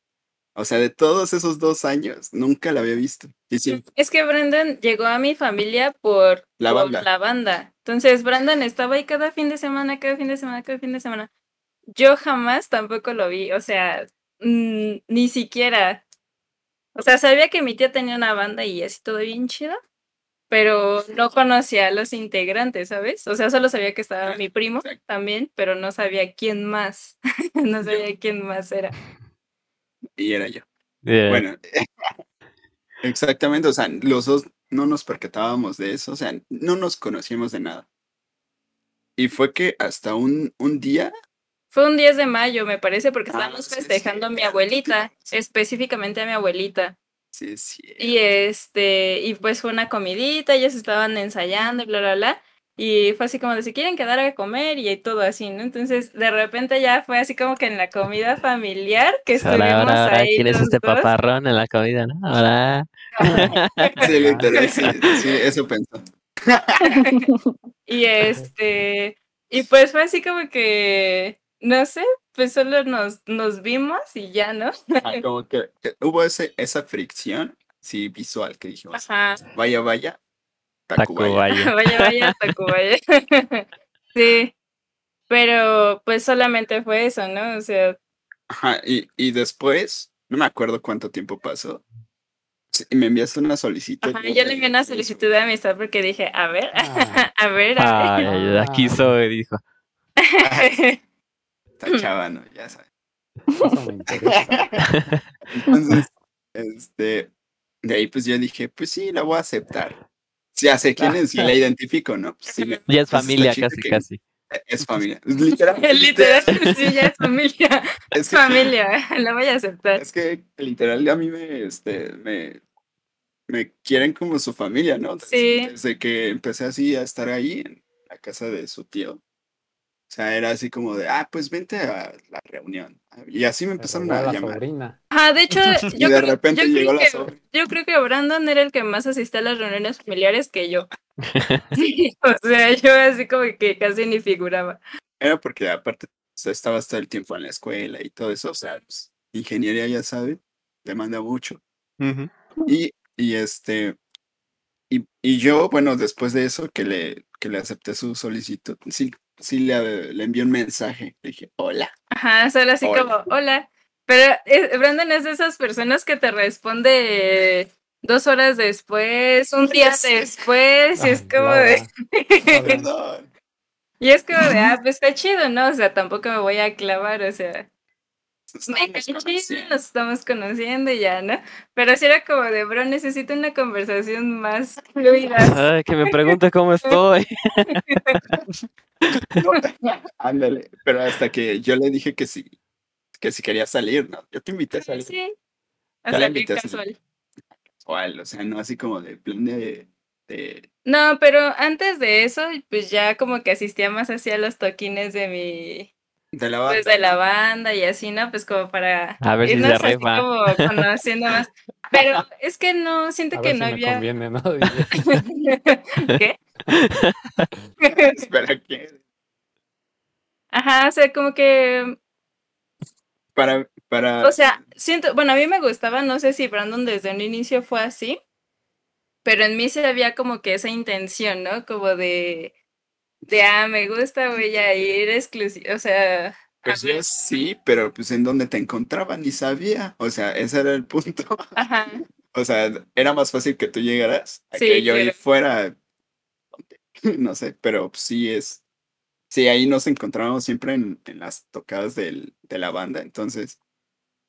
Speaker 3: O sea, de todos esos dos años, nunca la había visto. Y sí,
Speaker 7: Es que Brandon llegó a mi familia por
Speaker 3: La
Speaker 7: por
Speaker 3: banda.
Speaker 7: la banda. Entonces Brandon estaba ahí cada fin de semana, cada fin de semana, cada fin de semana. Yo jamás tampoco lo vi, o sea, mm, ni siquiera. O sea, sabía que mi tía tenía una banda y así todo bien chido, pero no conocía a los integrantes, ¿sabes? O sea, solo sabía que estaba mi primo
Speaker 3: Exacto.
Speaker 7: también, pero no sabía quién más. no sabía quién más era.
Speaker 3: y era yo.
Speaker 5: Yeah.
Speaker 3: Bueno, exactamente, o sea, los dos no nos percatábamos de eso, o sea, no nos conocíamos de nada. Y fue que hasta un, un día,
Speaker 7: Fue un 10 de mayo, me parece, porque
Speaker 3: Ah,
Speaker 7: estábamos
Speaker 3: sí, sí,
Speaker 7: festejando a mi
Speaker 3: claro.
Speaker 7: abuelita, específicamente a mi abuelita.
Speaker 3: sí, sí,
Speaker 7: Y este, y pues fue una comidita, ellos estaban ensayando y bla, bla, bla. Y fue así como de si quieren quedar a comer y todo así, ¿no? Entonces, de repente ya fue así como que en la comida familiar que estuvimos
Speaker 5: ahora, ahora, ahora,
Speaker 7: ahí.
Speaker 5: ¿quién es
Speaker 7: los
Speaker 5: este
Speaker 7: dos.
Speaker 5: paparrón en la comida, no? Ahora,
Speaker 3: sí, literal, sí, sí, eso pensó.
Speaker 7: Y este, y pues fue así como que, no sé, pues solo nos, nos vimos y ya, ¿no?
Speaker 3: Ah, como que, que hubo ese, esa fricción, sí, visual, que dijimos,
Speaker 7: Ajá.
Speaker 3: vaya, vaya, Tacubaya.
Speaker 5: Tacubaya.
Speaker 7: Vaya, vaya, Tacubaya. sí. Pero pues solamente fue eso, ¿no? O sea,
Speaker 3: Ajá, y, y después, no me acuerdo cuánto tiempo pasó, sí, me enviaste una solicitud.
Speaker 7: ajá,
Speaker 3: ¿no?
Speaker 7: yo le
Speaker 3: de-
Speaker 7: envié una
Speaker 3: de-
Speaker 7: solicitud de amistad porque dije, a ver,
Speaker 4: Ah.
Speaker 7: a ver, a
Speaker 5: Ay, ay, ay,
Speaker 3: Ah.
Speaker 5: aquí soy, dijo.
Speaker 7: ver.
Speaker 3: Esta chava, ¿no? Ya sabes.
Speaker 4: Eso me interesa.
Speaker 3: Entonces, este, de ahí pues yo dije, pues sí, la voy a aceptar. Ya sé quién es, y la identifico, ¿no? Pues sí, me-
Speaker 5: Ya
Speaker 3: Pues
Speaker 5: es
Speaker 3: esta
Speaker 5: familia,
Speaker 3: chica
Speaker 5: casi,
Speaker 3: que-
Speaker 5: casi.
Speaker 3: es familia. Literal.
Speaker 7: Literal, sí, ya es familia,
Speaker 3: Es
Speaker 7: es
Speaker 3: que,
Speaker 7: familia, la voy a aceptar.
Speaker 3: es que literal a mí me, este, me, me quieren como su familia, ¿no? Desde,
Speaker 7: Sí.
Speaker 3: desde que empecé así a estar ahí en la casa de su tío. O sea, era así como de, ah, pues vente a la reunión. Y así me empezaron
Speaker 4: Pero
Speaker 3: a
Speaker 4: la
Speaker 3: llamar.
Speaker 4: sobrina.
Speaker 7: Ah, de hecho,
Speaker 3: Y
Speaker 7: yo
Speaker 3: de
Speaker 7: creo- yo
Speaker 3: repente
Speaker 7: creo
Speaker 3: llegó la
Speaker 7: que-
Speaker 3: sobrina.
Speaker 7: Yo creo que Brandon era el que más asistía a las reuniones familiares que yo. Sí, o sea, yo así como que casi ni figuraba.
Speaker 3: Era porque aparte o sea, estabas todo el tiempo en la escuela y todo eso, o sea, pues, ingeniería ya sabe, demanda mucho. Y, y este, y, y yo, bueno, después de eso que le, que le acepté su solicitud, sí, sí le, le envié un mensaje, le dije, hola.
Speaker 7: Ajá, solo así
Speaker 3: Hola.
Speaker 7: como, hola. Pero eh, Brandon es de esas personas que te responde eh, dos horas después, un día
Speaker 3: Sí.
Speaker 7: después, y es
Speaker 4: Ay,
Speaker 7: como
Speaker 4: Laura.
Speaker 7: de...
Speaker 4: Laura.
Speaker 3: Perdón.
Speaker 7: y es como de, ah, pues está chido, ¿no? O sea, tampoco me voy a clavar, o sea,
Speaker 3: nos
Speaker 7: me
Speaker 3: estábamos
Speaker 7: cae chido,
Speaker 3: conociendo.
Speaker 7: nos estamos conociendo y ya, ¿no? Pero sí era como de, bro, necesito una conversación más fluida.
Speaker 5: Ay, que me pregunte cómo estoy.
Speaker 3: No, ándale, pero hasta que yo le dije que sí, que si quería salir, ¿no? Yo te invité a salir.
Speaker 7: Sí. O
Speaker 3: Ya la
Speaker 7: sea, bien
Speaker 3: invité a salir.
Speaker 7: casual.
Speaker 3: Igual, o sea, no así como de plan de- de
Speaker 7: No, pero antes de eso, pues ya como que asistía más hacia los toquines de mi,
Speaker 3: De la
Speaker 7: pues
Speaker 3: banda,
Speaker 7: de la banda y así, ¿no? Pues como para
Speaker 5: A ver si se
Speaker 7: irnos así
Speaker 5: rifa.
Speaker 7: como conociendo más. Pero es que no, siento
Speaker 4: A
Speaker 7: que
Speaker 4: ver si
Speaker 7: no
Speaker 4: me
Speaker 7: había.
Speaker 4: conviene, ¿no?
Speaker 7: ¿Qué?
Speaker 3: Espera, ¿qué?
Speaker 7: Ajá, o sea, como que,
Speaker 3: Para, para.
Speaker 7: o sea, siento, bueno, a mí me gustaba, no sé si Brandon desde un inicio fue así, pero en mí se había como que esa intención, ¿no? Como de, de, ah, me gusta, voy a ir exclusivo, o sea, a
Speaker 3: pues yo
Speaker 7: ver.
Speaker 3: sí, pero pues en dónde te encontraban ni sabía. O sea, ese era el punto.
Speaker 7: Ajá.
Speaker 3: O sea, era más fácil que tú llegaras a
Speaker 7: Sí,
Speaker 3: que yo ahí
Speaker 7: claro.
Speaker 3: fuera. No sé, pero sí es. Sí, ahí nos encontrábamos siempre en, en las tocadas del, de la banda. Entonces,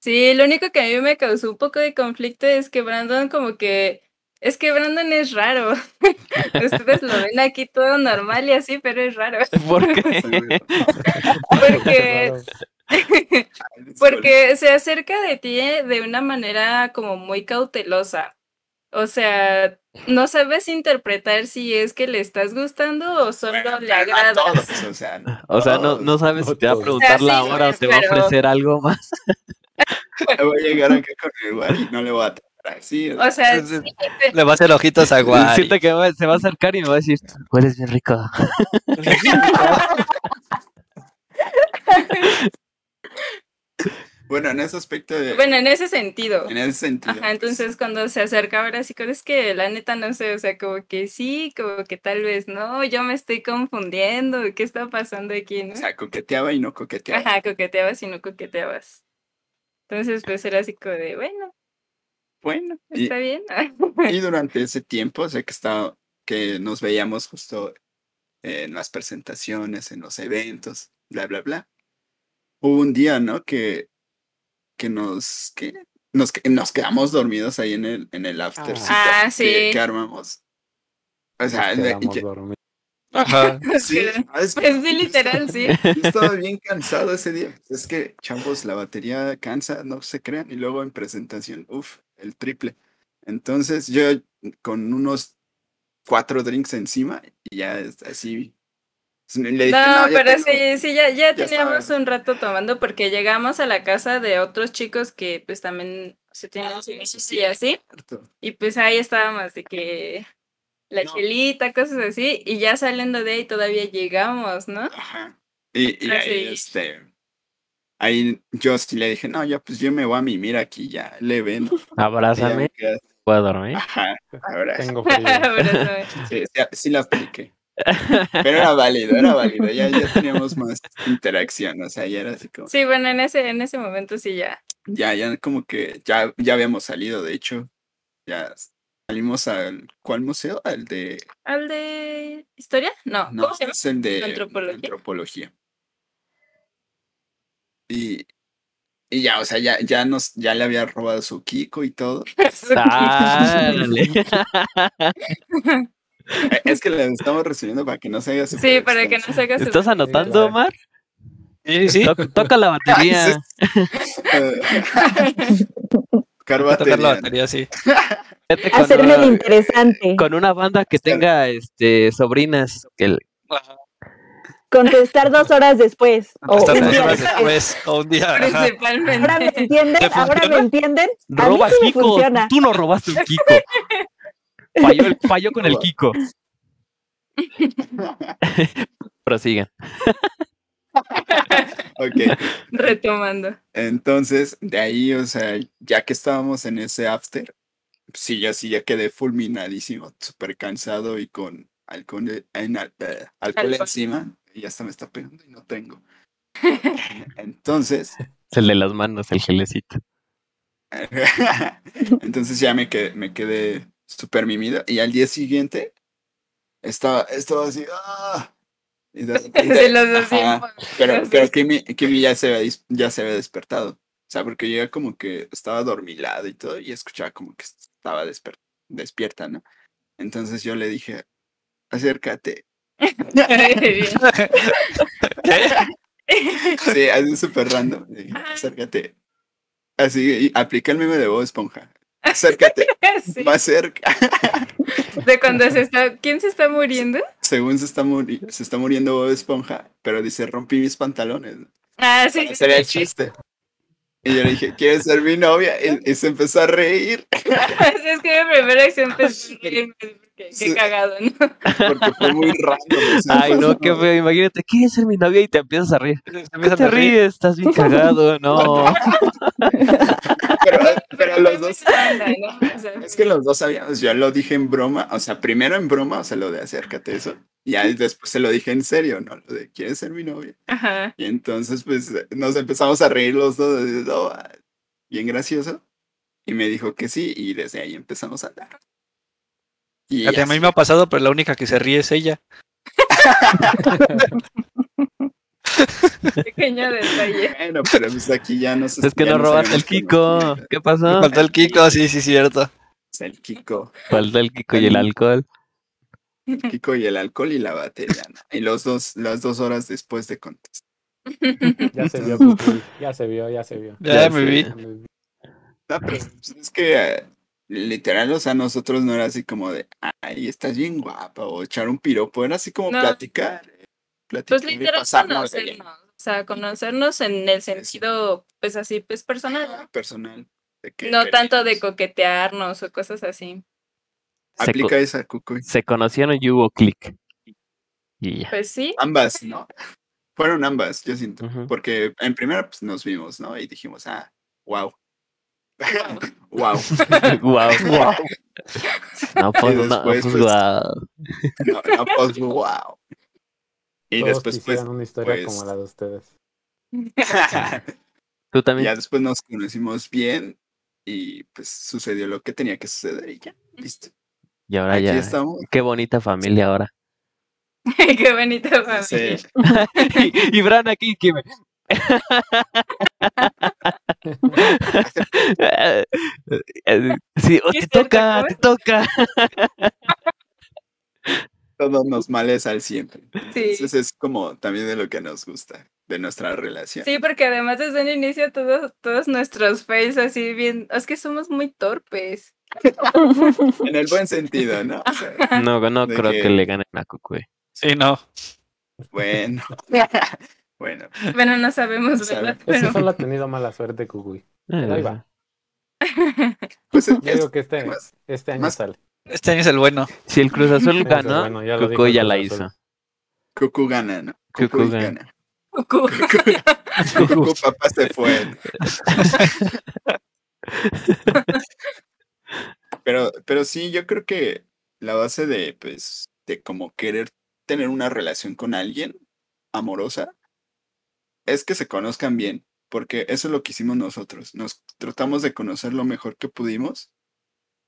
Speaker 7: Sí, lo único que a mí me causó un poco de conflicto es que Brandon como que... Es que Brandon es raro. Ustedes lo ven aquí todo normal y así, pero es raro.
Speaker 5: ¿Por
Speaker 3: soy
Speaker 5: qué?
Speaker 3: muy-
Speaker 7: Porque,
Speaker 3: Ay, disculpa.
Speaker 7: porque se acerca de ti eh, de una manera como muy cautelosa. O sea, no sabes interpretar si es que le estás gustando o solo le
Speaker 3: Pero a
Speaker 7: agradas.
Speaker 3: todos, o sea,
Speaker 5: O sea, no, no sabes si te va a
Speaker 4: Todos.
Speaker 5: preguntar la
Speaker 7: O sea, sí,
Speaker 5: hora o te va a
Speaker 7: pero-
Speaker 5: ofrecer algo más.
Speaker 3: voy a llegar acá con el igual y no le voy a. Sí,
Speaker 7: O sea,
Speaker 6: Es-
Speaker 7: sí,
Speaker 6: Le va a hacer ojitos a Guay.
Speaker 5: Siento que va- se va a acercar y me va a decir, hueles bien rico.
Speaker 3: bueno, en ese aspecto de.
Speaker 7: bueno, en ese sentido.
Speaker 3: en ese sentido. pues,
Speaker 7: Ajá, entonces cuando se acerca ahora sí, es que la neta no sé, o sea, como que sí, como que tal vez no, yo me estoy confundiendo, ¿qué está pasando aquí, no?
Speaker 3: O sea, coqueteaba y no coqueteaba.
Speaker 7: Ajá, coqueteabas y no coqueteabas. Entonces, pues era así como de, bueno,
Speaker 3: Bueno, y, Ah,
Speaker 7: está bien.
Speaker 3: y durante ese tiempo, sé que estaba, que nos veíamos justo en las presentaciones, en los eventos, bla, bla, bla. Hubo un día, ¿no? Que, que nos, que nos, que- nos quedamos dormidos ahí en el, en el after.
Speaker 7: Ah,
Speaker 3: Que,
Speaker 7: sí.
Speaker 3: que armamos. O sea,
Speaker 4: Nos
Speaker 3: Ah, de-
Speaker 4: quedamos
Speaker 3: ya-
Speaker 4: dormidos.
Speaker 6: Ajá.
Speaker 3: sí, es que
Speaker 7: Pues sí, literal, sí.
Speaker 3: yo estaba bien cansado ese día. Es que, chavos, la batería cansa, no se crean. Y luego en presentación, uff, el triple. Entonces yo con unos cuatro drinks encima y ya es así. Le dije,
Speaker 7: No,
Speaker 3: ya
Speaker 7: pero
Speaker 3: tengo".
Speaker 7: sí, sí, ya, ya
Speaker 3: Ya
Speaker 7: teníamos
Speaker 3: estaba.
Speaker 7: un rato tomando porque llegamos a la casa de otros chicos que pues también se
Speaker 3: Ah,
Speaker 7: tenían su bici y así. Y pues ahí estábamos de que la
Speaker 3: No.
Speaker 7: chelita, cosas así, y ya saliendo de ahí todavía llegamos, ¿no?
Speaker 3: Ajá. Y, y
Speaker 7: Ah,
Speaker 3: ahí,
Speaker 7: sí.
Speaker 3: este, ahí yo sí le dije, no, ya pues yo me voy a mimir aquí, ya le ven.
Speaker 5: Abrázame, voy a dormir.
Speaker 3: Ajá, ahora sí.
Speaker 4: Tengo frío.
Speaker 7: Ahora
Speaker 3: Sí, sí, sí la apliqué. Pero era válido, era válido. Ya, ya teníamos más interacción. O sea, ya era así
Speaker 7: no.
Speaker 3: como.
Speaker 7: sí, bueno, en ese, en ese momento sí ya.
Speaker 3: Ya, ya como que ya, ya habíamos salido, de hecho. Ya salimos al. ¿Cuál museo? Al de.
Speaker 7: ¿Al de historia? No,
Speaker 3: No,
Speaker 7: ¿cómo se llama?
Speaker 3: es el de
Speaker 7: ¿Antropología?
Speaker 3: antropología. Y. Y ya, o sea, ya, ya nos, ya le había robado su Kiko y todo.
Speaker 5: Ah. Dale.
Speaker 3: Eh, Es que le estamos recibiendo para que no se haga su
Speaker 7: Sí, para que no se haga su-
Speaker 5: ¿Estás anotando, Omar?
Speaker 6: Sí, sí.
Speaker 5: Toc- toca la batería.
Speaker 6: Va a
Speaker 3: Carvate.
Speaker 6: tocar la batería, sí.
Speaker 5: Vete con
Speaker 2: Hacerme el
Speaker 5: una-
Speaker 2: interesante.
Speaker 5: Con una banda que tenga este sobrinas que el-
Speaker 2: Contestar dos horas después. o
Speaker 6: Hasta
Speaker 2: un
Speaker 6: tres
Speaker 2: día
Speaker 6: horas después o un día. ajá.
Speaker 2: Ahora me
Speaker 7: Principalmente.
Speaker 6: ¿Te
Speaker 2: entienden, ahora me
Speaker 6: funciona?
Speaker 2: entienden. A mí
Speaker 5: roba
Speaker 2: sí me
Speaker 5: Kiko.
Speaker 2: funciona.
Speaker 5: Tú no robaste un Kiko. Falló, el- falló con el Kiko. Prosigan.
Speaker 3: Ok.
Speaker 7: Retomando.
Speaker 3: Entonces, de ahí, o sea, ya que estábamos en ese after, sí, ya sí, ya quedé fulminadísimo, súper cansado y con alcohol, de- en al- eh, alcohol
Speaker 7: Alcohol.
Speaker 3: encima, y ya hasta me está pegando y no tengo. Entonces,
Speaker 5: Es el de las manos, el gelecito.
Speaker 3: entonces ya me quedé, me quedé súper mimido y al día siguiente estaba, estaba así, ¡ah! Y de- y de-
Speaker 7: De los dos
Speaker 3: ajá.
Speaker 7: tiempos.
Speaker 3: Pero,
Speaker 7: Entonces-
Speaker 3: pero Kimi, Kimi ya, se había, dis- ya se había despertado. O sea, porque yo ya como que estaba dormilado y todo, y escuchaba como que estaba desper- despierta, ¿no? Entonces yo le dije, acércate. Sí, así súper random. le dije, acércate. Así, y apliqué el meme de Bob Esponja. Acércate,
Speaker 7: Sí,
Speaker 3: más cerca.
Speaker 7: De cuando se está. ¿Quién se está muriendo?
Speaker 3: Según se está, muri- se está muriendo Bob Esponja, pero dice, rompí mis pantalones.
Speaker 7: Ah, sí. sí,
Speaker 3: Sería
Speaker 7: sí.
Speaker 3: chiste. Y yo le dije, ¿quieres ser mi novia? Y, y se empezó a reír.
Speaker 7: Sí, Es que mi primera acción pues, reírme, porque Qué
Speaker 3: Sí.
Speaker 7: cagado, ¿no?
Speaker 3: Porque fue muy random. o sea,
Speaker 5: Ay,
Speaker 3: fue
Speaker 5: no,
Speaker 3: así
Speaker 5: qué
Speaker 3: como-
Speaker 5: feo. Imagínate, quieres ser mi novia y te empiezas a reír. ¿Qué
Speaker 6: Empiezan
Speaker 5: te
Speaker 6: a reír.
Speaker 5: ríes? Estás bien cagado, no.
Speaker 3: Pero, pero los dos,
Speaker 7: Anda, ¿no? O sea,
Speaker 3: es que los dos sabíamos, yo lo dije en broma, o sea, primero en broma, o sea, lo de acércate eso, y ya después se lo dije en serio, ¿no? Lo de, ¿quieres ser mi novia?
Speaker 7: Ajá.
Speaker 3: Y entonces, pues, nos empezamos a reír los dos, así, "No, ah, bien gracioso, y me dijo que sí, y desde ahí empezamos a andar. Y
Speaker 6: Fíjate, A mí
Speaker 3: así,
Speaker 6: me ha pasado, pero la única que se ríe es ella.
Speaker 7: Pequeño detalle.
Speaker 3: bueno, pero pues aquí ya no sé
Speaker 5: Es que
Speaker 3: ya
Speaker 5: no robaste el
Speaker 3: sabemos cómo-
Speaker 5: Kiko. ¿Qué pasó?
Speaker 6: Faltó Ah. el Kiko, sí, sí, cierto.
Speaker 3: Es el Kiko,
Speaker 5: Faltó el Kiko y el alcohol.
Speaker 3: Kiko y el alcohol y la batería, ¿no? Y los dos, las dos horas después de contestar.
Speaker 4: Ya se vio, Pipi, ya se vio, ya se vio.
Speaker 6: Ya
Speaker 5: Ya
Speaker 6: me
Speaker 5: sé.
Speaker 6: vi.
Speaker 3: No, pero pues, es que eh, literal, o sea, nosotros no era así como de, ay, estás bien guapa o echar un piropo, era así como
Speaker 7: No.
Speaker 3: platicar, eh, platicar
Speaker 7: Pues literal
Speaker 3: pasarnos de bien,
Speaker 7: conocernos. O sea, conocernos en el sentido, pues así, pues personal. ¿no?
Speaker 3: personal. de que
Speaker 7: no tanto de
Speaker 3: queríamos.
Speaker 7: coquetearnos o cosas así.
Speaker 5: Se
Speaker 3: Aplica
Speaker 5: co-
Speaker 3: esa, Cucuy.
Speaker 5: Se conocieron y hubo clic. Y ya.
Speaker 7: Pues sí,
Speaker 3: Ambas, ¿no? Fueron ambas, yo siento.
Speaker 5: Ujú.
Speaker 3: Porque en primera pues, nos vimos, ¿no? Y dijimos, ah, wow. wow.
Speaker 5: Guau. No, pues,
Speaker 3: Y
Speaker 5: no,
Speaker 3: después,
Speaker 5: pues,
Speaker 3: pues,
Speaker 5: guau.
Speaker 3: No, no, pues, wow. Y
Speaker 4: Todos
Speaker 3: después, pues,
Speaker 4: quisieran una historia
Speaker 3: pues-
Speaker 4: como la de ustedes.
Speaker 5: Tú
Speaker 3: ya
Speaker 5: también.
Speaker 3: después nos conocimos bien y pues sucedió lo que tenía que suceder y ya, listo.
Speaker 5: Y ahora
Speaker 3: Aquí
Speaker 5: ya.
Speaker 3: estamos.
Speaker 5: Qué bonita familia ahora.
Speaker 7: qué bonita familia.
Speaker 3: Sí.
Speaker 5: y, y Bran aquí que me- Eh, eh, sí, oh, te
Speaker 7: Sí, es cierto,
Speaker 5: toca,
Speaker 7: ¿cómo
Speaker 5: te toca.
Speaker 3: Todos nos males al siempre.
Speaker 7: Sí.
Speaker 3: Entonces es como también de lo que nos gusta, de nuestra relación.
Speaker 7: Sí, porque además desde un inicio todos, todos nuestros fails así bien, es que somos muy torpes.
Speaker 3: En el buen sentido, ¿no? O sea,
Speaker 5: No, no
Speaker 3: De
Speaker 5: creo
Speaker 3: que-
Speaker 5: que le ganen a Cucuy.
Speaker 6: Sí, no.
Speaker 3: bueno. Bueno,
Speaker 7: Bueno, no sabemos,
Speaker 3: Sabe.
Speaker 7: ¿verdad?
Speaker 4: Ese
Speaker 7: Pero
Speaker 4: solo ha tenido mala suerte, Cucuy. Ahí va.
Speaker 3: pues es-
Speaker 4: Yo digo que este,
Speaker 3: más-
Speaker 4: este año
Speaker 3: más-
Speaker 4: sale.
Speaker 6: Este año es el bueno.
Speaker 5: Si el Cruz Azul
Speaker 4: Ese,
Speaker 5: ganó,
Speaker 4: bueno, ya lo dijo
Speaker 5: Cucuy ya
Speaker 4: Cruz
Speaker 5: la
Speaker 4: Azul.
Speaker 5: hizo.
Speaker 3: Cucú gana, ¿no? Cucú
Speaker 5: Cucú gana.
Speaker 3: gana.
Speaker 7: Cucú.
Speaker 3: Cucú papá se fue. pero, pero sí, yo creo que la base de, pues, de como querer tener una relación con alguien amorosa es que se conozcan bien, porque eso es lo que hicimos nosotros. Nos tratamos de conocer lo mejor que pudimos,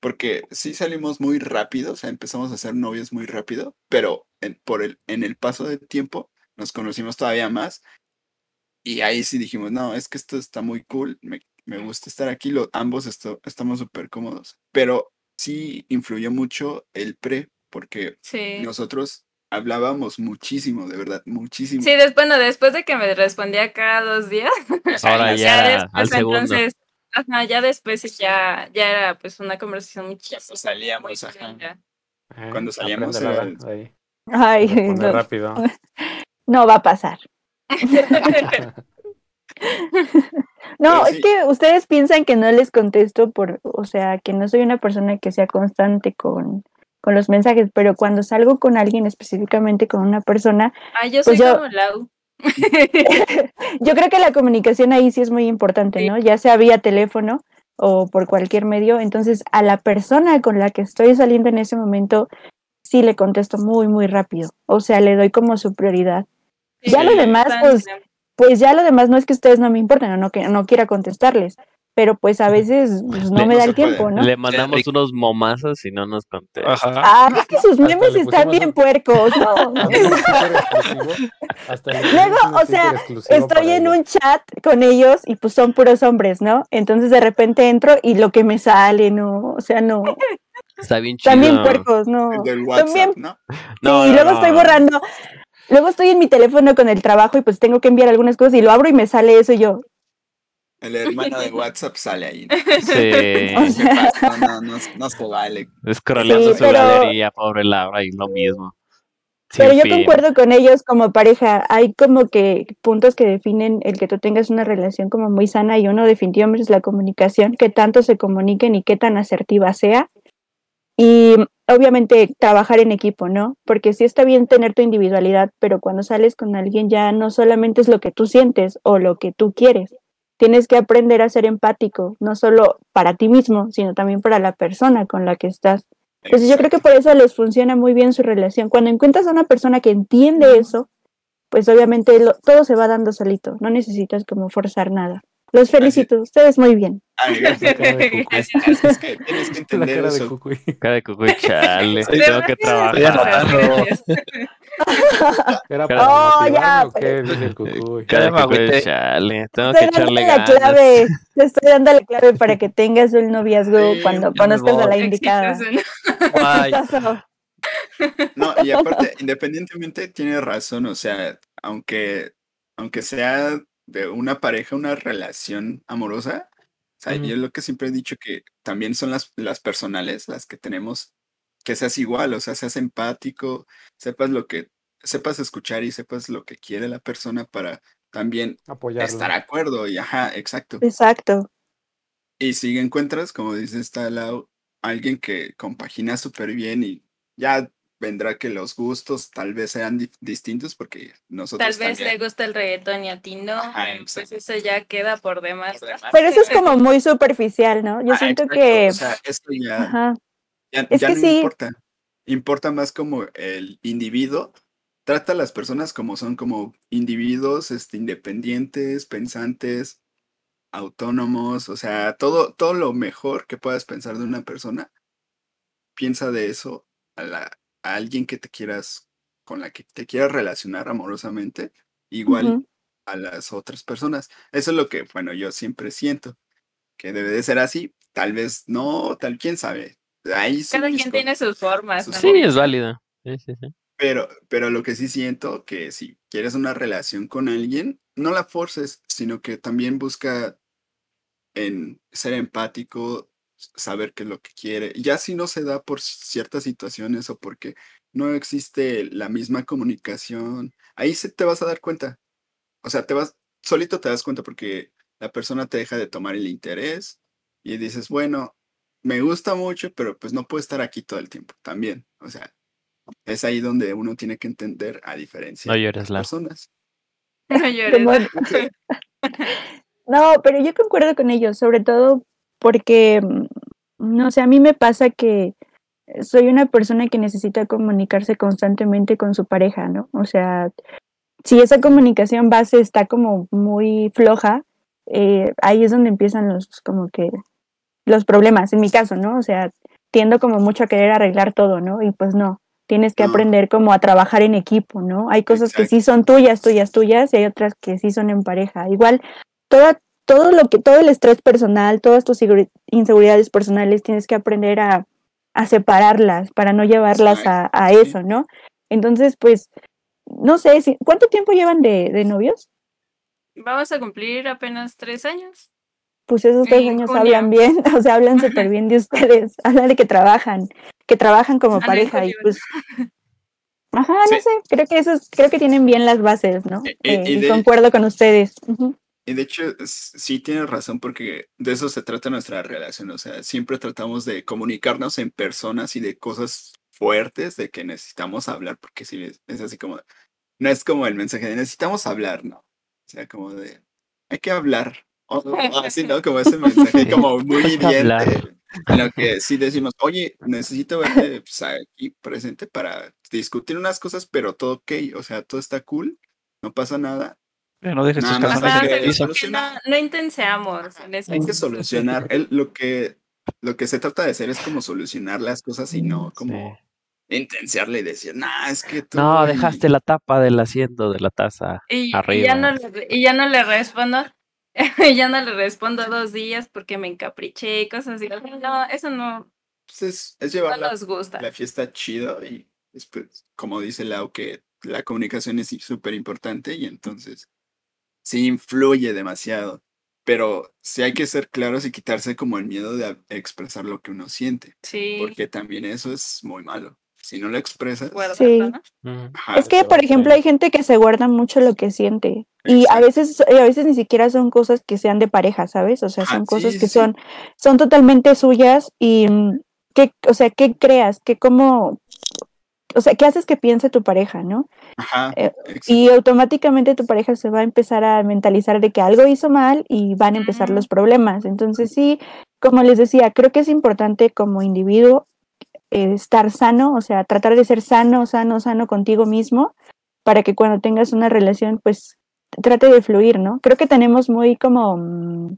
Speaker 3: porque sí salimos muy rápido, o sea, empezamos a ser novios muy rápido, pero en, por el, en el paso del tiempo nos conocimos todavía más y ahí sí dijimos, no, es que esto está muy cool, me, me gusta estar aquí, lo, ambos esto- estamos súper cómodos, pero sí influyó mucho el pre, porque
Speaker 7: Sí.
Speaker 3: nosotros hablábamos muchísimo, de verdad, muchísimo.
Speaker 7: Sí, des- bueno, después de que me respondía cada dos días,
Speaker 5: Ahora ya,
Speaker 7: después,
Speaker 5: al segundo.
Speaker 7: entonces, ajá, ya después sí ya, ya era pues una conversación muchísimo.
Speaker 3: Cuando salíamos,
Speaker 7: muy
Speaker 3: ajá.
Speaker 7: fluida.
Speaker 4: Ah,
Speaker 3: Cuando salíamos
Speaker 4: apréndela,
Speaker 3: era
Speaker 4: va,
Speaker 3: el-
Speaker 4: ahí.
Speaker 2: Ay,
Speaker 4: Responde
Speaker 2: no,
Speaker 4: rápido.
Speaker 2: no va a pasar. No,
Speaker 3: Pero
Speaker 2: es
Speaker 3: sí.
Speaker 2: que ustedes piensan que no les contesto por, o sea, que no soy una persona que sea constante con, con los mensajes, pero cuando salgo con alguien, específicamente con una persona,
Speaker 7: Ah, yo soy
Speaker 2: Pues yo-
Speaker 7: como Lau.
Speaker 2: yo creo que la comunicación ahí sí es muy importante,
Speaker 7: Sí.
Speaker 2: ¿no? Ya sea vía teléfono o por cualquier medio, entonces a la persona con la que estoy saliendo en ese momento, sí le contesto muy, muy rápido, o sea, le doy como su prioridad.
Speaker 3: Ya lo
Speaker 2: demás,
Speaker 7: tan-
Speaker 2: pues, Pues ya lo demás no es que ustedes no me importen o no, que, no quiera contestarles. Pero pues a veces pues, no
Speaker 5: Le-
Speaker 2: me
Speaker 3: no
Speaker 2: da
Speaker 3: se
Speaker 2: el tiempo,
Speaker 3: puede.
Speaker 2: ¿no?
Speaker 5: Le mandamos
Speaker 6: Enrique.
Speaker 5: unos momazos y no nos contesta.
Speaker 6: Ajá.
Speaker 2: Ah, es que sus
Speaker 4: Hasta
Speaker 2: memes
Speaker 4: le
Speaker 2: están
Speaker 4: pusimos
Speaker 2: bien
Speaker 4: un-
Speaker 2: puercos. No.
Speaker 4: Hasta le pusimos un sticker exclusivo, hasta le
Speaker 2: Luego,
Speaker 4: pusimos un
Speaker 2: o
Speaker 4: sticker
Speaker 2: sea,
Speaker 4: exclusivo
Speaker 2: Estoy
Speaker 4: para
Speaker 2: en
Speaker 4: ellos.
Speaker 2: un chat con ellos y pues son puros hombres, ¿no? Entonces de repente entro y lo que me sale, no, o sea, no.
Speaker 5: Está bien chido.
Speaker 2: También puercos, no.
Speaker 3: el del WhatsApp,
Speaker 2: También-
Speaker 3: ¿no?
Speaker 5: No,
Speaker 2: sí,
Speaker 5: no,
Speaker 2: y luego
Speaker 5: no,
Speaker 2: estoy
Speaker 5: no.
Speaker 2: borrando. Luego estoy en mi teléfono con el trabajo y pues tengo que enviar algunas cosas y lo abro y me sale eso y yo.
Speaker 3: El hermano de WhatsApp sale ahí. ¿no?
Speaker 2: O
Speaker 5: Sí,
Speaker 2: sea,
Speaker 3: ¿Qué pasa? No, no, no se vale.
Speaker 5: scrolleando
Speaker 2: Sí,
Speaker 5: su
Speaker 2: pero-
Speaker 5: galería, pobre Laura, y lo mismo.
Speaker 2: Pero
Speaker 5: Sin
Speaker 2: yo
Speaker 5: fin.
Speaker 2: concuerdo con ellos como pareja. Hay como que puntos que definen el que tú tengas una relación como muy sana y uno definitivamente es la comunicación, que tanto se comuniquen y qué tan asertiva sea. Y obviamente trabajar en equipo, ¿no? Porque sí está bien tener tu individualidad, pero cuando sales con alguien ya no solamente es lo que tú sientes o lo que tú quieres. Tienes que aprender a ser empático, no solo para ti mismo, sino también para la persona con la que estás. Entonces yo creo que por eso les funciona muy bien su relación. Cuando encuentras a una persona que entiende eso, pues obviamente lo- todo se va dando solito. No necesitas como forzar nada. Los felicito, ustedes muy bien.
Speaker 3: Ay, gracias. Es que tienes que
Speaker 4: La
Speaker 3: entender
Speaker 4: cara de
Speaker 3: eso.
Speaker 4: Cucuy.
Speaker 5: Cara de cucu, chale.
Speaker 6: Sí,
Speaker 5: tengo que
Speaker 6: Estoy
Speaker 5: trabajar.
Speaker 6: anotando.
Speaker 4: Era para
Speaker 5: Oh,
Speaker 4: motivarme
Speaker 2: ya,
Speaker 4: o qué, dice el Cucuy.
Speaker 5: Cara de
Speaker 6: Ya me
Speaker 5: cucu,
Speaker 6: agüité.
Speaker 5: chale. Tengo que
Speaker 2: Estoy dando
Speaker 5: echarle
Speaker 2: la
Speaker 5: ganas.
Speaker 2: clave, te estoy dando la clave para que tengas un noviazgo
Speaker 3: Sí,
Speaker 2: cuando
Speaker 6: ya me
Speaker 2: conozcas a la
Speaker 6: voy.
Speaker 2: indicada.
Speaker 7: Exitoso, ¿no?
Speaker 6: Ay,
Speaker 2: Exitoso.
Speaker 3: No, y aparte, independientemente, tiene razón. O sea, aunque, aunque sea de una pareja, una relación amorosa, o sea,
Speaker 4: Ujú.
Speaker 3: yo lo que siempre he dicho que también son las, las personales las que tenemos, que seas igual, o sea, seas empático, sepas lo que, sepas escuchar y sepas lo que quiere la persona para también
Speaker 4: Apoyarlo.
Speaker 3: estar de acuerdo. Y ajá, exacto.
Speaker 2: Exacto.
Speaker 3: Y si encuentras, como dice está Lau, alguien que compagina súper bien y ya vendrá que los gustos tal vez sean di- distintos porque nosotros
Speaker 7: Tal vez
Speaker 3: también-
Speaker 7: le gusta el reggaetón y a ti no.
Speaker 3: Ajá,
Speaker 7: y pues
Speaker 3: exacto.
Speaker 7: eso ya queda por demás.
Speaker 3: Por demás.
Speaker 2: Pero eso es como muy superficial, ¿no? Yo
Speaker 3: Ah,
Speaker 2: siento
Speaker 3: exacto,
Speaker 2: que...
Speaker 3: o sea, eso ya,
Speaker 2: Ajá.
Speaker 3: ya-
Speaker 2: es
Speaker 3: ya
Speaker 2: que
Speaker 3: no
Speaker 2: sí.
Speaker 3: importa. Importa más como el individuo trata a las personas como son, como individuos este, independientes, pensantes, autónomos, o sea, todo, todo lo mejor que puedas pensar de una persona, piensa de eso a, la, a alguien que te quieras, con la que te quieras relacionar amorosamente, igual
Speaker 2: ujú.
Speaker 3: a las otras personas. Eso es lo que, bueno, yo siempre siento que debe de ser así. Tal vez no, tal quién sabe. Ahí sí
Speaker 7: Cada quien
Speaker 3: discor-
Speaker 7: tiene sus formas,
Speaker 3: Sus
Speaker 7: ¿no?
Speaker 3: formas.
Speaker 5: Sí, es válido. Sí, sí, sí.
Speaker 3: Pero, pero lo que sí siento que si quieres una relación con alguien, no la forces, sino que también busca en ser empático, s- saber qué es lo que quiere. Ya si no se da por ciertas situaciones o porque no existe la misma comunicación, ahí se te vas a dar cuenta. O sea, te vas, solito te das cuenta porque la persona te deja de tomar el interés y dices, bueno, me gusta mucho, pero pues no puedo estar aquí todo el tiempo también. O sea, es ahí donde uno tiene que entender a diferencia
Speaker 5: No
Speaker 3: de las
Speaker 5: llores, Lau.
Speaker 3: personas.
Speaker 7: No llores.
Speaker 2: Como- No, pero yo concuerdo con ellos, sobre todo porque, mm, no sé, a mí me pasa que soy una persona que necesita comunicarse constantemente con su pareja, ¿no? O sea, si esa comunicación base está como muy floja, eh, ahí es donde empiezan los, como que, los problemas, en mi caso, ¿no? O sea, tiendo como mucho a querer arreglar todo, ¿no? Y pues no, tienes que
Speaker 3: No.
Speaker 2: aprender como a trabajar en equipo, ¿no? Hay cosas que sí son tuyas, tuyas, tuyas, y hay otras que sí son en pareja. Igual, toda, todo lo que, todo el estrés personal, todas tus seguri- inseguridades personales, tienes que aprender a, a separarlas para no llevarlas a, a
Speaker 3: sí.
Speaker 2: eso, ¿no? Entonces, pues, no sé, si, ¿cuánto tiempo llevan de, de novios?
Speaker 7: Vamos a cumplir apenas tres años.
Speaker 2: Pues esos tres
Speaker 7: En
Speaker 2: años
Speaker 7: junio.
Speaker 2: hablan bien, o sea, hablan súper bien de ustedes, hablan de que trabajan, que trabajan como
Speaker 7: Ah, no, en
Speaker 2: pareja y
Speaker 7: junio.
Speaker 2: pues... Ajá,
Speaker 3: Sí.
Speaker 2: no sé, creo que eso es- creo que tienen bien las bases, ¿no?
Speaker 3: Y- y-
Speaker 2: Eh,
Speaker 3: y
Speaker 2: y
Speaker 3: de-
Speaker 2: concuerdo con ustedes. Ujú.
Speaker 3: Y de hecho, s- sí tienes razón porque de eso se trata nuestra relación. O sea, siempre tratamos de comunicarnos en personas y de cosas fuertes de que necesitamos hablar porque si es, es así como, no es como el mensaje de necesitamos hablar, ¿no? O sea, como de, hay que hablar. O, o así, ¿no? Como ese mensaje
Speaker 5: Sí.
Speaker 3: como muy
Speaker 5: Hay que hablar.
Speaker 3: hiriente. En lo que sí decimos, oye, necesito verte pues, aquí presente para discutir unas cosas, pero todo ok, o sea, todo está cool, no pasa nada.
Speaker 6: Que no dejes tus
Speaker 3: Nada más
Speaker 6: calzones
Speaker 7: Ajá,
Speaker 6: en el
Speaker 3: que-
Speaker 6: piso.
Speaker 7: seguro que no, no intenseamos en eso.
Speaker 3: Hay que solucionar. el- lo, que, lo que se trata de hacer es como solucionar las cosas y no como intensearle y decir, nah, es que tú.
Speaker 5: No,
Speaker 3: y-".
Speaker 5: dejaste la tapa del asiento de la taza.
Speaker 7: Y, y
Speaker 5: Arriba.
Speaker 7: ya no le, y ya no le respondo. y ya no le respondo dos días porque me encapriché y cosas así. No, eso no,
Speaker 3: Pues es, es
Speaker 7: no
Speaker 3: llevar la,
Speaker 7: nos gusta.
Speaker 3: la fiesta chido y después, como dice Lau, que la comunicación es súper importante y entonces sí influye demasiado. Pero sí hay que ser claros y quitarse como el miedo de a- expresar lo que uno siente,
Speaker 7: Sí,
Speaker 3: porque también eso es muy malo. Si no lo expresas,
Speaker 7: guarda,
Speaker 2: Sí.
Speaker 7: ¿no?
Speaker 5: Ujú.
Speaker 3: ajá,
Speaker 2: Es que, por ejemplo, hay gente que se guarda mucho lo que siente. Y a
Speaker 3: Exacto.
Speaker 2: veces, y a veces ni siquiera son cosas que sean de pareja, ¿sabes? O sea,
Speaker 3: Ajá,
Speaker 2: son
Speaker 3: Ah, sí,
Speaker 2: cosas
Speaker 3: sí,
Speaker 2: que
Speaker 3: sí.
Speaker 2: son, son totalmente suyas y mm, que, o sea, ¿qué creas? ¿Qué cómo, o sea, qué haces que piense tu pareja, no?
Speaker 3: Ajá,
Speaker 2: Eh,
Speaker 3: exacto.
Speaker 2: Y automáticamente tu pareja se va a empezar a mentalizar de que algo hizo mal y van a empezar
Speaker 7: Ujú.
Speaker 2: los problemas. Entonces, sí, como les decía, creo que es importante como individuo eh, estar sano, o sea, tratar de ser sano, sano, sano contigo mismo, para que cuando tengas una relación, pues trate de fluir, ¿no? Creo que tenemos muy como mm,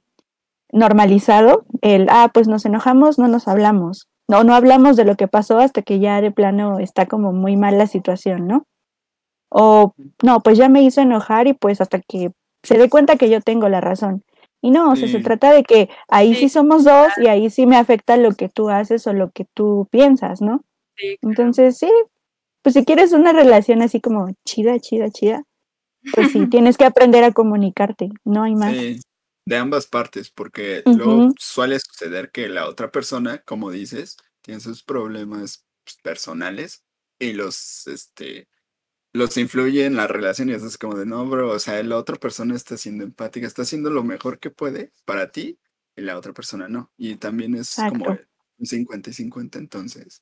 Speaker 2: normalizado el, ah, pues nos enojamos, no nos hablamos, no, no hablamos de lo que pasó hasta que ya de plano está como muy mal la situación, ¿no? O, no, pues ya me hizo enojar y pues hasta que se dé cuenta que yo tengo la razón. Y no, o sea, se
Speaker 3: Sí.
Speaker 2: trata de que ahí sí
Speaker 7: Sí.
Speaker 2: somos dos y ahí sí me afecta lo que tú haces o lo que tú piensas, ¿no?
Speaker 7: Sí, claro.
Speaker 2: Entonces, sí, pues si quieres una relación así como chida, chida, chida, pues sí, tienes que aprender a comunicarte, no hay más.
Speaker 3: Sí, de ambas partes, porque
Speaker 2: Ujú.
Speaker 3: luego suele suceder que la otra persona, como dices, tiene sus problemas pues, personales y los, este, los influye en la relación y es como de, no, bro, o sea, la otra persona está siendo empática, está haciendo lo mejor que puede para ti, y la otra persona no. Y también es
Speaker 2: Exacto.
Speaker 3: como un 50 y 50, entonces.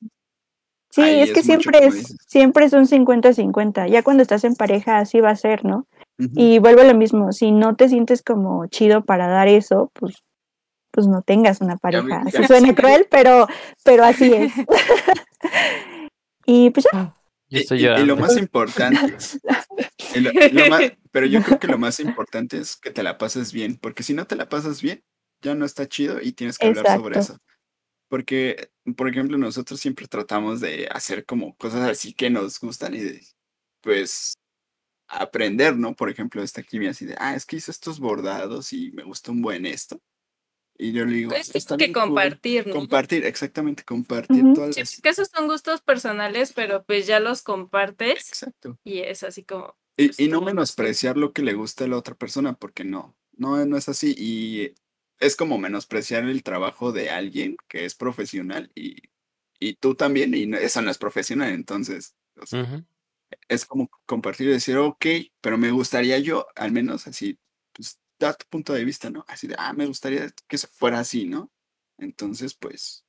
Speaker 2: Sí,
Speaker 3: ahí
Speaker 2: es que
Speaker 3: mucho,
Speaker 2: siempre
Speaker 3: como
Speaker 2: es,
Speaker 3: dices.
Speaker 2: siempre es un 50-50. Ya cuando estás en pareja, así va a ser, ¿no?
Speaker 3: Ujú.
Speaker 2: Y vuelvo a lo mismo, si no te sientes como chido para dar eso, pues, pues no tengas una pareja.
Speaker 3: vi- ya
Speaker 2: Así
Speaker 3: vi-
Speaker 2: suena cruel, pero, pero así es. y pues ya,
Speaker 5: Yo
Speaker 3: Y-
Speaker 5: estoy
Speaker 3: Eh, y- y,
Speaker 5: llorando.
Speaker 3: lo más importante, y lo- lo ma- pero yo creo que lo más importante es que te la pases bien, porque si no te la pasas bien, ya no está chido y tienes que hablar sobre
Speaker 2: Exacto.
Speaker 3: eso. Porque, por ejemplo, nosotros siempre tratamos de hacer como cosas así que nos gustan y de, pues aprender, ¿no? Por ejemplo, esta quimia así de, ah, es que hice estos bordados y me gusta un buen esto. Y yo le digo,
Speaker 7: Pues
Speaker 3: "Está
Speaker 7: que
Speaker 3: bien cool".
Speaker 7: compartir, ¿no?
Speaker 3: Compartir, exactamente, compartir
Speaker 2: Ujú.
Speaker 3: todas
Speaker 7: Sí,
Speaker 3: las...
Speaker 7: pues, que esos son gustos personales, pero pues ya los compartes
Speaker 3: Exacto.
Speaker 7: y es así como,
Speaker 3: Y, y no
Speaker 7: Estuvo-
Speaker 3: menospreciar lo que le gusta a la otra persona, porque no, no, no es así. Y es como menospreciar el trabajo de alguien que es profesional y, y tú también, y no- eso no es profesional. Entonces, o sea,
Speaker 5: Ujú.
Speaker 3: es como compartir y decir, ok, pero me gustaría yo, al menos así, pues da tu punto de vista, ¿no? Así de, ah, me gustaría que se fuera así, ¿no? Entonces, pues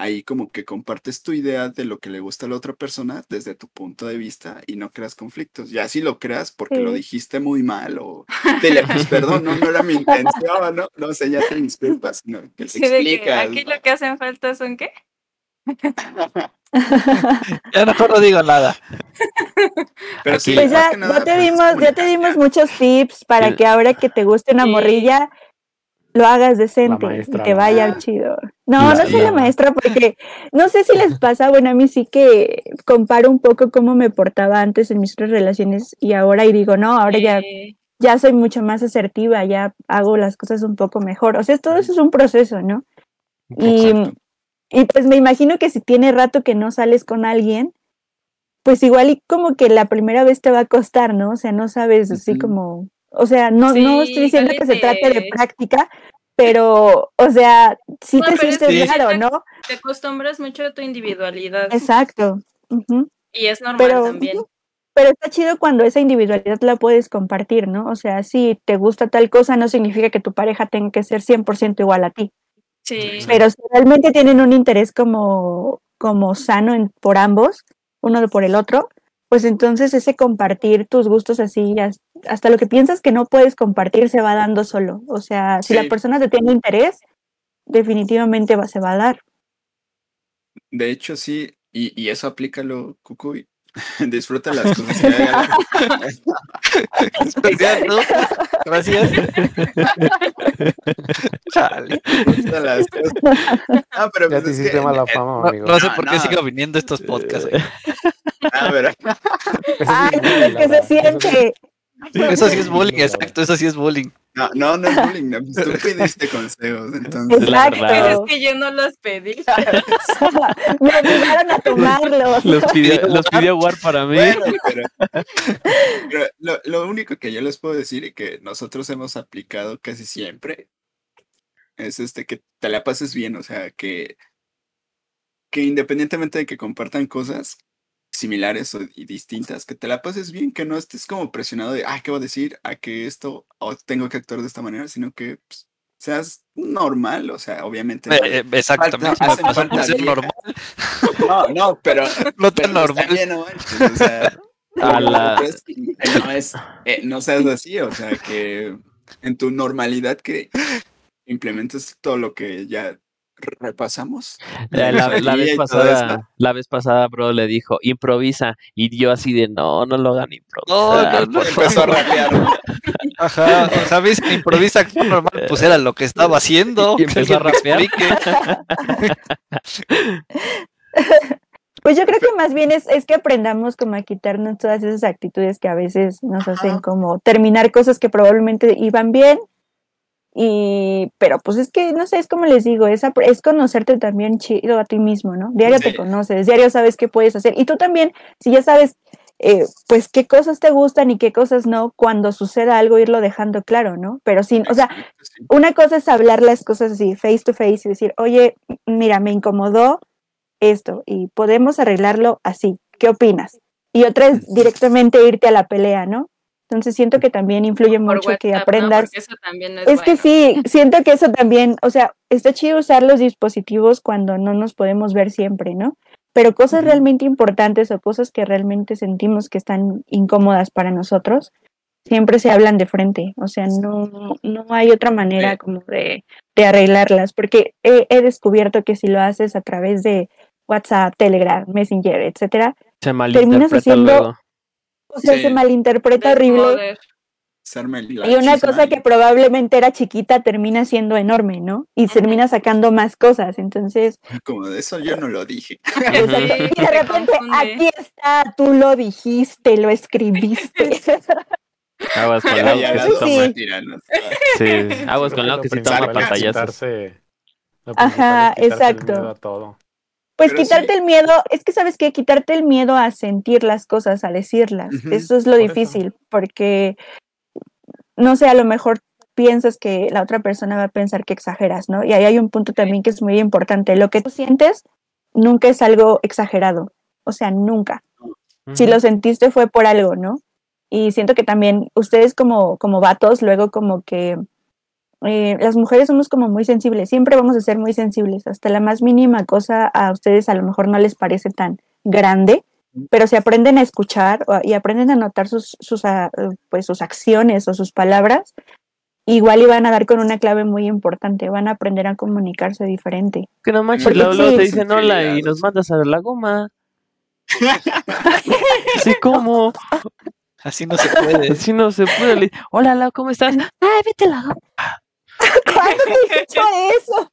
Speaker 3: ahí como que compartes tu idea de lo que le gusta a la otra persona desde tu punto de vista y no creas conflictos. Ya si lo creas porque lo
Speaker 2: Sí.
Speaker 3: dijiste muy mal o te le pues perdón, no, no era mi intención, ¿no? No sé, ya te disculpas, no, que te
Speaker 7: sí, de que
Speaker 3: explicas.
Speaker 7: aquí lo que hacen falta son qué?
Speaker 6: Ya mejor no digo nada.
Speaker 3: Pero
Speaker 5: Aquí-
Speaker 3: sí,
Speaker 2: pues
Speaker 3: más
Speaker 2: ya,
Speaker 3: que nada,
Speaker 2: ya te
Speaker 3: pues, es
Speaker 2: dimos, ya te
Speaker 3: comunicación.
Speaker 2: dimos muchos tips para
Speaker 5: Sí.
Speaker 2: que ahora que te guste una
Speaker 7: Sí.
Speaker 2: morrilla, lo hagas decente
Speaker 4: maestra,
Speaker 2: y te
Speaker 4: la
Speaker 2: vaya
Speaker 3: maestra.
Speaker 2: chido. No,
Speaker 6: La-
Speaker 2: no soy la
Speaker 6: la-
Speaker 2: maestra porque no sé si les pasa, bueno, a mí sí que comparo un poco cómo me portaba antes en mis otras relaciones y ahora y digo, no, ahora ya
Speaker 7: Eh,
Speaker 2: ya soy mucho más asertiva, ya hago las cosas un poco mejor. O sea, todo eso es un proceso, ¿no? Y,
Speaker 5: Exacto.
Speaker 2: y pues me imagino que si tiene rato que no sales con alguien, pues igual y como que la primera vez te va a costar, ¿no? O sea, no sabes así
Speaker 3: Ujú.
Speaker 2: como, o sea, no, no
Speaker 7: Sí,
Speaker 2: estoy diciendo
Speaker 7: igual
Speaker 2: que
Speaker 7: y
Speaker 2: se trate de
Speaker 7: te-
Speaker 2: práctica, pero, o sea, sí
Speaker 7: No,
Speaker 2: te
Speaker 7: pero es
Speaker 2: sientes
Speaker 6: que-
Speaker 2: raro, ¿no?
Speaker 7: Te acostumbras mucho a tu individualidad
Speaker 2: Exacto. Ujú.
Speaker 7: y es normal
Speaker 2: pero,
Speaker 7: también.
Speaker 2: ujú, pero está chido cuando esa individualidad la puedes compartir, ¿no? O sea, si te gusta tal cosa, no significa que tu pareja tenga que ser 100% igual a ti.
Speaker 7: Sí,
Speaker 3: Exacto.
Speaker 2: Pero si realmente tienen un interés como, como sano en- por ambos, uno por el otro, pues entonces ese compartir tus gustos así, has- hasta lo que piensas que no puedes compartir, se va dando solo. O sea, si la
Speaker 3: Sí.
Speaker 2: persona te tiene interés, definitivamente va- se va a dar.
Speaker 3: De hecho, sí, y, y eso aplícalo, Cucuy. Disfruta las cosas que haga la-
Speaker 6: Gracias, Pues ¿no? Gracias. Chale.
Speaker 3: disfruta las cosas. Ah, pero
Speaker 4: Ya
Speaker 3: pues
Speaker 4: te
Speaker 3: es
Speaker 4: hiciste
Speaker 3: que-
Speaker 4: mala
Speaker 6: No,
Speaker 4: fama, amigo.
Speaker 6: no sé
Speaker 3: No,
Speaker 6: por qué
Speaker 3: no.
Speaker 6: sigo viniendo a estos podcasts. eh.
Speaker 3: A ver,
Speaker 4: Eso sí
Speaker 2: Ay, es
Speaker 4: es bullying,
Speaker 2: que
Speaker 4: Laura,
Speaker 2: se siente.
Speaker 4: eso sí-
Speaker 6: Eso sí es
Speaker 4: Sí,
Speaker 6: bullying,
Speaker 4: Laura.
Speaker 6: exacto, eso sí es bullying.
Speaker 3: no, no, no es bullying, no, pues tú pediste consejos, entonces.
Speaker 5: Es la
Speaker 7: pues
Speaker 5: verdad.
Speaker 7: es
Speaker 2: Exacto.
Speaker 7: que yo no los pedí.
Speaker 2: Me obligaron a tomarlos.
Speaker 5: Los pidió, los pidió War para mí.
Speaker 3: Bueno, pero, pero lo, lo único que yo les puedo decir y que nosotros hemos aplicado casi siempre es este que te la pases bien, o sea, que, que independientemente de que compartan cosas similares o- y distintas, que te la pases bien, que no estés como presionado de, ah, ¿qué voy a decir? ¿A que esto? ¿O tengo que actuar de esta manera? Sino que pues, seas normal, o sea, obviamente. no-
Speaker 6: Eh, eh, exactamente.
Speaker 3: este, Falta- hacen
Speaker 6: no, pues,
Speaker 3: falta
Speaker 6: no ser
Speaker 3: viejas. No,
Speaker 6: normal,
Speaker 3: no, pero,
Speaker 6: no
Speaker 3: pero
Speaker 6: tan
Speaker 3: pues
Speaker 6: normal.
Speaker 3: también, no manches, o sea,
Speaker 5: A la-
Speaker 3: pero es que no es, eh, no seas así, o sea, que en tu normalidad que implementes todo lo que ya repasamos.
Speaker 5: Eh, La, la
Speaker 3: grosería
Speaker 5: vez
Speaker 3: y todo eso.
Speaker 5: pasada, la vez pasada, bro, le dijo, improvisa. Y yo así de, no, no lo hagan
Speaker 6: No,
Speaker 5: improvisar.
Speaker 6: no, no.
Speaker 3: Empezó a rapear. ¿no?
Speaker 6: Ajá, o sea, ¿ves? improvisa acción normal, pues era lo que estaba haciendo.
Speaker 5: Y empezó a
Speaker 6: que alguien me explique.
Speaker 2: Pues yo creo que más bien es, es que aprendamos como a quitarnos todas esas actitudes que a veces nos hacen como terminar cosas que probablemente iban bien. Y, pero pues es que, no sé, es como les digo, es, apre- es conocerte también chido a ti mismo, ¿no? Diario
Speaker 3: Sí.
Speaker 2: te conoces, diario sabes qué puedes hacer. Y tú también, si ya sabes, eh, pues qué cosas te gustan y qué cosas no, cuando suceda algo, irlo dejando claro, ¿no? Pero sin, o sea,
Speaker 3: Exacto, pues, sí.
Speaker 2: una cosa es hablar las cosas así, face to face, y decir, oye, m- mira, me incomodó esto y podemos arreglarlo así. ¿Qué opinas? Y otra es
Speaker 3: Ujú.
Speaker 2: directamente irte a la pelea, ¿no? Entonces siento que también influye
Speaker 7: por
Speaker 2: mucho que
Speaker 7: WhatsApp, ¿no?
Speaker 2: aprendas.
Speaker 7: Porque Eso también no es,
Speaker 2: Es que
Speaker 7: bueno.
Speaker 2: sí, siento que eso también, o sea, está chido usar los dispositivos cuando no nos podemos ver siempre, ¿no? Pero cosas realmente importantes o cosas que realmente sentimos que están incómodas para nosotros, siempre se hablan de frente, o sea, no, no hay otra manera como de, de arreglarlas, porque he, he descubierto que si lo haces a través de WhatsApp, Telegram, Messenger, etcétera,
Speaker 5: Se malinterpreta
Speaker 2: haciendo-
Speaker 5: luego.
Speaker 2: o sea,
Speaker 8: Sí.
Speaker 2: se malinterpreta horrible
Speaker 7: Desmoder.
Speaker 3: Serme la
Speaker 2: y una
Speaker 3: chisma
Speaker 2: cosa que probablemente era chiquita termina siendo enorme, ¿no? Y termina sacando más cosas. Entonces,
Speaker 3: Como de eso yo no lo dije.
Speaker 2: exacto, y de
Speaker 7: Te
Speaker 2: repente,
Speaker 7: confunde.
Speaker 2: aquí está, tú lo dijiste, lo escribiste.
Speaker 5: Aguas con
Speaker 3: Ya,
Speaker 5: lo
Speaker 3: ya
Speaker 5: que
Speaker 3: las
Speaker 5: se
Speaker 3: dos
Speaker 2: Sí.
Speaker 5: toma.
Speaker 3: me tiran, o sea,
Speaker 5: Sí, aguas con
Speaker 4: Creo
Speaker 5: lo que se
Speaker 4: principal
Speaker 5: toma
Speaker 4: es
Speaker 5: pantallazos.
Speaker 4: quitarse- lo
Speaker 2: Ajá,
Speaker 4: principal es quitarse el
Speaker 2: exacto.
Speaker 4: miedo a todo.
Speaker 2: Pues
Speaker 3: Pero
Speaker 2: quitarte
Speaker 3: sí.
Speaker 2: el miedo, es que sabes que quitarte el miedo a sentir las cosas, a decirlas,
Speaker 3: Ujú,
Speaker 2: eso es lo
Speaker 4: por eso.
Speaker 2: difícil, porque, no sé, a lo mejor piensas que la otra persona va a pensar que exageras, ¿no? Y ahí hay un punto también que es muy importante, lo que tú sientes nunca es algo exagerado, o sea, nunca. Si lo sentiste fue por algo, ¿no? Y siento que también ustedes como, como vatos, luego como que eh, las mujeres somos como muy sensibles, siempre vamos a ser muy sensibles, hasta la más mínima cosa a ustedes a lo mejor no les parece tan grande, pero si aprenden a escuchar o- y aprenden a notar sus, sus, ah, pues, sus acciones o sus palabras, igual iban a dar con una clave muy importante, van a aprender a comunicarse diferente.
Speaker 5: Que no manches,
Speaker 2: Porque
Speaker 5: luego, luego
Speaker 2: sí.
Speaker 5: te dicen hola y
Speaker 3: Sensibilidades.
Speaker 5: nos mandas a la goma. Sí, ¿cómo?
Speaker 6: Así no se puede.
Speaker 5: Si no se puede. le- Hola, Lau, ¿cómo estás? Ay, vete a la goma.
Speaker 2: ¿Cuándo te he dicho eso?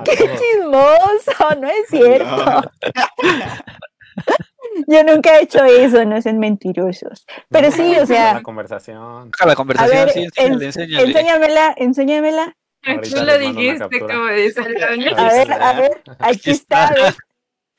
Speaker 4: A
Speaker 2: ¡Qué
Speaker 4: todo.
Speaker 2: chismoso! No es cierto.
Speaker 3: no.
Speaker 2: Yo nunca he hecho eso, no sean mentirosos. Pero
Speaker 4: Nos
Speaker 2: sí,
Speaker 4: vamos
Speaker 2: o
Speaker 4: a
Speaker 2: sea-
Speaker 4: La conversación.
Speaker 6: Saca la conversación,
Speaker 2: A ver,
Speaker 6: sí, enséñale,
Speaker 2: en-
Speaker 6: enséñale.
Speaker 2: Enséñamela, enséñamela.
Speaker 4: Ahorita les
Speaker 7: Tú lo
Speaker 4: mando una
Speaker 7: dijiste,
Speaker 4: captura.
Speaker 7: como dice el Toño.
Speaker 2: A ver, a
Speaker 4: está.
Speaker 2: ver, aquí está. a ver.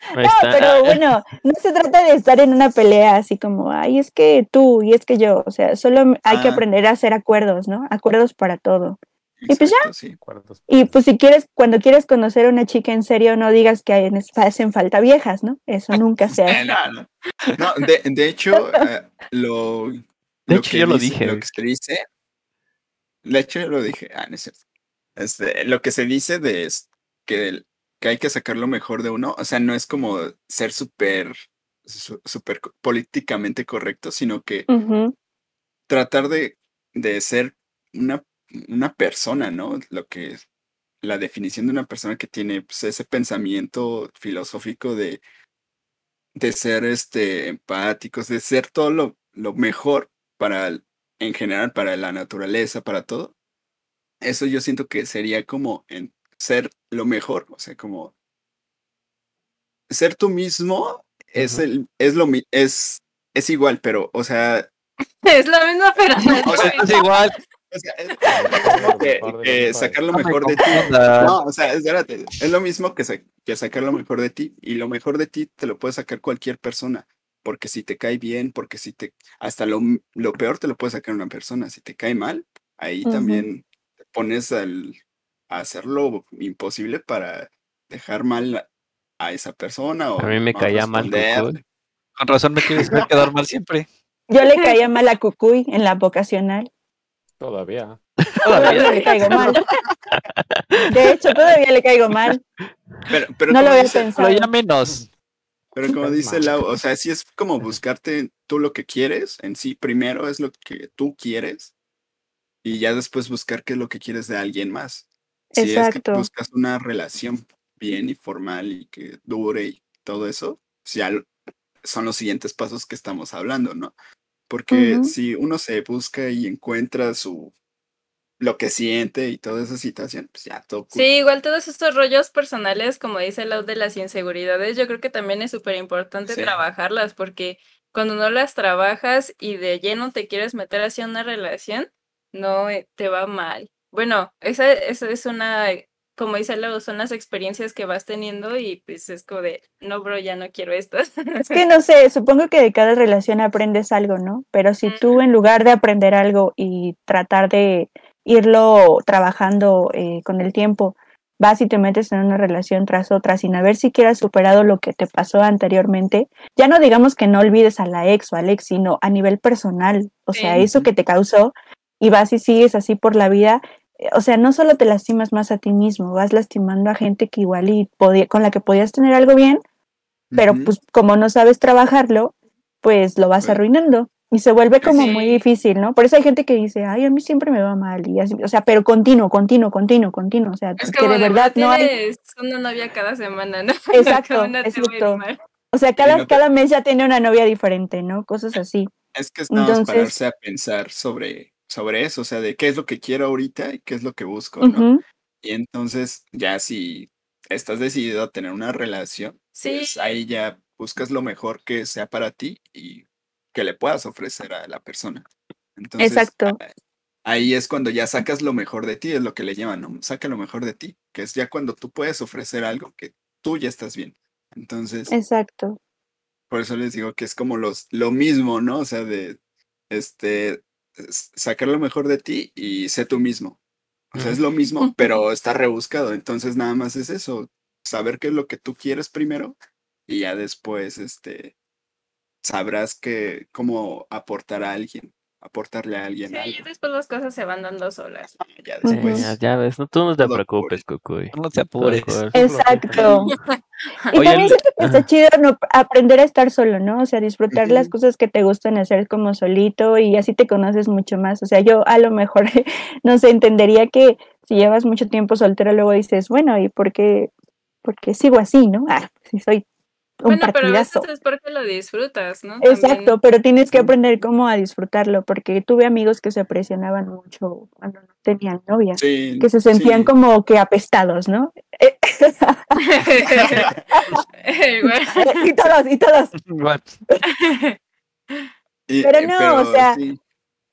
Speaker 5: Ahí
Speaker 2: No,
Speaker 5: está. Ah,
Speaker 2: pero bueno, no se trata de estar en una pelea así como, ay, es que tú y es que yo. O sea, solo hay que
Speaker 3: Ah.
Speaker 2: aprender a hacer acuerdos, ¿no? Acuerdos para todo. Y pues ya.
Speaker 3: Exacto, sí.
Speaker 4: Cuartos.
Speaker 2: Y pues si quieres, cuando quieres conocer a una chica en serio, no digas que hay- hacen falta viejas, ¿no? Eso nunca se
Speaker 3: Eh,
Speaker 2: hace.
Speaker 3: no, no. No, de, de hecho, eh, lo, de
Speaker 5: hecho, yo lo dije,
Speaker 3: Lo
Speaker 5: güey.
Speaker 3: que se dice. De hecho, yo lo dije. Ah, no es cierto. Este, lo que se dice de es- que, el- que hay que sacar lo mejor de uno. O sea, no es como ser súper su- súper co- políticamente correcto, sino que
Speaker 2: Ujú.
Speaker 3: tratar de, de ser una, una persona, ¿no? Lo que es la definición de una persona que tiene pues, ese pensamiento filosófico de, de ser este, empáticos, de ser todo lo, lo mejor para, el- en general, para la naturaleza, para todo. Eso yo siento que sería como en ser lo mejor, o sea, como ser tú mismo es,
Speaker 4: Ujú.
Speaker 3: el, es, lo, mi- es, es igual, pero, o sea,
Speaker 7: Es la misma, pero no es
Speaker 3: O sea,
Speaker 7: igual.
Speaker 6: Pues, Es igual,
Speaker 3: o sea, es- es como que- que sacar lo
Speaker 6: no me
Speaker 3: mejor de ti.
Speaker 6: confundas.
Speaker 3: No, o sea, espérate, es lo mismo que, sa- que sacar lo mejor de ti y lo mejor de ti te lo puede sacar cualquier persona, porque si te cae bien, porque si te, hasta lo, m- lo peor te lo puede sacar una persona, si te cae mal, ahí
Speaker 2: Ujú.
Speaker 3: también te pones al, a hacer lo imposible para dejar mal a, a esa persona o
Speaker 5: A mí me
Speaker 3: no
Speaker 5: caía mal
Speaker 3: responder.
Speaker 5: Cucuy.
Speaker 6: Con razón me quieres hacer quedar mal siempre.
Speaker 2: Yo le caía mal a Cucuy en la vocacional.
Speaker 4: Todavía.
Speaker 2: Todavía le caigo mal. De hecho, todavía le caigo mal.
Speaker 3: Pero, pero
Speaker 2: no lo
Speaker 3: como
Speaker 2: había
Speaker 3: dice-
Speaker 6: Pero
Speaker 2: pensado.
Speaker 6: ya menos.
Speaker 3: Pero como
Speaker 4: Estás
Speaker 3: dice
Speaker 4: mal.
Speaker 3: Lau, o sea, sí es como buscarte tú lo que quieres en sí. Primero es lo que tú quieres y ya después buscar qué es lo que quieres de alguien más. Si es que
Speaker 2: Exacto.
Speaker 3: buscas una relación bien y formal y que dure y todo eso, pues ya lo- son los siguientes pasos que estamos hablando, ¿no? Porque
Speaker 2: Ujú.
Speaker 3: si uno se busca y encuentra su lo que siente y toda esa situación, pues ya todo cool.
Speaker 7: Sí, igual todos estos rollos personales, como dice Lau, de las inseguridades, yo creo que también es súper importante
Speaker 3: Sí.
Speaker 7: trabajarlas, porque cuando no las trabajas y de lleno te quieres meter hacia una relación, no eh, te va mal. Bueno, esa, esa es una, eh, como dice Lau, son las experiencias que vas teniendo y pues es como de, no, bro, ya no quiero estas.
Speaker 2: Es que no sé, supongo que de cada relación aprendes algo, ¿no? Pero si tú en lugar de aprender algo y tratar de irlo trabajando eh, con el tiempo, vas y te metes en una relación tras otra sin haber siquiera superado lo que te pasó anteriormente, ya no digamos que no olvides a la ex o al ex, sino a nivel personal, o sea,
Speaker 7: Sí.
Speaker 2: eso que te causó y vas y sigues así por la vida, eh, o sea, no solo te lastimas más a ti mismo, vas lastimando a gente que igual y podía- con la que podías tener algo bien, pero
Speaker 3: Ujú.
Speaker 2: pues como no sabes trabajarlo, pues lo vas
Speaker 3: Bueno.
Speaker 2: arruinando y se vuelve
Speaker 3: pues
Speaker 2: como
Speaker 7: Sí.
Speaker 2: muy difícil, ¿no? Por eso hay gente que dice, ay, a mí siempre me va mal, y así, o sea, pero continuo, continuo, continuo, continuo, o sea,
Speaker 7: Es
Speaker 2: que
Speaker 7: como
Speaker 2: de verdad no hay,
Speaker 7: tienes una novia cada semana, ¿no?
Speaker 2: Exacto,
Speaker 7: Cada una te va a ir
Speaker 2: exacto.
Speaker 7: mal.
Speaker 2: o sea, cada,
Speaker 3: no te-
Speaker 2: cada mes ya tiene una novia diferente, ¿no? Cosas así.
Speaker 3: Es que es nada más
Speaker 2: Entonces-
Speaker 3: pararse a pensar sobre, sobre eso, o sea, de qué es lo que quiero ahorita y qué es lo que busco, Pues ¿no?
Speaker 2: Ujú.
Speaker 3: Y entonces, ya si estás decidido a tener una relación,
Speaker 7: Sí.
Speaker 3: pues ahí ya buscas lo mejor que sea para ti y que le puedas ofrecer a la persona. Entonces,
Speaker 2: Exacto.
Speaker 3: a- ahí es cuando ya sacas lo mejor de ti, es lo que le llaman, ¿no? Saca lo mejor de ti, que es ya cuando tú puedes ofrecer algo que tú ya estás bien. Entonces,
Speaker 2: Exacto.
Speaker 3: por eso les digo que es como los, lo mismo, ¿no? O sea, de este s- sacar lo mejor de ti y sé tú mismo. O sea, es lo mismo, pero está rebuscado. Entonces nada más es eso, saber qué es lo que tú quieres primero y ya después este sabrás que cómo aportar a alguien, aportarle a alguien
Speaker 7: Sí, ya
Speaker 3: algo.
Speaker 7: después las cosas se van dando solas.
Speaker 3: Ya
Speaker 5: Sí,
Speaker 3: después.
Speaker 5: ya, ya ves, no, tú no te
Speaker 3: todo
Speaker 5: preocupes, Cucuy.
Speaker 6: No te
Speaker 5: Todo
Speaker 6: apures.
Speaker 5: cool.
Speaker 6: Tú
Speaker 2: Exacto. Y
Speaker 5: Oye,
Speaker 2: también
Speaker 5: el-
Speaker 2: siento que está
Speaker 5: Ajá.
Speaker 2: chido no, aprender a estar solo, ¿no? O sea, disfrutar las
Speaker 3: Ujú.
Speaker 2: cosas que te gustan hacer como solito y así te conoces mucho más. O sea, yo a lo mejor, no sé, entendería que si llevas mucho tiempo soltero, luego dices, bueno, ¿y por qué, por qué sigo así, no? Ah, si soy un
Speaker 7: Bueno, pero a veces
Speaker 2: partidazo.
Speaker 7: es porque lo disfrutas, ¿no? También-
Speaker 2: Exacto, pero tienes que aprender cómo a disfrutarlo, porque tuve amigos que se presionaban mucho cuando no tenían novia,
Speaker 3: Sí,
Speaker 2: que se sentían
Speaker 3: sí.
Speaker 2: como que apestados, ¿no?
Speaker 7: Igual.
Speaker 2: y todos, y todos,
Speaker 3: Y-
Speaker 2: Pero
Speaker 3: eh,
Speaker 2: no, o sea,
Speaker 3: sí,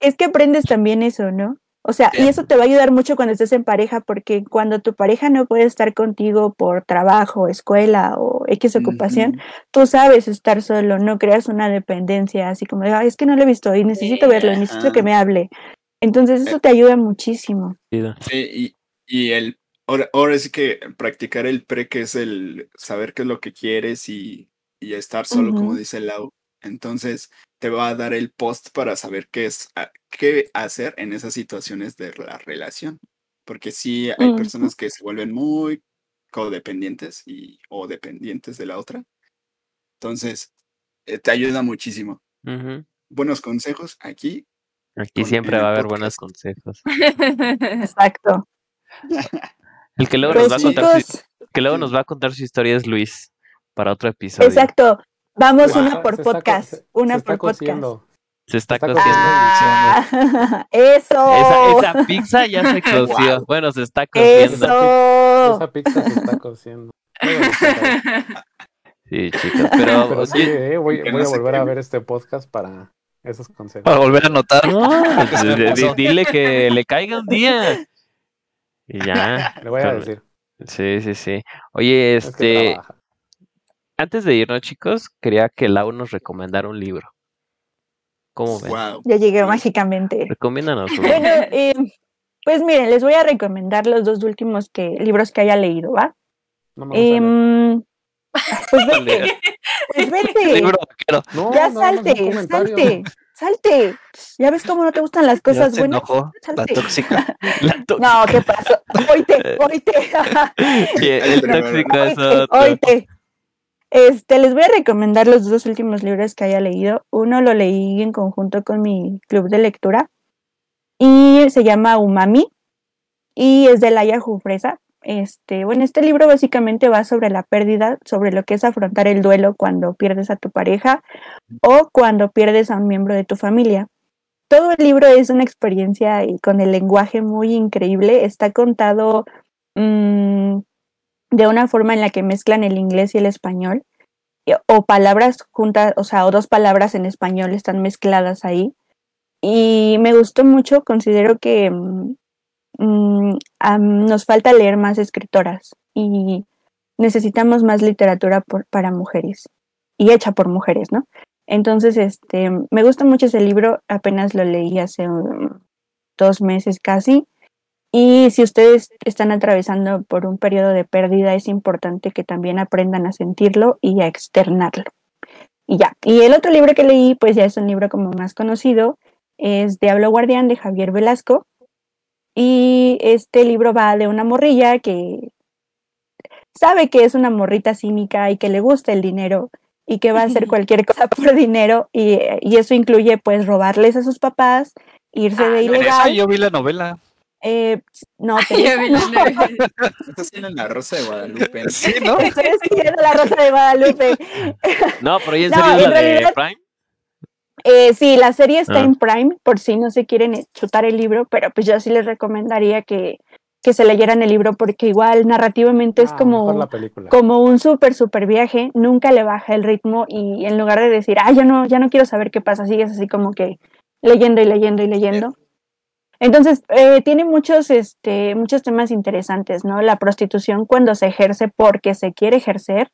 Speaker 2: es que aprendes también eso, ¿no? O sea, y
Speaker 3: Sí.
Speaker 2: eso te va a ayudar mucho cuando estés en pareja, porque cuando tu pareja no puede estar contigo por trabajo, escuela o X ocupación,
Speaker 3: ujú.
Speaker 2: tú sabes estar solo, no creas una dependencia así como de, "Ay, es que no lo he visto y necesito
Speaker 7: Sí,
Speaker 2: verlo, y necesito que
Speaker 3: ajá.
Speaker 2: me hable. Entonces eso
Speaker 3: Eh.
Speaker 2: te ayuda muchísimo.
Speaker 5: Chido.
Speaker 3: Sí, y, y el ahora, ahora sí que practicar el pre, que es el saber qué es lo que quieres y, y estar solo, como
Speaker 2: Ujú.
Speaker 3: dice Lau. Entonces te va a dar el post para saber qué es a- qué hacer en esas situaciones de la relación. Porque sí hay
Speaker 2: Ujú.
Speaker 3: personas que se vuelven muy codependientes y, o dependientes de la otra. Entonces, eh, te ayuda muchísimo.
Speaker 5: Ujú.
Speaker 3: Buenos consejos aquí.
Speaker 5: Aquí
Speaker 3: Con-
Speaker 5: siempre
Speaker 3: en
Speaker 5: va a
Speaker 3: el
Speaker 5: haber
Speaker 3: podcast.
Speaker 5: buenos consejos.
Speaker 2: Exacto.
Speaker 5: El que luego
Speaker 3: Pero
Speaker 2: Pues
Speaker 5: nos va a
Speaker 3: sí.
Speaker 5: contar su,
Speaker 2: chicos,
Speaker 5: que luego
Speaker 3: Sí.
Speaker 5: nos va a contar su historia es Luis para otro episodio.
Speaker 2: exacto. Vamos
Speaker 3: Wow.
Speaker 2: una por
Speaker 4: Se está co-
Speaker 2: podcast,
Speaker 4: se-
Speaker 2: una
Speaker 4: se está
Speaker 2: por podcast.
Speaker 4: cociendo.
Speaker 5: Se está
Speaker 4: Está
Speaker 5: cociendo.
Speaker 2: Ah, eso.
Speaker 5: Esa, esa pizza ya se coció.
Speaker 3: Guau.
Speaker 5: Bueno, se está cociendo.
Speaker 2: Oh. Eso.
Speaker 4: Esa pizza se está cociendo. Luego les contaré.
Speaker 5: Sí, chicos, pero,
Speaker 4: Pero sí,
Speaker 5: yo-
Speaker 4: eh, voy,
Speaker 3: que
Speaker 4: voy
Speaker 3: no
Speaker 4: a
Speaker 3: se
Speaker 4: volver a
Speaker 3: queme.
Speaker 4: ver este podcast para esos consejos.
Speaker 6: Para volver a anotar.
Speaker 5: No,
Speaker 6: que se me
Speaker 5: di- di-
Speaker 6: pasó.
Speaker 5: dile que le caiga un día. Y ya.
Speaker 4: Le voy a
Speaker 5: Con-
Speaker 4: decir.
Speaker 5: Sí, sí, sí. Oye,
Speaker 4: Es que
Speaker 5: este,
Speaker 4: trabaja.
Speaker 5: antes de irnos, chicos, quería que Lau nos recomendara un libro. ¿Cómo ven?
Speaker 3: Wow.
Speaker 2: Ya llegué
Speaker 3: Uy.
Speaker 2: mágicamente.
Speaker 5: Recomiéndanos uno.
Speaker 2: Bueno, eh, pues miren, les voy a recomendar los dos últimos que, libros que haya leído, ¿va?
Speaker 4: No me gusta leer.
Speaker 2: Em, pues vete, pues vete.
Speaker 6: Libro vaquero.
Speaker 4: No,
Speaker 2: Ya
Speaker 4: nada más un
Speaker 2: salte,
Speaker 4: comentario.
Speaker 2: salte, salte. Ya ves cómo no te gustan las
Speaker 6: Ya
Speaker 2: cosas
Speaker 6: se
Speaker 2: buenas.
Speaker 6: enojó la
Speaker 2: Salte.
Speaker 6: tóxica.
Speaker 5: La to-
Speaker 2: No, ¿qué pasó? Oíte, oíte.
Speaker 5: y el,
Speaker 3: El primero,
Speaker 5: tóxico es
Speaker 2: Oíte,
Speaker 5: otro.
Speaker 2: oíte. Este, les voy a recomendar los dos últimos libros que haya leído. Uno lo leí en conjunto con mi club de lectura y se llama Umami y es de Laia Jufresa. Este, bueno, este libro básicamente va sobre la pérdida, sobre lo que es afrontar el duelo cuando pierdes a tu pareja o cuando pierdes a un miembro de tu familia. Todo el libro es una experiencia y con el lenguaje muy increíble. Está contado mm, de una forma en la que mezclan el inglés y el español, y- o palabras juntas, o sea, o dos palabras en español están mezcladas ahí. Y me gustó mucho, considero que mm, mm, am- nos falta leer más escritoras y necesitamos más literatura por- para mujeres y hecha por mujeres, ¿no? Entonces, este, me gusta mucho ese libro, apenas lo leí hace mm, dos meses casi Y si ustedes están atravesando por un periodo de pérdida, es importante que también aprendan a sentirlo y a externarlo. Y ya. Y el otro libro que leí, pues ya es un libro como más conocido, es Diablo Guardián de Javier Velasco. Y este libro va de una morrilla que sabe que es una morrita cínica y que le gusta el dinero y que va a hacer cualquier cosa por dinero y, y eso incluye pues robarles a sus papás, irse de
Speaker 6: Teresa,
Speaker 2: ilegal.
Speaker 6: yo vi la novela.
Speaker 2: Eh, no,
Speaker 7: Ya
Speaker 2: Teresa,
Speaker 7: vi
Speaker 2: no.
Speaker 7: la novela.
Speaker 3: Estás en la Rosa de Guadalupe.
Speaker 6: Sí, ¿no?
Speaker 2: Estoy escribiendo La Rosa de Guadalupe.
Speaker 5: No, pero ya en
Speaker 2: No,
Speaker 5: serio
Speaker 2: en
Speaker 5: la de
Speaker 2: realidad-
Speaker 5: Prime.
Speaker 2: Eh, sí, la serie está
Speaker 5: Ah.
Speaker 2: en Prime, por si no se quieren e, chutar el libro, pero pues yo sí les recomendaría que, que se leyeran el libro porque igual narrativamente es
Speaker 4: Ah,
Speaker 2: como...
Speaker 4: mejor la película.
Speaker 2: como un súper, súper viaje, nunca le baja el ritmo y en lugar de decir, ah, ya no, ya no quiero saber qué pasa, sigues así como que leyendo y leyendo y leyendo. Entonces, eh, tiene muchos, este, muchos temas interesantes, ¿no? La prostitución cuando se ejerce porque se quiere ejercer,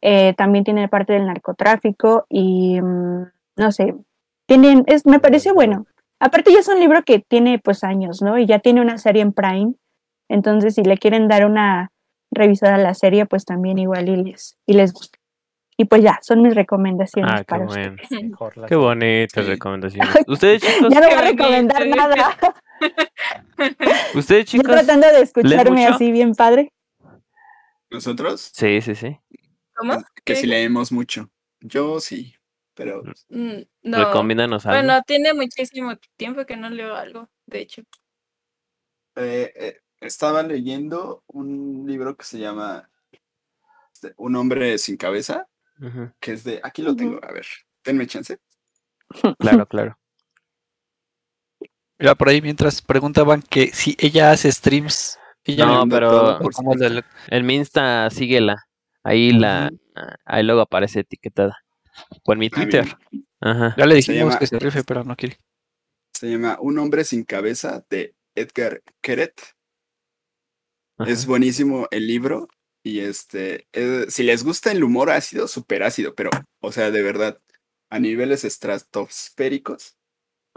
Speaker 2: eh, también tiene parte del narcotráfico y, mm, no sé, tienen, es, me pareció bueno. Aparte ya es un libro que tiene pues años, ¿no? Y ya tiene una serie en Prime, entonces si le quieren dar una, revisada la serie, pues también igual y les, y les gusta. Y pues ya, son mis recomendaciones
Speaker 5: Ah, qué
Speaker 2: para
Speaker 5: bueno.
Speaker 2: ustedes.
Speaker 4: Mejor la
Speaker 5: Qué
Speaker 4: serie.
Speaker 5: bonitas
Speaker 3: Sí.
Speaker 5: recomendaciones. Ustedes chicos,
Speaker 2: Ya no
Speaker 7: Pues qué
Speaker 2: voy a
Speaker 7: bonito.
Speaker 2: recomendar nada.
Speaker 5: ustedes
Speaker 2: Yo
Speaker 5: chicos.
Speaker 2: tratando de escucharme
Speaker 5: mucho?
Speaker 2: así bien padre.
Speaker 3: ¿Nosotros?
Speaker 5: Sí, sí, sí.
Speaker 7: ¿Cómo?
Speaker 3: Que
Speaker 7: ¿Qué
Speaker 3: si leemos mucho. Yo sí, pero
Speaker 7: Mm, No.
Speaker 5: Recomiéndanos algo.
Speaker 7: Bueno, tiene muchísimo tiempo que no leo algo, de hecho.
Speaker 3: eh, eh, estaba leyendo un libro que se llama este, Un hombre sin cabeza,
Speaker 5: Ujú,
Speaker 3: que es de, aquí lo tengo, a ver, tenme chance.
Speaker 5: Claro, claro.
Speaker 6: Mira, por ahí mientras preguntaban que si ella hace streams. Ella
Speaker 5: No,
Speaker 3: Ando
Speaker 5: pero-
Speaker 3: todo
Speaker 6: o
Speaker 3: por
Speaker 6: como
Speaker 3: supuesto.
Speaker 6: la-
Speaker 5: En mi Insta, síguela. Ahí la. Ahí luego aparece etiquetada. O en mi
Speaker 3: Ah,
Speaker 5: Twitter.
Speaker 3: bien.
Speaker 5: Ajá.
Speaker 6: ya le
Speaker 3: Se
Speaker 6: dijimos
Speaker 3: llama-
Speaker 6: que se rife, pero no quiere.
Speaker 3: Se llama Un hombre sin cabeza de Edgar Queret.
Speaker 5: ajá.
Speaker 3: Es buenísimo el libro. Y este, eh, si les gusta el humor ácido, súper ácido, pero, o sea, de verdad, a niveles estratosféricos,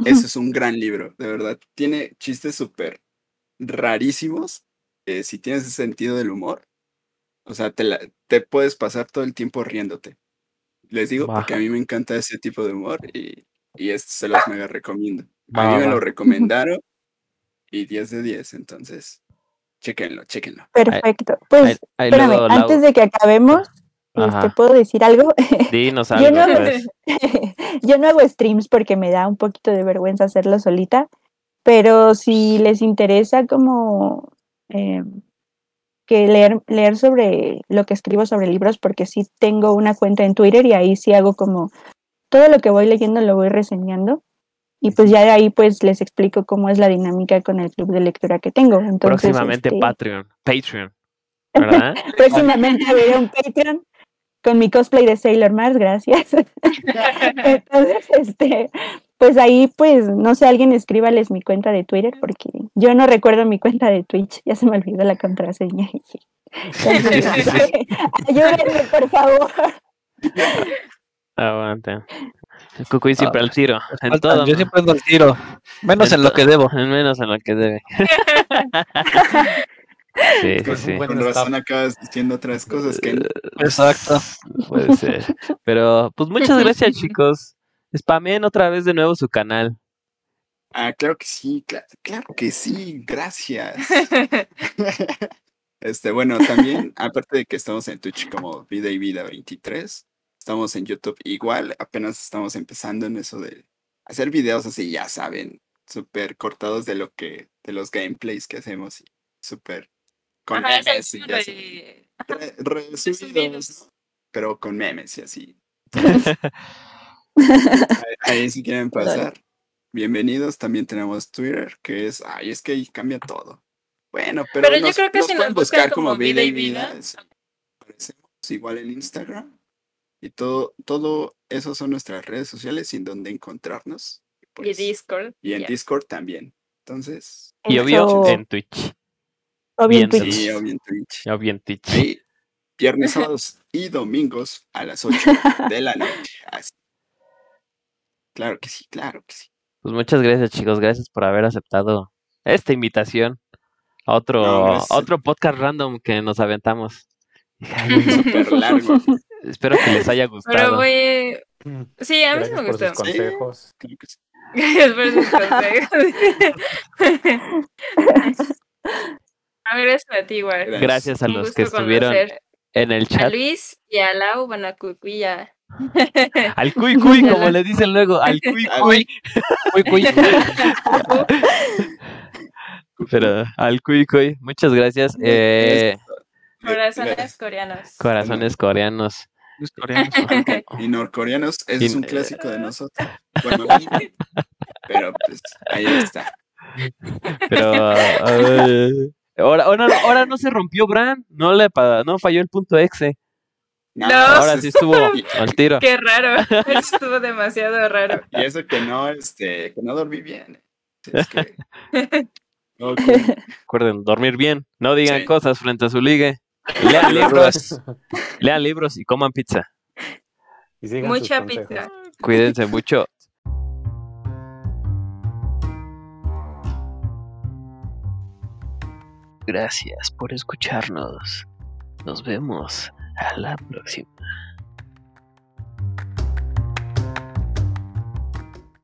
Speaker 3: ese es un gran libro, de verdad. Tiene chistes súper rarísimos. eh, si tienes ese sentido del humor, o sea, te, la- te puedes pasar todo el tiempo riéndote. Les digo
Speaker 5: Va.
Speaker 3: porque a mí me encanta ese tipo de humor y, y este se los mega recomiendo. A
Speaker 5: Va,
Speaker 3: mí me
Speaker 5: va.
Speaker 3: lo recomendaron y 10 de 10, entonces, chéquenlo, chéquenlo.
Speaker 2: Perfecto.
Speaker 5: Ahí-
Speaker 2: Pues,
Speaker 5: ahí
Speaker 2: espérame,
Speaker 5: luego la-
Speaker 2: antes de que acabemos,
Speaker 5: Ajá.
Speaker 2: ¿te puedo decir algo?
Speaker 5: Dinos
Speaker 2: Yo
Speaker 5: algo.
Speaker 2: no-
Speaker 5: pues.
Speaker 2: Yo no hago streams porque me da un poquito de vergüenza hacerlo solita, pero si les interesa como eh, que leer, leer sobre lo que escribo sobre libros, porque sí tengo una cuenta en Twitter y ahí sí hago como todo lo que voy leyendo lo voy reseñando y pues ya de ahí pues les explico cómo es la dinámica con el club de lectura que tengo. Entonces,
Speaker 5: Próximamente
Speaker 2: este,
Speaker 5: Patreon. Patreon. ¿Verdad?
Speaker 2: próximamente abriré un Patreon con mi cosplay de Sailor Mars, gracias. Entonces, este, pues ahí, pues, no sé, alguien escríbales mi cuenta de Twitter, porque yo no recuerdo mi cuenta de Twitch, ya se me olvidó la contraseña. Entonces, este, Ayúdenme, por favor.
Speaker 5: Aguanta. El Cucuy siempre
Speaker 6: Ah,
Speaker 5: al tiro. En
Speaker 6: Faltan,
Speaker 5: todo.
Speaker 6: yo siempre ando al tiro. Menos
Speaker 5: En
Speaker 6: en lo
Speaker 5: to-
Speaker 6: que debo.
Speaker 5: Al menos en lo que debe. sí, sí, sí.
Speaker 6: Pues
Speaker 5: Eh.
Speaker 6: Bueno,
Speaker 3: Con
Speaker 6: está-
Speaker 3: razón acabas diciendo otras cosas que
Speaker 6: Exacto.
Speaker 5: Puede ser. Pero, pues muchas gracias, chicos. Spameen otra vez de nuevo su canal.
Speaker 3: Ah, claro que sí, cla- claro que sí, gracias. Este, bueno, también, aparte de que estamos en Twitch como Vida y Vida 23, estamos en YouTube igual, apenas estamos empezando en eso de hacer videos así, ya saben, súper cortados de lo que, de los gameplays que hacemos, y súper con
Speaker 7: Ajá,
Speaker 3: memes y
Speaker 7: son
Speaker 3: ya saben,
Speaker 7: re-
Speaker 3: re- resumidos,
Speaker 7: resumidos.
Speaker 3: pero con memes y así. Entonces, ahí- ahí si quieren pasar, bienvenidos. También tenemos Twitter, que es, ay, es que ahí cambia todo. Bueno, pero,
Speaker 7: Pero yo creo que si nos
Speaker 3: pueden
Speaker 7: buscan como Vida y Vida,
Speaker 3: es- Aparecemos igual en Instagram. Y todo, todo eso son nuestras redes sociales y en donde encontrarnos. Y,
Speaker 7: Y
Speaker 3: pues,
Speaker 7: Discord.
Speaker 3: y en
Speaker 7: ya.
Speaker 3: Discord también. Entonces,
Speaker 5: Y obvio
Speaker 2: Eso,
Speaker 5: en Twitch.
Speaker 2: obvio en
Speaker 5: bien,
Speaker 2: Twitch.
Speaker 3: sí, obvio en Twitch.
Speaker 5: Obvio en Twitch.
Speaker 3: Ahí, viernes, sábados y domingos a las 8 de la noche. Así. Claro que sí, claro que sí.
Speaker 5: Pues muchas gracias, chicos. Gracias por haber aceptado esta invitación. Otro,
Speaker 3: No, es-
Speaker 5: otro podcast random que nos aventamos.
Speaker 3: Súper largo.
Speaker 5: Espero que les haya
Speaker 7: Pero
Speaker 5: gustado.
Speaker 7: voy.
Speaker 4: Mm.
Speaker 7: Sí, a mí
Speaker 4: Gracias
Speaker 7: sí me
Speaker 4: por
Speaker 7: gustó.
Speaker 4: sus consejos.
Speaker 3: Creo que sí.
Speaker 7: Gracias por sus consejos. A ver, es a ti, igual.
Speaker 5: Gracias a
Speaker 7: Un
Speaker 5: los
Speaker 7: gusto
Speaker 5: que estuvieron
Speaker 7: conocer
Speaker 5: en el
Speaker 7: A
Speaker 5: chat.
Speaker 7: Luis y a Lau, bueno, a Cucuy y a-
Speaker 5: Al cuy cuy, como
Speaker 7: Ojalá.
Speaker 5: le dicen luego. Al cuy
Speaker 3: Al
Speaker 5: cuy.
Speaker 6: Cuy, cuy.
Speaker 5: Pero al cuy cuy. Muchas gracias. Eh,
Speaker 7: Corazones
Speaker 3: Gracias.
Speaker 7: coreanos.
Speaker 5: corazones coreanos.
Speaker 6: Los coreanos.
Speaker 3: Y norcoreanos, ese es
Speaker 5: Y-
Speaker 3: un clásico de nosotros. Bueno, a mí, pero pues ahí está.
Speaker 5: Pero eh, ahora, ahora, ahora no se rompió Bran. No le pa- no falló el punto exe.
Speaker 3: No,
Speaker 7: No.
Speaker 5: Ahora
Speaker 3: pues,
Speaker 5: sí estuvo al tiro.
Speaker 7: Qué raro. Estuvo demasiado raro.
Speaker 3: Y eso que no, este, que no dormí bien. Es que... No, como-
Speaker 5: Recuerden, dormir bien. No digan
Speaker 3: Sí.
Speaker 5: cosas frente a su ligue. Lean libros. Lean libros y coman pizza.
Speaker 4: Y sigan sus
Speaker 7: Mucha
Speaker 4: consejos.
Speaker 7: pizza.
Speaker 5: Cuídense mucho. Gracias por escucharnos. Nos vemos a la próxima.